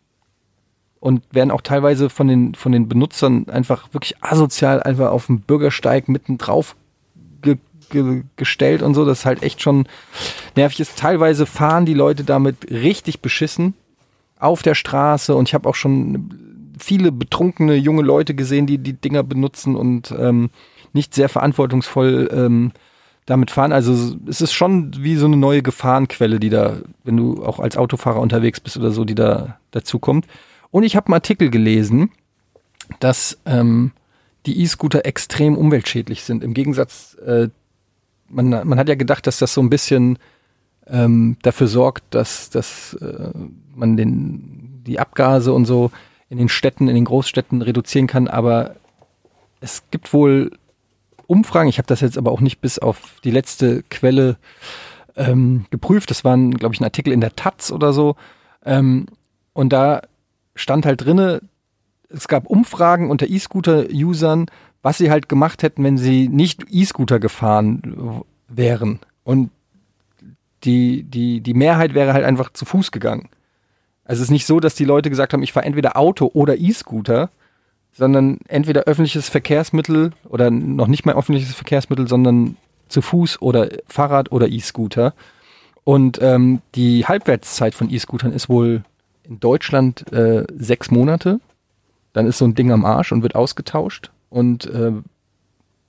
[SPEAKER 2] und werden auch teilweise von den, von den Benutzern einfach wirklich asozial einfach auf dem Bürgersteig mitten drauf ge ge gestellt und so. Das ist halt echt schon nervig ist. Teilweise fahren die Leute damit richtig beschissen auf der Straße und ich habe auch schon viele betrunkene junge Leute gesehen, die die Dinger benutzen und ähm, nicht sehr verantwortungsvoll ähm, damit fahren. Also es ist schon wie so eine neue Gefahrenquelle, die da, wenn du auch als Autofahrer unterwegs bist oder so, die da dazu kommt. Und ich habe einen Artikel gelesen, dass ähm, die E-Scooter extrem umweltschädlich sind. Im Gegensatz, äh, man, man hat ja gedacht, dass das so ein bisschen ähm, dafür sorgt, dass, dass äh, man den, die Abgase und so in den Städten, in den Großstädten reduzieren kann. Aber es gibt wohl Umfragen. Ich habe das jetzt aber auch nicht bis auf die letzte Quelle ähm, geprüft. Das war, glaube ich, ein Artikel in der Taz oder so. Ähm, und da stand halt drinne, es gab Umfragen unter E-Scooter-Usern, was sie halt gemacht hätten, wenn sie nicht E-Scooter gefahren wären. Und die, die, die Mehrheit wäre halt einfach zu Fuß gegangen. Also es ist nicht so, dass die Leute gesagt haben, ich fahre entweder Auto oder E-Scooter, sondern entweder öffentliches Verkehrsmittel oder noch nicht mal öffentliches Verkehrsmittel, sondern zu Fuß oder Fahrrad oder E-Scooter. Und ähm, die Halbwertszeit von E-Scootern ist wohl in Deutschland äh, sechs Monate. Dann ist so ein Ding am Arsch und wird ausgetauscht und äh,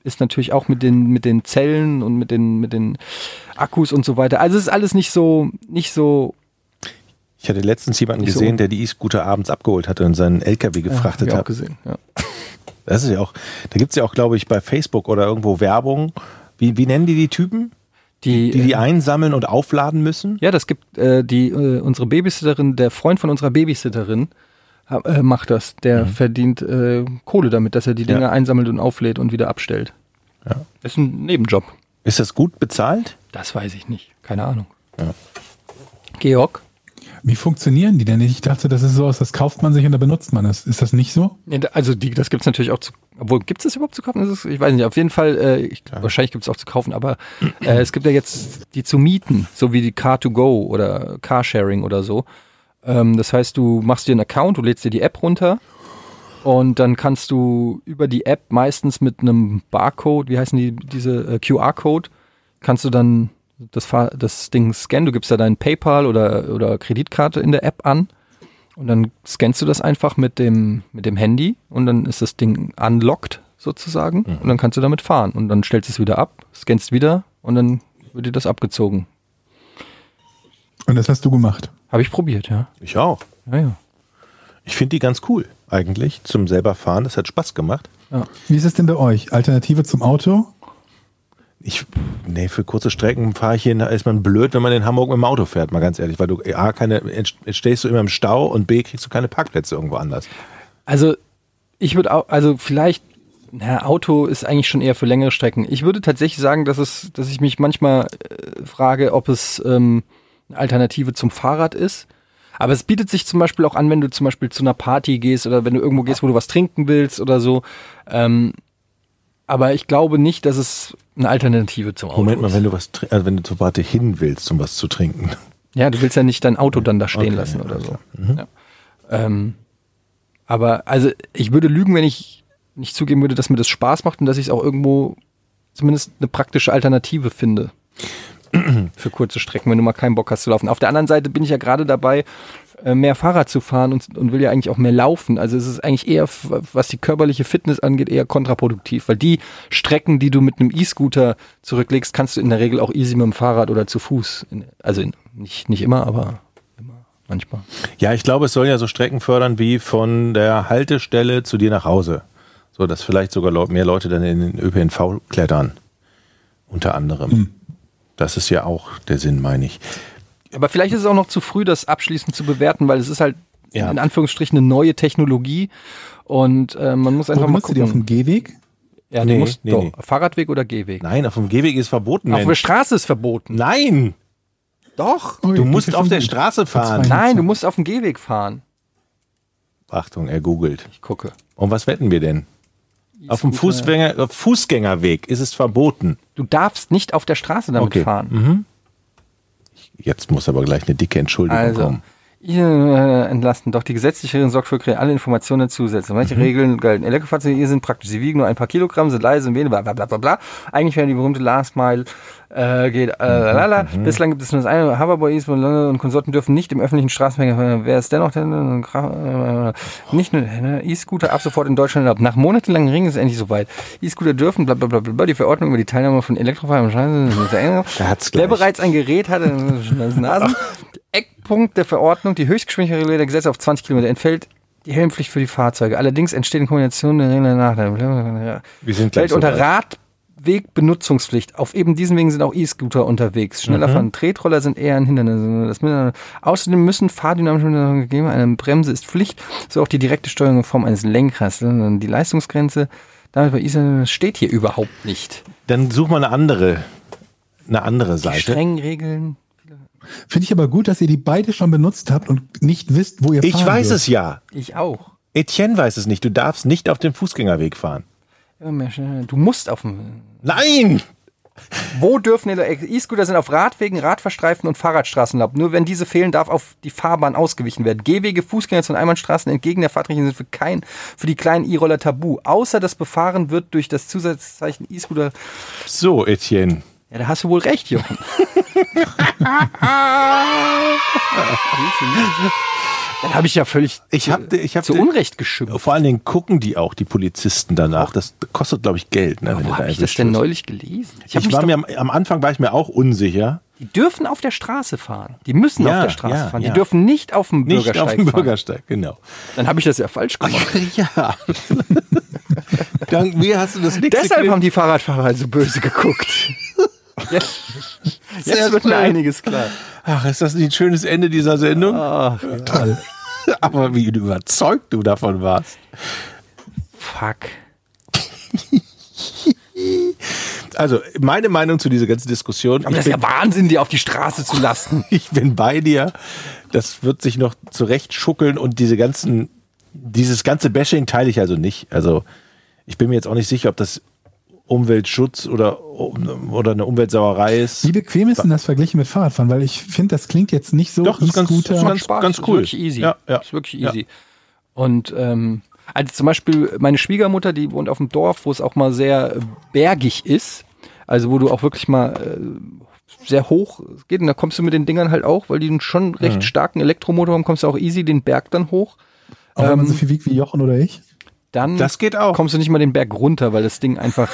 [SPEAKER 2] ist natürlich auch mit den, mit den Zellen und mit den, mit den Akkus und so weiter. Also es ist alles nicht so, nicht so
[SPEAKER 1] Ich hatte letztens jemanden
[SPEAKER 2] Nicht so.
[SPEAKER 1] gesehen, der die E-Scooter abends abgeholt hatte und seinen LKW gefrachtet
[SPEAKER 2] Ja, hab ich auch
[SPEAKER 1] hat.
[SPEAKER 2] gesehen. Ja.
[SPEAKER 1] Das ist ja auch, da gibt es ja auch, glaube ich, bei Facebook oder irgendwo Werbung. Wie, wie nennen die die Typen,
[SPEAKER 2] Die,
[SPEAKER 1] die die
[SPEAKER 2] äh,
[SPEAKER 1] einsammeln und aufladen müssen?
[SPEAKER 2] ja, das gibt äh, die, äh, unsere Babysitterin, der Freund von unserer Babysitterin ha- äh, macht das. Der verdient äh, Kohle damit, dass er die
[SPEAKER 1] Mhm. Ja.
[SPEAKER 2] Dinger einsammelt und auflädt und wieder abstellt.
[SPEAKER 1] Ja.
[SPEAKER 2] Ist ein Nebenjob.
[SPEAKER 1] Ist das gut bezahlt?
[SPEAKER 2] Das weiß ich nicht. Keine Ahnung. Georg?
[SPEAKER 3] Wie funktionieren die denn? Ich dachte, das ist sowas, das kauft man sich und da benutzt man es. Ist das nicht so?
[SPEAKER 2] Ja, da- Also die, das gibt es natürlich auch zu. Obwohl, gibt es das überhaupt zu kaufen? Ist es, ich weiß nicht. Auf jeden Fall, äh, ich, wahrscheinlich gibt es auch zu kaufen, aber äh, es gibt ja jetzt die zu mieten, so wie die Car2Go oder Carsharing oder so. Ähm, das heißt, du machst dir einen Account, du lädst dir die App runter und dann kannst du über die App meistens mit einem Barcode, wie heißen die, diese äh, QR-Code, kannst du dann das, Fahr- das Ding scannen. Du gibst da deinen PayPal oder, oder Kreditkarte in der App an. Und dann scannst du das einfach mit dem, mit dem Handy und dann ist das Ding unlocked sozusagen und dann kannst du damit fahren und dann stellst du es wieder ab, scannst wieder und dann wird dir das abgezogen.
[SPEAKER 3] Und das hast du gemacht.
[SPEAKER 2] Habe ich probiert, ja.
[SPEAKER 1] Ich auch.
[SPEAKER 2] Ja, ja.
[SPEAKER 1] Ich finde die ganz cool eigentlich zum selber fahren. Das hat Spaß gemacht.
[SPEAKER 3] Wie ist es denn bei euch? Alternative zum Auto?
[SPEAKER 1] Ich, nee, für kurze Strecken fahre ich hier, in- ist man blöd, wenn man in Hamburg mit dem Auto fährt, mal ganz ehrlich, weil du A, keine, ent- stehst du immer im Stau und B, kriegst du keine Parkplätze irgendwo anders.
[SPEAKER 2] Also ich würde auch, also vielleicht, na, Auto ist eigentlich schon eher für längere Strecken. Ich würde tatsächlich sagen, dass es, dass ich mich manchmal äh, frage, ob es ähm, eine Alternative zum Fahrrad ist. Aber es bietet sich zum Beispiel auch an, wenn du zum Beispiel zu einer Party gehst oder wenn du irgendwo gehst, wo du was trinken willst oder so. Ähm, aber ich glaube nicht, dass es eine Alternative zum Auto
[SPEAKER 1] Moment mal,
[SPEAKER 2] ist.
[SPEAKER 1] wenn du was, trin- also wenn du zur Party hin willst, um was zu trinken.
[SPEAKER 2] Ja, du willst ja nicht dein Auto dann da stehen
[SPEAKER 1] Okay,
[SPEAKER 2] lassen oder
[SPEAKER 1] alles
[SPEAKER 2] so.
[SPEAKER 1] klar. Mhm.
[SPEAKER 2] Ja. Ähm, aber also ich würde lügen, wenn ich nicht zugeben würde, dass mir das Spaß macht und dass ich es auch irgendwo zumindest eine praktische Alternative finde. Für kurze Strecken, wenn du mal keinen Bock hast zu laufen. Auf der anderen Seite bin ich ja gerade dabei, äh, mehr Fahrrad zu fahren und, und will ja eigentlich auch mehr laufen. Also es ist eigentlich eher, f- was die körperliche Fitness angeht, eher kontraproduktiv, weil die Strecken, die du mit einem E-Scooter zurücklegst, kannst du in der Regel auch easy mit dem Fahrrad oder zu Fuß. In, also in, nicht, nicht immer, aber immer, manchmal.
[SPEAKER 1] Ja, ich glaube, es soll ja so Strecken fördern wie von der Haltestelle zu dir nach Hause. So, dass vielleicht sogar Leu- mehr Leute dann in den ÖPNV klettern. Unter anderem. Das ist ja auch der Sinn, meine ich.
[SPEAKER 2] Aber vielleicht ist es auch noch zu früh, das abschließend zu bewerten, weil es ist halt
[SPEAKER 1] Ja.
[SPEAKER 2] in Anführungsstrichen eine neue Technologie und äh, man muss
[SPEAKER 3] Wo
[SPEAKER 2] einfach mal
[SPEAKER 3] benutzt ihr die auf dem
[SPEAKER 2] gucken.
[SPEAKER 3] Gehweg?
[SPEAKER 2] Ja, du
[SPEAKER 1] Nee,
[SPEAKER 2] musst,
[SPEAKER 1] nee,
[SPEAKER 2] doch,
[SPEAKER 1] nee.
[SPEAKER 2] Fahrradweg oder Gehweg?
[SPEAKER 1] Nein, auf dem Gehweg ist verboten.
[SPEAKER 2] Auf der
[SPEAKER 1] Mensch.
[SPEAKER 2] Straße ist verboten.
[SPEAKER 1] Nein! Doch!
[SPEAKER 3] Ui,
[SPEAKER 1] du
[SPEAKER 3] das
[SPEAKER 1] musst
[SPEAKER 3] ist
[SPEAKER 1] auf
[SPEAKER 3] schon
[SPEAKER 1] der
[SPEAKER 3] gut.
[SPEAKER 1] Straße fahren.
[SPEAKER 3] Nein.
[SPEAKER 2] Nein, du musst auf dem Gehweg fahren.
[SPEAKER 1] Achtung, er googelt.
[SPEAKER 2] Ich gucke.
[SPEAKER 1] Und was wetten wir denn? Auf dem Fußgänger, auf Fußgängerweg ist es verboten.
[SPEAKER 2] Du darfst nicht auf der Straße damit
[SPEAKER 1] Okay.
[SPEAKER 2] fahren.
[SPEAKER 1] Jetzt muss aber gleich eine dicke Entschuldigung
[SPEAKER 2] Also,
[SPEAKER 1] kommen.
[SPEAKER 2] ihr äh, entlasten. Doch die gesetzliche Regelung sorgt für alle Informationen dazu. setzen. Manche
[SPEAKER 1] Mhm.
[SPEAKER 2] Regeln gelten. Elektrofahrzeuge sind praktisch. Sie wiegen nur ein paar Kilogramm, sind leise und wenig, bla bla bla bla. bla. Eigentlich wäre die berühmte Last Mile äh, geht. Äh,
[SPEAKER 1] Mhm,
[SPEAKER 2] la, la, la. Bislang gibt es nur das eine. Hoverboys von London und Konsorten dürfen nicht im öffentlichen Straßenverkehr. äh, Wer ist dennoch denn? Äh, nicht nur äh, E-Scooter ab sofort in Deutschland erlaubt. Nach monatelangen Ringen ist es endlich soweit. E-Scooter dürfen, bla bla bla bla. bla. Die Verordnung über die Teilnahme von Elektrofahrern.
[SPEAKER 1] Da hat's
[SPEAKER 2] Wer
[SPEAKER 1] gleich.
[SPEAKER 2] bereits ein Gerät hatte, [LAUGHS] das Nasen. Eckpunkt der Verordnung, die Höchstgeschwindigkeit der Gesetze auf 20 Kilometer entfällt die Helmpflicht für die Fahrzeuge. Allerdings entsteht in Kombination der Regeln nach.
[SPEAKER 1] Wir sind gleich
[SPEAKER 2] Fällt unter
[SPEAKER 1] soweit.
[SPEAKER 2] Radwegbenutzungspflicht. Auf eben diesen Wegen sind auch E-Scooter unterwegs. Schneller
[SPEAKER 1] Mhm.
[SPEAKER 2] fahren Tretroller sind eher ein Hindernis. Das Mindere- Außerdem müssen fahrdynamische Minderungen gegeben. werden. Eine Bremse ist Pflicht, so auch die direkte Steuerung in Form eines Lenkrades. Die Leistungsgrenze Da hab ich bei Island, das steht hier überhaupt nicht.
[SPEAKER 1] Dann such mal eine andere, eine andere
[SPEAKER 2] Die
[SPEAKER 1] Seite.
[SPEAKER 2] strengen Regeln.
[SPEAKER 3] Finde ich aber gut, dass ihr die beide schon benutzt habt und nicht wisst, wo ihr
[SPEAKER 1] Ich
[SPEAKER 3] fahren
[SPEAKER 1] weiß
[SPEAKER 3] dürft.
[SPEAKER 1] es ja.
[SPEAKER 2] Ich auch.
[SPEAKER 1] Etienne weiß es nicht. Du darfst nicht auf dem Fußgängerweg fahren.
[SPEAKER 2] Immer mehr schnell. äh, Du musst auf dem.
[SPEAKER 1] Nein!
[SPEAKER 2] Wo dürfen Ele- E-Scooter sind auf Radwegen, Radverstreifen und Fahrradstraßen erlaubt. Nur wenn diese fehlen, darf auf die Fahrbahn ausgewichen werden. Gehwege, Fußgänger und Einbahnstraßen entgegen der Fahrtrichtung sind für kein, für die kleinen E-Roller tabu. Außer das Befahren wird durch das Zusatzzeichen E-Scooter.
[SPEAKER 1] So, Etienne.
[SPEAKER 2] Ja, da hast du wohl recht, Jochen.
[SPEAKER 1] [LAUGHS]
[SPEAKER 2] Dann habe ich ja völlig
[SPEAKER 1] Ich habe ich hab
[SPEAKER 2] zu
[SPEAKER 1] den-
[SPEAKER 2] Unrecht geschimpft.
[SPEAKER 1] Vor allen Dingen gucken die auch die Polizisten danach. Das kostet, glaube ich, Geld. Ne, wenn du
[SPEAKER 2] Wo
[SPEAKER 1] da
[SPEAKER 2] habe ich das
[SPEAKER 1] erwischt
[SPEAKER 2] denn
[SPEAKER 1] wirst.
[SPEAKER 2] neulich gelesen?
[SPEAKER 1] Ich,
[SPEAKER 2] hab mich
[SPEAKER 1] war
[SPEAKER 2] doch-
[SPEAKER 1] mir am, am Anfang war ich mir auch unsicher.
[SPEAKER 2] Die dürfen auf der Straße fahren. Die müssen
[SPEAKER 1] Ja,
[SPEAKER 2] auf der Straße
[SPEAKER 1] ja,
[SPEAKER 2] fahren. Die
[SPEAKER 1] ja.
[SPEAKER 2] dürfen nicht auf dem
[SPEAKER 1] Nicht
[SPEAKER 2] Bürgersteig
[SPEAKER 1] auf dem
[SPEAKER 2] fahren.
[SPEAKER 1] Bürgersteig, genau.
[SPEAKER 2] Dann habe ich das ja falsch gemacht.
[SPEAKER 1] [LAUGHS] ja. Dank mir hast du das nicht
[SPEAKER 2] Deshalb
[SPEAKER 1] gekriegt.
[SPEAKER 2] haben die Fahrradfahrer so böse [LAUGHS] geguckt. Jetzt, jetzt wird
[SPEAKER 1] schön.
[SPEAKER 2] mir einiges klar.
[SPEAKER 1] Ach, ist das nicht ein schönes Ende dieser Sendung?
[SPEAKER 2] Ah.
[SPEAKER 1] toll. [LAUGHS] Aber wie überzeugt du davon warst.
[SPEAKER 2] Fuck.
[SPEAKER 1] Also, meine Meinung zu dieser ganzen Diskussion.
[SPEAKER 2] Aber das ist ja Wahnsinn, die auf die Straße zu lassen.
[SPEAKER 1] [LAUGHS] ich bin bei dir. Das wird sich noch zurecht schuckeln und diese ganzen, dieses ganze Bashing teile ich also nicht. Also ich bin mir jetzt auch nicht sicher, ob das Umweltschutz oder, oder eine Umweltsauerei ist.
[SPEAKER 3] Wie bequem ist denn das verglichen mit Fahrradfahren? Weil ich finde, das klingt jetzt nicht so
[SPEAKER 1] Doch, ist ganz-
[SPEAKER 3] E-Scooter.
[SPEAKER 1] ist
[SPEAKER 2] macht
[SPEAKER 1] ganz-
[SPEAKER 2] Spaß.
[SPEAKER 1] ganz cool.
[SPEAKER 2] Ist wirklich easy.
[SPEAKER 1] Ja, ja.
[SPEAKER 2] Ist wirklich
[SPEAKER 1] Ja.
[SPEAKER 2] easy. Und ähm, also zum Beispiel meine Schwiegermutter, die wohnt auf dem Dorf, wo es auch mal sehr äh, bergig ist. Also wo du auch wirklich mal äh, sehr hoch geht. Und da kommst du mit den Dingern halt auch, weil die einen
[SPEAKER 1] Mhm.
[SPEAKER 2] schon recht starken Elektromotor haben, kommst du auch easy den Berg dann hoch.
[SPEAKER 3] Auch wenn man so
[SPEAKER 2] Ähm,
[SPEAKER 3] viel wiegt wie Jochen oder ich.
[SPEAKER 2] Dann
[SPEAKER 1] Das geht auch.
[SPEAKER 2] kommst du nicht mal den Berg runter, weil das Ding einfach.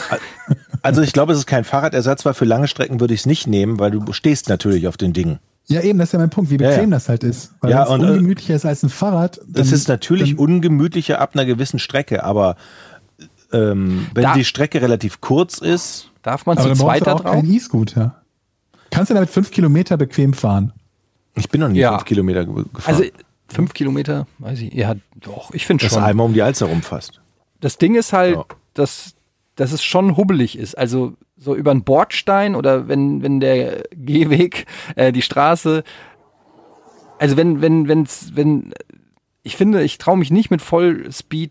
[SPEAKER 1] Also ich glaube, es ist kein Fahrradersatz, weil für lange Strecken würde ich es nicht nehmen, weil du stehst natürlich auf den Dingen.
[SPEAKER 3] Ja, eben, das ist ja mein Punkt, wie
[SPEAKER 1] Ja,
[SPEAKER 3] bequem
[SPEAKER 1] ja.
[SPEAKER 3] das halt ist. Weil
[SPEAKER 1] Ja,
[SPEAKER 3] ja, wenn
[SPEAKER 1] und,
[SPEAKER 3] es
[SPEAKER 1] äh,
[SPEAKER 3] ungemütlicher ist als ein Fahrrad,
[SPEAKER 1] Es
[SPEAKER 3] dann-
[SPEAKER 1] ist natürlich ungemütlicher ab einer gewissen Strecke, aber ähm, wenn
[SPEAKER 2] Da-
[SPEAKER 1] die Strecke relativ kurz ist,
[SPEAKER 2] Darf man
[SPEAKER 3] aber
[SPEAKER 2] zu
[SPEAKER 3] dann brauchst du
[SPEAKER 2] zweiter
[SPEAKER 3] auch
[SPEAKER 2] drauf?
[SPEAKER 3] keinen E-Scooter. Kannst du damit fünf Kilometer bequem fahren?
[SPEAKER 1] ich bin noch nie
[SPEAKER 2] Ja.
[SPEAKER 1] fünf Kilometer ge- gefahren.
[SPEAKER 2] Also fünf Kilometer, weiß ich. Ja, doch, ich finde
[SPEAKER 1] das
[SPEAKER 2] schon.
[SPEAKER 1] ist einmal um die Alster rum fast.
[SPEAKER 2] Das Ding ist halt,
[SPEAKER 1] Ja.
[SPEAKER 2] dass, dass es schon hubbelig ist. Also so über einen Bordstein oder wenn, wenn der Gehweg, äh, die Straße, also wenn, wenn, wenn's, wenn, ich finde, ich traue mich nicht mit Vollspeed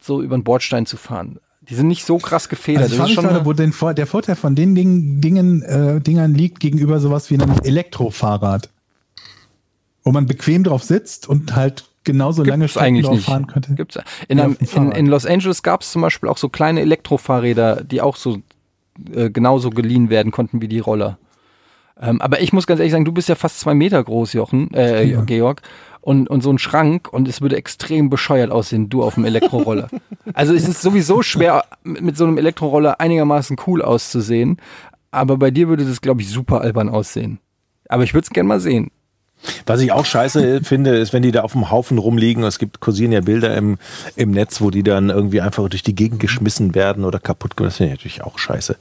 [SPEAKER 2] so über einen Bordstein zu fahren. Die sind nicht so krass gefedert.
[SPEAKER 3] Also
[SPEAKER 2] Das
[SPEAKER 3] ich frage
[SPEAKER 2] ist
[SPEAKER 3] mich
[SPEAKER 2] schon
[SPEAKER 3] gerade, wo den, Vor- der Vorteil von den Dingen, Dingen, äh, Dingern liegt gegenüber sowas wie einem Elektrofahrrad. Wo man bequem drauf sitzt und halt genauso lange
[SPEAKER 2] Gibt's eigentlich
[SPEAKER 3] drauf
[SPEAKER 2] nicht.
[SPEAKER 3] fahren könnte.
[SPEAKER 2] Gibt's, in,
[SPEAKER 3] Ja,
[SPEAKER 2] einem,
[SPEAKER 3] auf dem
[SPEAKER 2] in,
[SPEAKER 3] Fahrrad.
[SPEAKER 2] in Los Angeles gab es zum Beispiel auch so kleine Elektrofahrräder, die auch so äh, genauso geliehen werden konnten wie die Roller. Ähm, aber ich muss ganz ehrlich sagen, du bist ja fast zwei Meter groß, Jochen, äh,
[SPEAKER 3] Ja.
[SPEAKER 2] Georg. Und, und so ein Schrank und es würde extrem bescheuert aussehen, du auf dem
[SPEAKER 3] [LAUGHS]
[SPEAKER 2] Elektroroller. also es ist sowieso schwer, mit, mit so einem Elektroroller einigermaßen cool auszusehen. Aber bei dir würde das, glaube ich, super albern aussehen. Aber ich würde es gerne mal sehen.
[SPEAKER 1] Was ich auch scheiße finde, ist, wenn die da auf dem Haufen rumliegen. Es gibt kursieren ja Bilder im, im Netz, wo die dann irgendwie einfach durch die Gegend geschmissen werden oder kaputt gemacht. Das finde ich natürlich auch scheiße.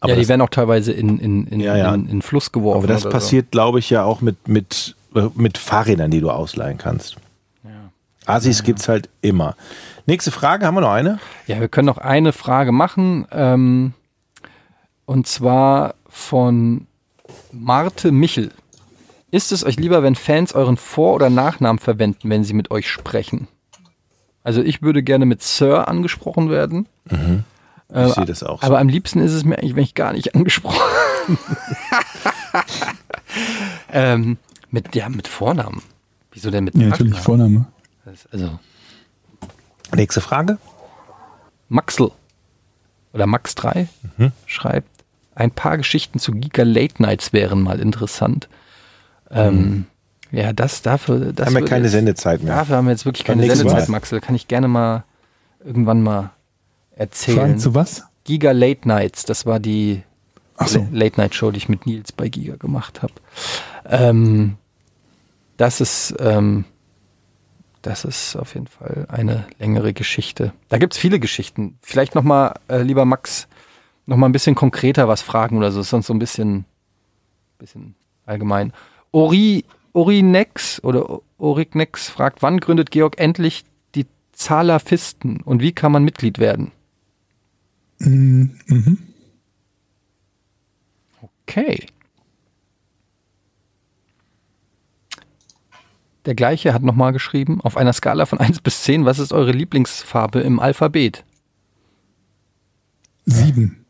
[SPEAKER 1] Aber
[SPEAKER 2] ja, die
[SPEAKER 1] das,
[SPEAKER 2] werden auch teilweise in, in, in,
[SPEAKER 1] Ja, ja.
[SPEAKER 2] in, in Fluss geworfen.
[SPEAKER 1] aber das
[SPEAKER 2] oder
[SPEAKER 1] passiert, glaube ich, ja auch mit, mit, äh, mit Fahrrädern, die du ausleihen kannst. Asis gibt's halt immer. Nächste Frage, haben wir noch eine?
[SPEAKER 2] So. Ja, wir können noch eine Frage machen. Ähm, und zwar von Marte Michel. Ist es euch lieber, wenn Fans euren Vor- oder Nachnamen verwenden, wenn sie mit euch sprechen? Also ich würde gerne mit Sir angesprochen werden.
[SPEAKER 1] Ich
[SPEAKER 2] Ähm,
[SPEAKER 1] sehe das auch. So.
[SPEAKER 2] Aber am liebsten ist es mir eigentlich, wenn ich gar nicht [LAUGHS] angesprochen
[SPEAKER 1] [LAUGHS]
[SPEAKER 2] ähm, mit, ja, mit Vornamen. Wieso denn mit
[SPEAKER 3] Ja, natürlich,
[SPEAKER 2] Nachnamen?
[SPEAKER 3] Vorname.
[SPEAKER 2] Das- Also
[SPEAKER 1] Nächste Frage.
[SPEAKER 2] Maxl oder Max 3
[SPEAKER 1] Mhm.
[SPEAKER 2] schreibt, ein paar Geschichten zu Giga Late Nights wären mal interessant. Ähm, ja, das dafür. Das
[SPEAKER 1] Mhm. haben wir
[SPEAKER 2] würde
[SPEAKER 1] keine
[SPEAKER 2] jetzt,
[SPEAKER 1] Sendezeit mehr.
[SPEAKER 2] Dafür haben wir jetzt wirklich
[SPEAKER 1] Beim
[SPEAKER 2] keine
[SPEAKER 1] nächsten
[SPEAKER 2] Sendezeit,
[SPEAKER 1] Mal.
[SPEAKER 2] Maxl. Kann ich gerne mal irgendwann mal
[SPEAKER 3] Fragen
[SPEAKER 2] erzählen.
[SPEAKER 3] zu was?
[SPEAKER 2] Giga Late Nights, das war die
[SPEAKER 3] Ach so.
[SPEAKER 2] Late Night Show, die ich mit Nils bei Giga gemacht habe. Ähm, das ist, ähm, das ist auf jeden Fall eine längere Geschichte. Da gibt es viele Geschichten. Vielleicht nochmal, äh, lieber Max, nochmal ein bisschen konkreter was fragen oder so. Ist sonst so ein bisschen, bisschen allgemein. Ori, Orinex oder Orignex fragt, wann gründet Georg endlich die Zalerfisten und wie kann man Mitglied werden?
[SPEAKER 4] Mhm. Mhm.
[SPEAKER 2] Okay. Der gleiche hat nochmal geschrieben, auf einer Skala von 1 bis 10, was ist eure Lieblingsfarbe im Alphabet?
[SPEAKER 4] Sieben.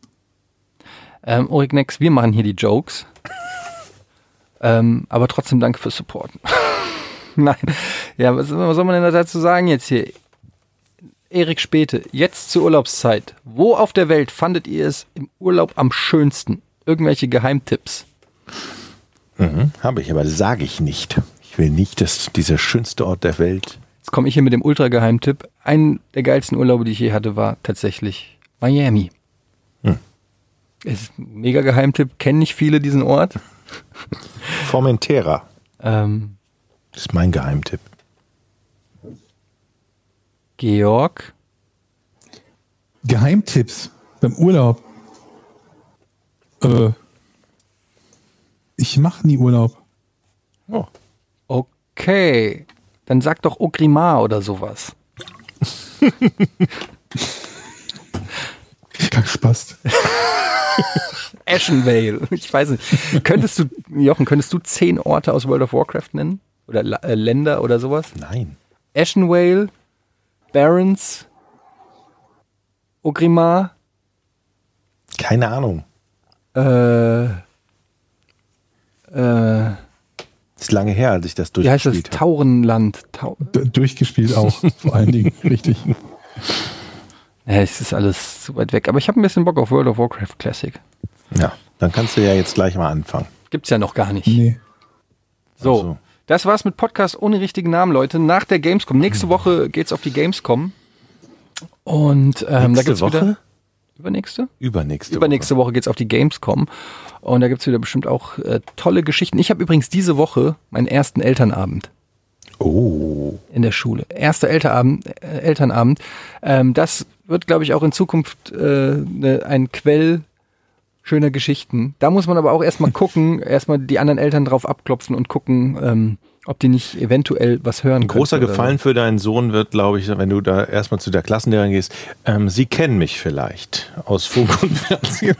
[SPEAKER 2] Ähm, Ulrich Nex, wir machen hier die Jokes. ähm, aber trotzdem danke fürs Supporten. [LAUGHS] Nein. Ja, was, was soll man denn dazu sagen jetzt hier? Erik Späte, jetzt zur Urlaubszeit. Wo auf der Welt fandet ihr es im Urlaub am schönsten? Irgendwelche Geheimtipps?
[SPEAKER 1] Mhm, habe ich, aber sage ich nicht. Ich will nicht, dass dieser schönste Ort der Welt.
[SPEAKER 2] Jetzt komme ich hier mit dem Ultra-Geheimtipp. Einen der geilsten Urlaube, die ich je hatte, war tatsächlich Miami. Ist ein mega Geheimtipp, kennen nicht viele diesen Ort.
[SPEAKER 1] Formentera
[SPEAKER 2] Ähm,
[SPEAKER 1] ist mein Geheimtipp.
[SPEAKER 2] Georg,
[SPEAKER 4] Geheimtipps.
[SPEAKER 3] Beim Urlaub. Äh,
[SPEAKER 4] Ich mache nie Urlaub.
[SPEAKER 1] Oh.
[SPEAKER 2] okay. Dann sag doch Ogrimar oder sowas.
[SPEAKER 4] Kackspast.
[SPEAKER 2] Ashenvale. [LAUGHS] Ich weiß nicht. Könntest du, Jochen, könntest du zehn Orte aus World of Warcraft nennen? Oder La- äh, Länder oder sowas?
[SPEAKER 1] Nein.
[SPEAKER 2] Ashenvale, Barons, Ogrimar,
[SPEAKER 1] Keine Ahnung.
[SPEAKER 2] äh, äh,
[SPEAKER 1] Ist lange her, als ich das
[SPEAKER 2] wie heißt das?
[SPEAKER 1] durchgespielt habe.
[SPEAKER 2] Taurenland. Tau
[SPEAKER 3] d- durchgespielt auch, vor allen
[SPEAKER 2] [LAUGHS]
[SPEAKER 3] Dingen. Richtig.
[SPEAKER 2] Ja, es ist alles zu weit weg. Aber ich habe ein bisschen Bock auf World of Warcraft Classic.
[SPEAKER 1] Ja, dann kannst du ja jetzt gleich mal anfangen.
[SPEAKER 2] Gibt's ja noch gar nicht.
[SPEAKER 4] Nee.
[SPEAKER 2] So.
[SPEAKER 1] Ach so.
[SPEAKER 2] Das war's mit Podcast ohne richtigen Namen, Leute. Nach der Gamescom. Nächste Woche geht's auf die Gamescom. Und ähm, da
[SPEAKER 1] Nächste
[SPEAKER 2] gibt's
[SPEAKER 1] Woche?
[SPEAKER 2] wieder. Übernächste?
[SPEAKER 1] Übernächste,
[SPEAKER 2] Übernächste Woche geht's auf die Gamescom. Und da gibt's wieder bestimmt auch äh, tolle Geschichten. Ich habe übrigens diese Woche meinen ersten Elternabend
[SPEAKER 1] Woche. Oh.
[SPEAKER 2] in der Schule. Erster Elternabend. Äh, Elternabend. Ähm, das wird, glaube ich, auch in Zukunft äh, ne, ein Quell schöner Geschichten. Da muss man aber auch erstmal gucken, erstmal die anderen Eltern drauf abklopfen und gucken, ähm, ob die nicht eventuell was hören
[SPEAKER 1] Ein großer
[SPEAKER 2] könnten oder
[SPEAKER 1] Gefallen für deinen Sohn wird, glaube ich, wenn du da erstmal zu der Klassenlehrerin gehst. Ähm, sie kennen mich vielleicht aus Funk und Fernsehen.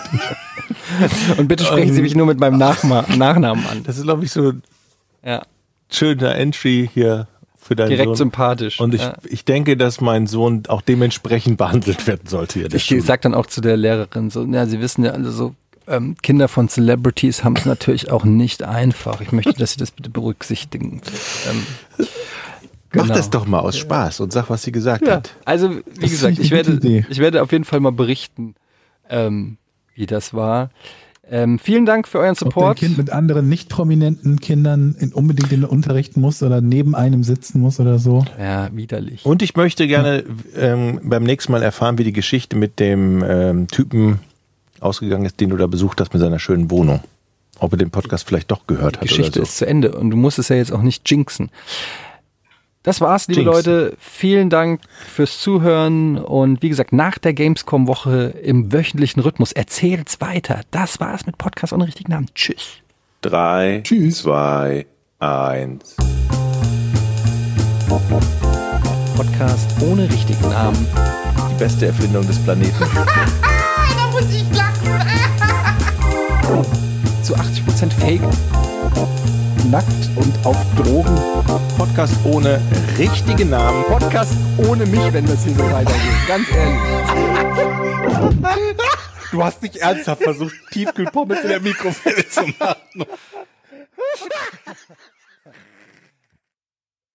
[SPEAKER 2] so. Und bitte sprechen
[SPEAKER 1] Ähm,
[SPEAKER 2] Sie mich nur mit
[SPEAKER 1] [LAUGHS]
[SPEAKER 2] meinem Nachma Nachnamen an.
[SPEAKER 1] [LAUGHS] Das ist, glaube ich, so ein Also,
[SPEAKER 2] Ja,
[SPEAKER 1] schöner Entry hier für deinen
[SPEAKER 2] direkt
[SPEAKER 1] Sohn.
[SPEAKER 2] sympathisch.
[SPEAKER 1] Und ich,
[SPEAKER 2] ja.
[SPEAKER 1] ich denke, dass mein Sohn auch dementsprechend behandelt werden sollte. Hier in der Schule.
[SPEAKER 2] Ich sag dann auch zu der Lehrerin so, na, Sie wissen ja alle so, ähm, Kinder von Celebrities haben es natürlich auch nicht einfach. Ich möchte, dass Sie das bitte berücksichtigen. Ähm,
[SPEAKER 1] Mach
[SPEAKER 2] genau.
[SPEAKER 1] das doch mal aus Spaß und sag, was sie gesagt
[SPEAKER 2] Ja.
[SPEAKER 1] hat.
[SPEAKER 2] Also, wie
[SPEAKER 4] Das
[SPEAKER 2] gesagt,
[SPEAKER 4] finde
[SPEAKER 2] ich
[SPEAKER 4] ich eine
[SPEAKER 2] werde,
[SPEAKER 4] gute Idee.
[SPEAKER 2] ich werde auf jeden Fall mal berichten, ähm, wie das war. Ähm, vielen Dank für euren
[SPEAKER 4] Ob dein
[SPEAKER 2] Support.
[SPEAKER 4] Kind mit anderen nicht prominenten Kindern in, unbedingt in den Unterricht muss oder neben einem sitzen muss oder so.
[SPEAKER 2] Ja, widerlich.
[SPEAKER 1] Und ich möchte gerne ähm, beim nächsten Mal erfahren, wie die Geschichte mit dem ähm, Typen ausgegangen ist, den du da besucht hast mit seiner schönen Wohnung. Ob er den Podcast vielleicht doch gehört hat
[SPEAKER 2] Geschichte
[SPEAKER 1] oder so.
[SPEAKER 2] ist zu Ende und du musst es ja jetzt auch nicht jinxen. Das war's, liebe
[SPEAKER 1] Jinxen.
[SPEAKER 2] Leute. Vielen Dank fürs Zuhören und wie gesagt, nach der Gamescom-Woche im wöchentlichen Rhythmus erzählt's weiter. Das war's mit Podcast ohne richtigen Namen. Tschüss.
[SPEAKER 5] Drei,
[SPEAKER 4] Tschüss.
[SPEAKER 5] zwei, eins.
[SPEAKER 2] Podcast ohne richtigen Namen.
[SPEAKER 1] Die beste Erfindung des Planeten.
[SPEAKER 6] Da muss ich lachen.
[SPEAKER 2] Zu 80% Fake.
[SPEAKER 4] Nackt und auf Drogen.
[SPEAKER 1] Podcast ohne richtigen Namen.
[SPEAKER 2] Podcast ohne mich, wenn das hier so weitergeht. Ganz ehrlich.
[SPEAKER 1] Du hast nicht ernsthaft versucht, Tiefkühlpommes in der Mikrofile zu machen.